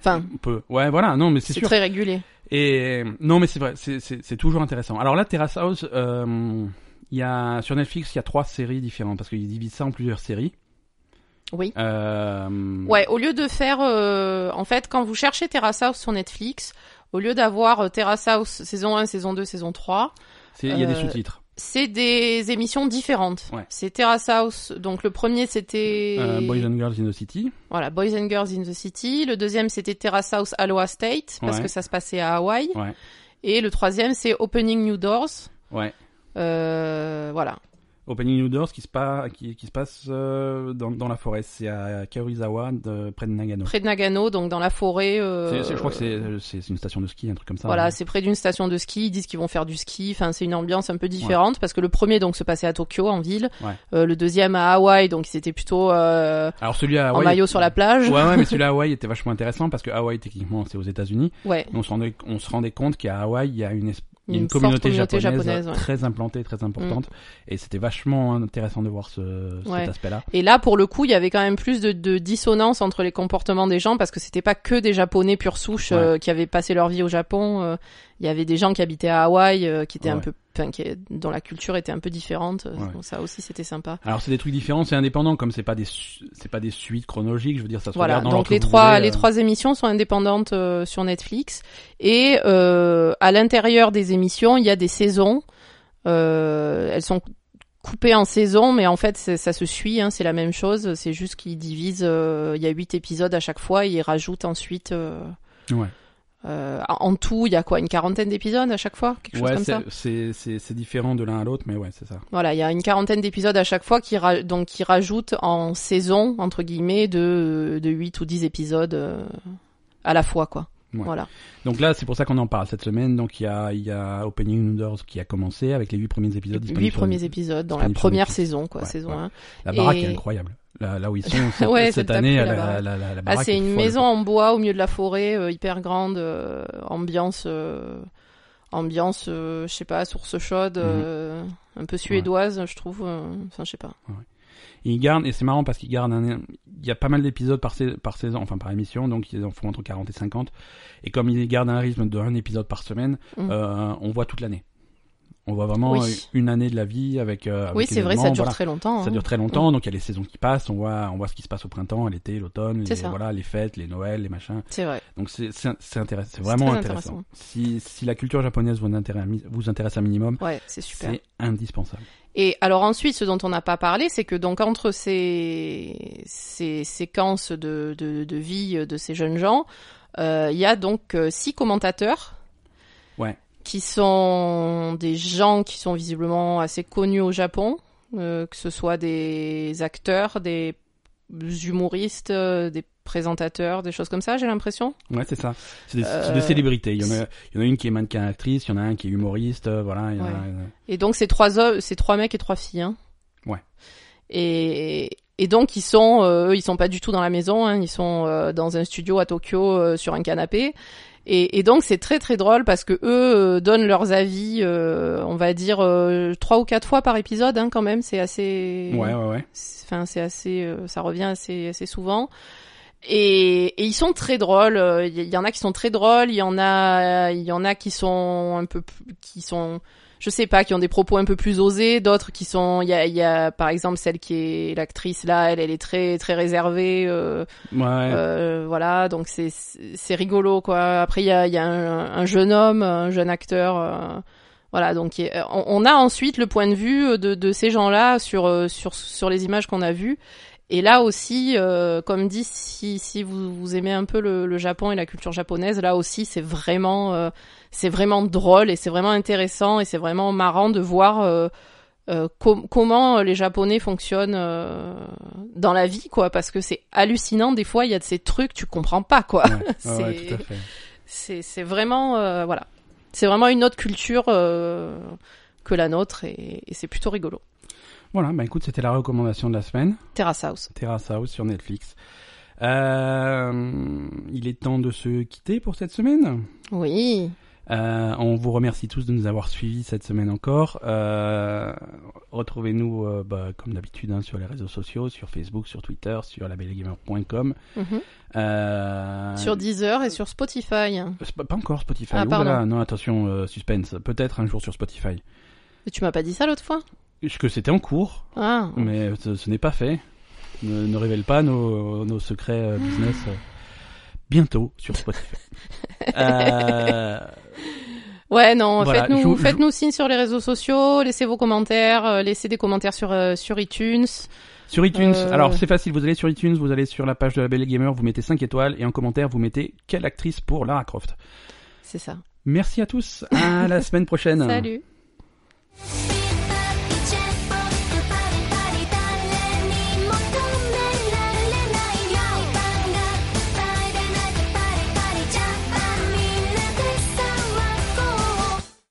S2: Enfin,
S1: on peut. Ouais, voilà. Non, mais c'est
S2: c'est
S1: sûr.
S2: très régulé.
S1: Et non, mais c'est vrai, c'est- c'est c'est toujours intéressant. Alors là, Terrace House, euh, il y a sur Netflix, il y a trois séries différentes parce qu'ils divisent ça en plusieurs séries.
S2: Oui.
S1: Euh,
S2: Ouais, au lieu de faire, euh, en fait, quand vous cherchez Terrace House sur Netflix, au lieu d'avoir euh, Terrace House saison 1, saison 2, saison 3,
S1: c'est- Il y a des
S2: Euh,
S1: sous-titres.
S2: c'est des émissions différentes.
S1: Ouais.
S2: C'est Terrace House, donc le premier c'était
S1: Euh, Boys and Girls in the City.
S2: voilà Boys and Girls in the City, le deuxième c'était Terrace House Aloha State parce
S1: Ouais.
S2: que ça se passait à Hawaï,
S1: Ouais.
S2: et le troisième c'est Opening New Doors,
S1: Ouais.
S2: euh, voilà.
S1: Opening New Doors qui se, pa- qui, qui se passe euh, dans, dans la forêt. C'est à Kaorizawa, de, près de Nagano.
S2: près de Nagano, donc dans la forêt. euh,
S1: C'est- c'est- je crois que c'est- euh, c'est c'est une station de ski, un truc comme ça. hein.
S2: Voilà,
S1: Ouais.
S2: c'est près d'une station de ski. Ils disent qu'ils vont faire du ski. Enfin, c'est une ambiance un peu différente parce que le premier donc se passait à Tokyo en ville,
S1: Ouais.
S2: Euh, le deuxième à Hawaï, donc c'était plutôt euh,
S1: Alors celui à
S2: en
S1: Hawaï.
S2: maillot sur la plage.
S1: Ouais, ouais, mais celui à Hawaï était vachement intéressant parce que Hawaï, techniquement, c'est aux États-Unis.
S2: Ouais.
S1: On se rendait, on se rendait compte qu'à Hawaï, il y a une, es- il y a une
S2: forte
S1: communauté, japonaise,
S2: japonaise, ouais. Mm.
S1: très implantée, très importante. Et c'était vachement intéressant de voir ce, cet
S2: Ouais.
S1: aspect-là.
S2: Et là, pour le coup, il y avait quand même plus de, de dissonance entre les comportements des gens parce que c'était pas que des Japonais pure souche euh, qui avaient passé leur vie au Japon. euh, Il y avait des gens qui habitaient à Hawaï, euh, qui étaient un
S1: Ouais.
S2: peu, enfin, qui, dont la culture était un peu différente. euh,
S1: Ouais.
S2: Donc ça aussi, c'était sympa.
S1: Alors c'est des trucs différents, c'est indépendant, comme c'est pas des, su- c'est pas des suites chronologiques. Je veux dire, ça se
S2: Voilà,
S1: regarde dans l'ordre
S2: donc
S1: que
S2: les
S1: vous
S2: trois,
S1: voulez,
S2: les
S1: euh.
S2: trois émissions sont indépendantes euh, sur Netflix et euh, à l'intérieur des émissions, il y a des saisons. Euh, elles sont coupées en saisons, mais en fait c'est- ça se suit, hein, c'est la même chose. C'est juste qu'ils divisent. euh, Il y a huit épisodes à chaque fois et ils rajoutent ensuite. euh,
S1: Ouais.
S2: euh, en en tout, il y a quoi Une quarantaine d'épisodes à chaque fois Quelque chose
S1: Ouais,
S2: comme ça
S1: c'est- c'est c'est- c'est différent de l'un à l'autre, mais ouais, c'est ça.
S2: Voilà, il y a une quarantaine d'épisodes à chaque fois qui, ra- donc, qui rajoutent en saison, entre guillemets, de, de 8 ou 10 épisodes euh, à la fois, quoi.
S1: Ouais.
S2: Voilà.
S1: Donc là, c'est pour ça qu'on en parle cette semaine. Donc il y a, il y a Opening New Doors qui a commencé avec les huit premiers épisodes.
S2: Huit
S1: disponibles sur-
S2: premiers épisodes dans la
S1: disponibles sur
S2: première
S1: Netflix.
S2: saison, quoi,
S1: Ouais,
S2: saison
S1: ouais.
S2: 1.
S1: La baraque
S2: et-
S1: est incroyable. Là, là où ils sont cette,
S2: Ouais,
S1: cette
S2: celle
S1: année, la,
S2: d'après, là-bas,
S1: la,
S2: ouais.
S1: la, la
S2: Ah,
S1: baraque
S2: c'est
S1: est
S2: une
S1: folle.
S2: maison en bois au milieu de la forêt, euh, hyper grande, euh, ambiance, euh, ambiance, euh, je sais pas, source chaude,
S1: Mhm.
S2: euh, un peu suédoise, je trouve. euh, Enfin, je sais pas.
S1: Ils gardent, et c'est marrant parce qu'ils gardent un, il y a pas mal d'épisodes par, sais- par saison, enfin par émission, donc ils en font entre 40 et 50. Et comme ils gardent un rythme de un épisode par semaine,
S2: Mhm.
S1: euh, on voit toute l'année. On voit vraiment
S2: Oui.
S1: euh, une année de la vie avec. euh, avec
S2: oui,
S1: les
S2: c'est vrai, ça
S1: événements,
S2: dure
S1: voilà.
S2: très longtemps.
S1: Ça
S2: hein.
S1: dure très longtemps, donc il y a les saisons qui passent, on voit, on voit ce qui se passe au printemps, à l'été, l'automne,
S2: C'est
S1: les,
S2: ça.
S1: voilà, les fêtes, les Noëls, les machins.
S2: C'est vrai.
S1: Donc c'est c'est c'est intéressant, c'est vraiment
S2: très
S1: intéressant.
S2: intéressant.
S1: Si, si la culture japonaise vous intéresse, vous intéresse un minimum,
S2: Ouais, c'est super.
S1: c'est indispensable.
S2: Et alors ensuite, ce dont on n'a pas parlé, c'est que donc entre ces, ces séquences de, de, de vie de ces jeunes gens, euh, il y a donc euh, six commentateurs.
S1: Ouais.
S2: Qui sont des gens qui sont visiblement assez connus au Japon, euh, que ce soit des acteurs, des humoristes, euh, des présentateurs, des choses comme ça, j'ai l'impression.
S1: Ouais, c'est ça. C'est des,
S2: Euh,
S1: c'est des célébrités. Il y en a, il y en a une qui est mannequin actrice, il y en a un qui est humoriste, euh, voilà. il y en a-
S2: Ouais. Et donc c'est trois hommes, c'est trois mecs et trois filles. Hein.
S1: Ouais.
S2: Et et donc ils sont euh, eux, ils sont pas du tout dans la maison, hein, ils sont euh, dans un studio à Tokyo euh, sur un canapé. Et, et donc c'est très très drôle parce que eux euh, donnent leurs avis, euh, on va dire euh, trois ou quatre fois par épisode hein, quand même, c'est assez
S1: ouais, ouais, ouais.
S2: c'est- enfin c'est assez euh, ça revient assez assez souvent et, et ils sont très drôles euh, il y, il y en a qui sont très drôles il y en a il y en a qui sont un peu plus- qui sont je sais pas qui ont des propos un peu plus osés d'autres qui sont il y a, il y a par exemple celle qui est l'actrice là elle elle est très très réservée euh,
S1: Ouais.
S2: euh, voilà donc c'est c'est c'est rigolo quoi après il y a, il y a un, un jeune homme un jeune acteur euh, voilà donc il y a- on, on a ensuite le point de vue de, de ces gens là sur euh, sur sur les images qu'on a vues et là aussi euh, comme dit si si vous, vous aimez un peu le, le Japon et la culture japonaise là aussi c'est vraiment euh, c'est vraiment drôle et c'est vraiment intéressant et c'est vraiment marrant de voir euh, euh, com- comment les Japonais fonctionnent euh, dans la vie, quoi, parce que c'est hallucinant. Des fois, il y a de ces trucs, tu comprends pas, quoi.
S1: Ouais, ouais,
S2: c'est-
S1: ouais, tout à fait.
S2: C'est c'est vraiment, euh, voilà, c'est vraiment une autre culture euh, que la nôtre, et, et c'est plutôt rigolo.
S1: Voilà, bah écoute, c'était la recommandation de la semaine.
S2: Terrace House.
S1: Terrace House sur Netflix. Euh, il est temps de se quitter pour cette semaine.
S2: Oui.
S1: Euh, on vous remercie tous de nous avoir suivis cette semaine encore. Euh, Retrouvez-nous euh, bah, comme d'habitude hein, sur les réseaux sociaux, sur Facebook, sur Twitter, sur labellegamer.com.
S2: Mhm.
S1: Euh,
S2: Sur Deezer et sur Spotify.
S1: Sp- Pas encore Spotify.
S2: Ah,
S1: Ouh là là,
S2: pardon.
S1: non, attention, euh, suspense. Peut-être un jour sur Spotify.
S2: Mais tu m'as pas dit ça l'autre fois
S1: Parce Que c'était en cours,
S2: Ah.
S1: mais ce, ce n'est pas fait. Ne, ne révèle pas nos, nos secrets euh, business euh, bientôt sur Spotify. Euh,
S2: Ouais, non,
S1: Voilà,
S2: faites-nous
S1: je- je-
S2: faites-nous signe sur les réseaux sociaux, laissez vos commentaires, euh, laissez des commentaires sur, euh, sur iTunes.
S1: sur iTunes,
S2: Euh.
S1: alors c'est facile, vous allez sur iTunes, vous allez sur la page de la Belle Gamer, vous mettez 5 étoiles et en commentaire vous mettez quelle actrice pour Lara Croft.
S2: C'est ça.
S1: Merci à tous, à la semaine prochaine.
S2: Salut.
S3: 「君の声が聞こえる」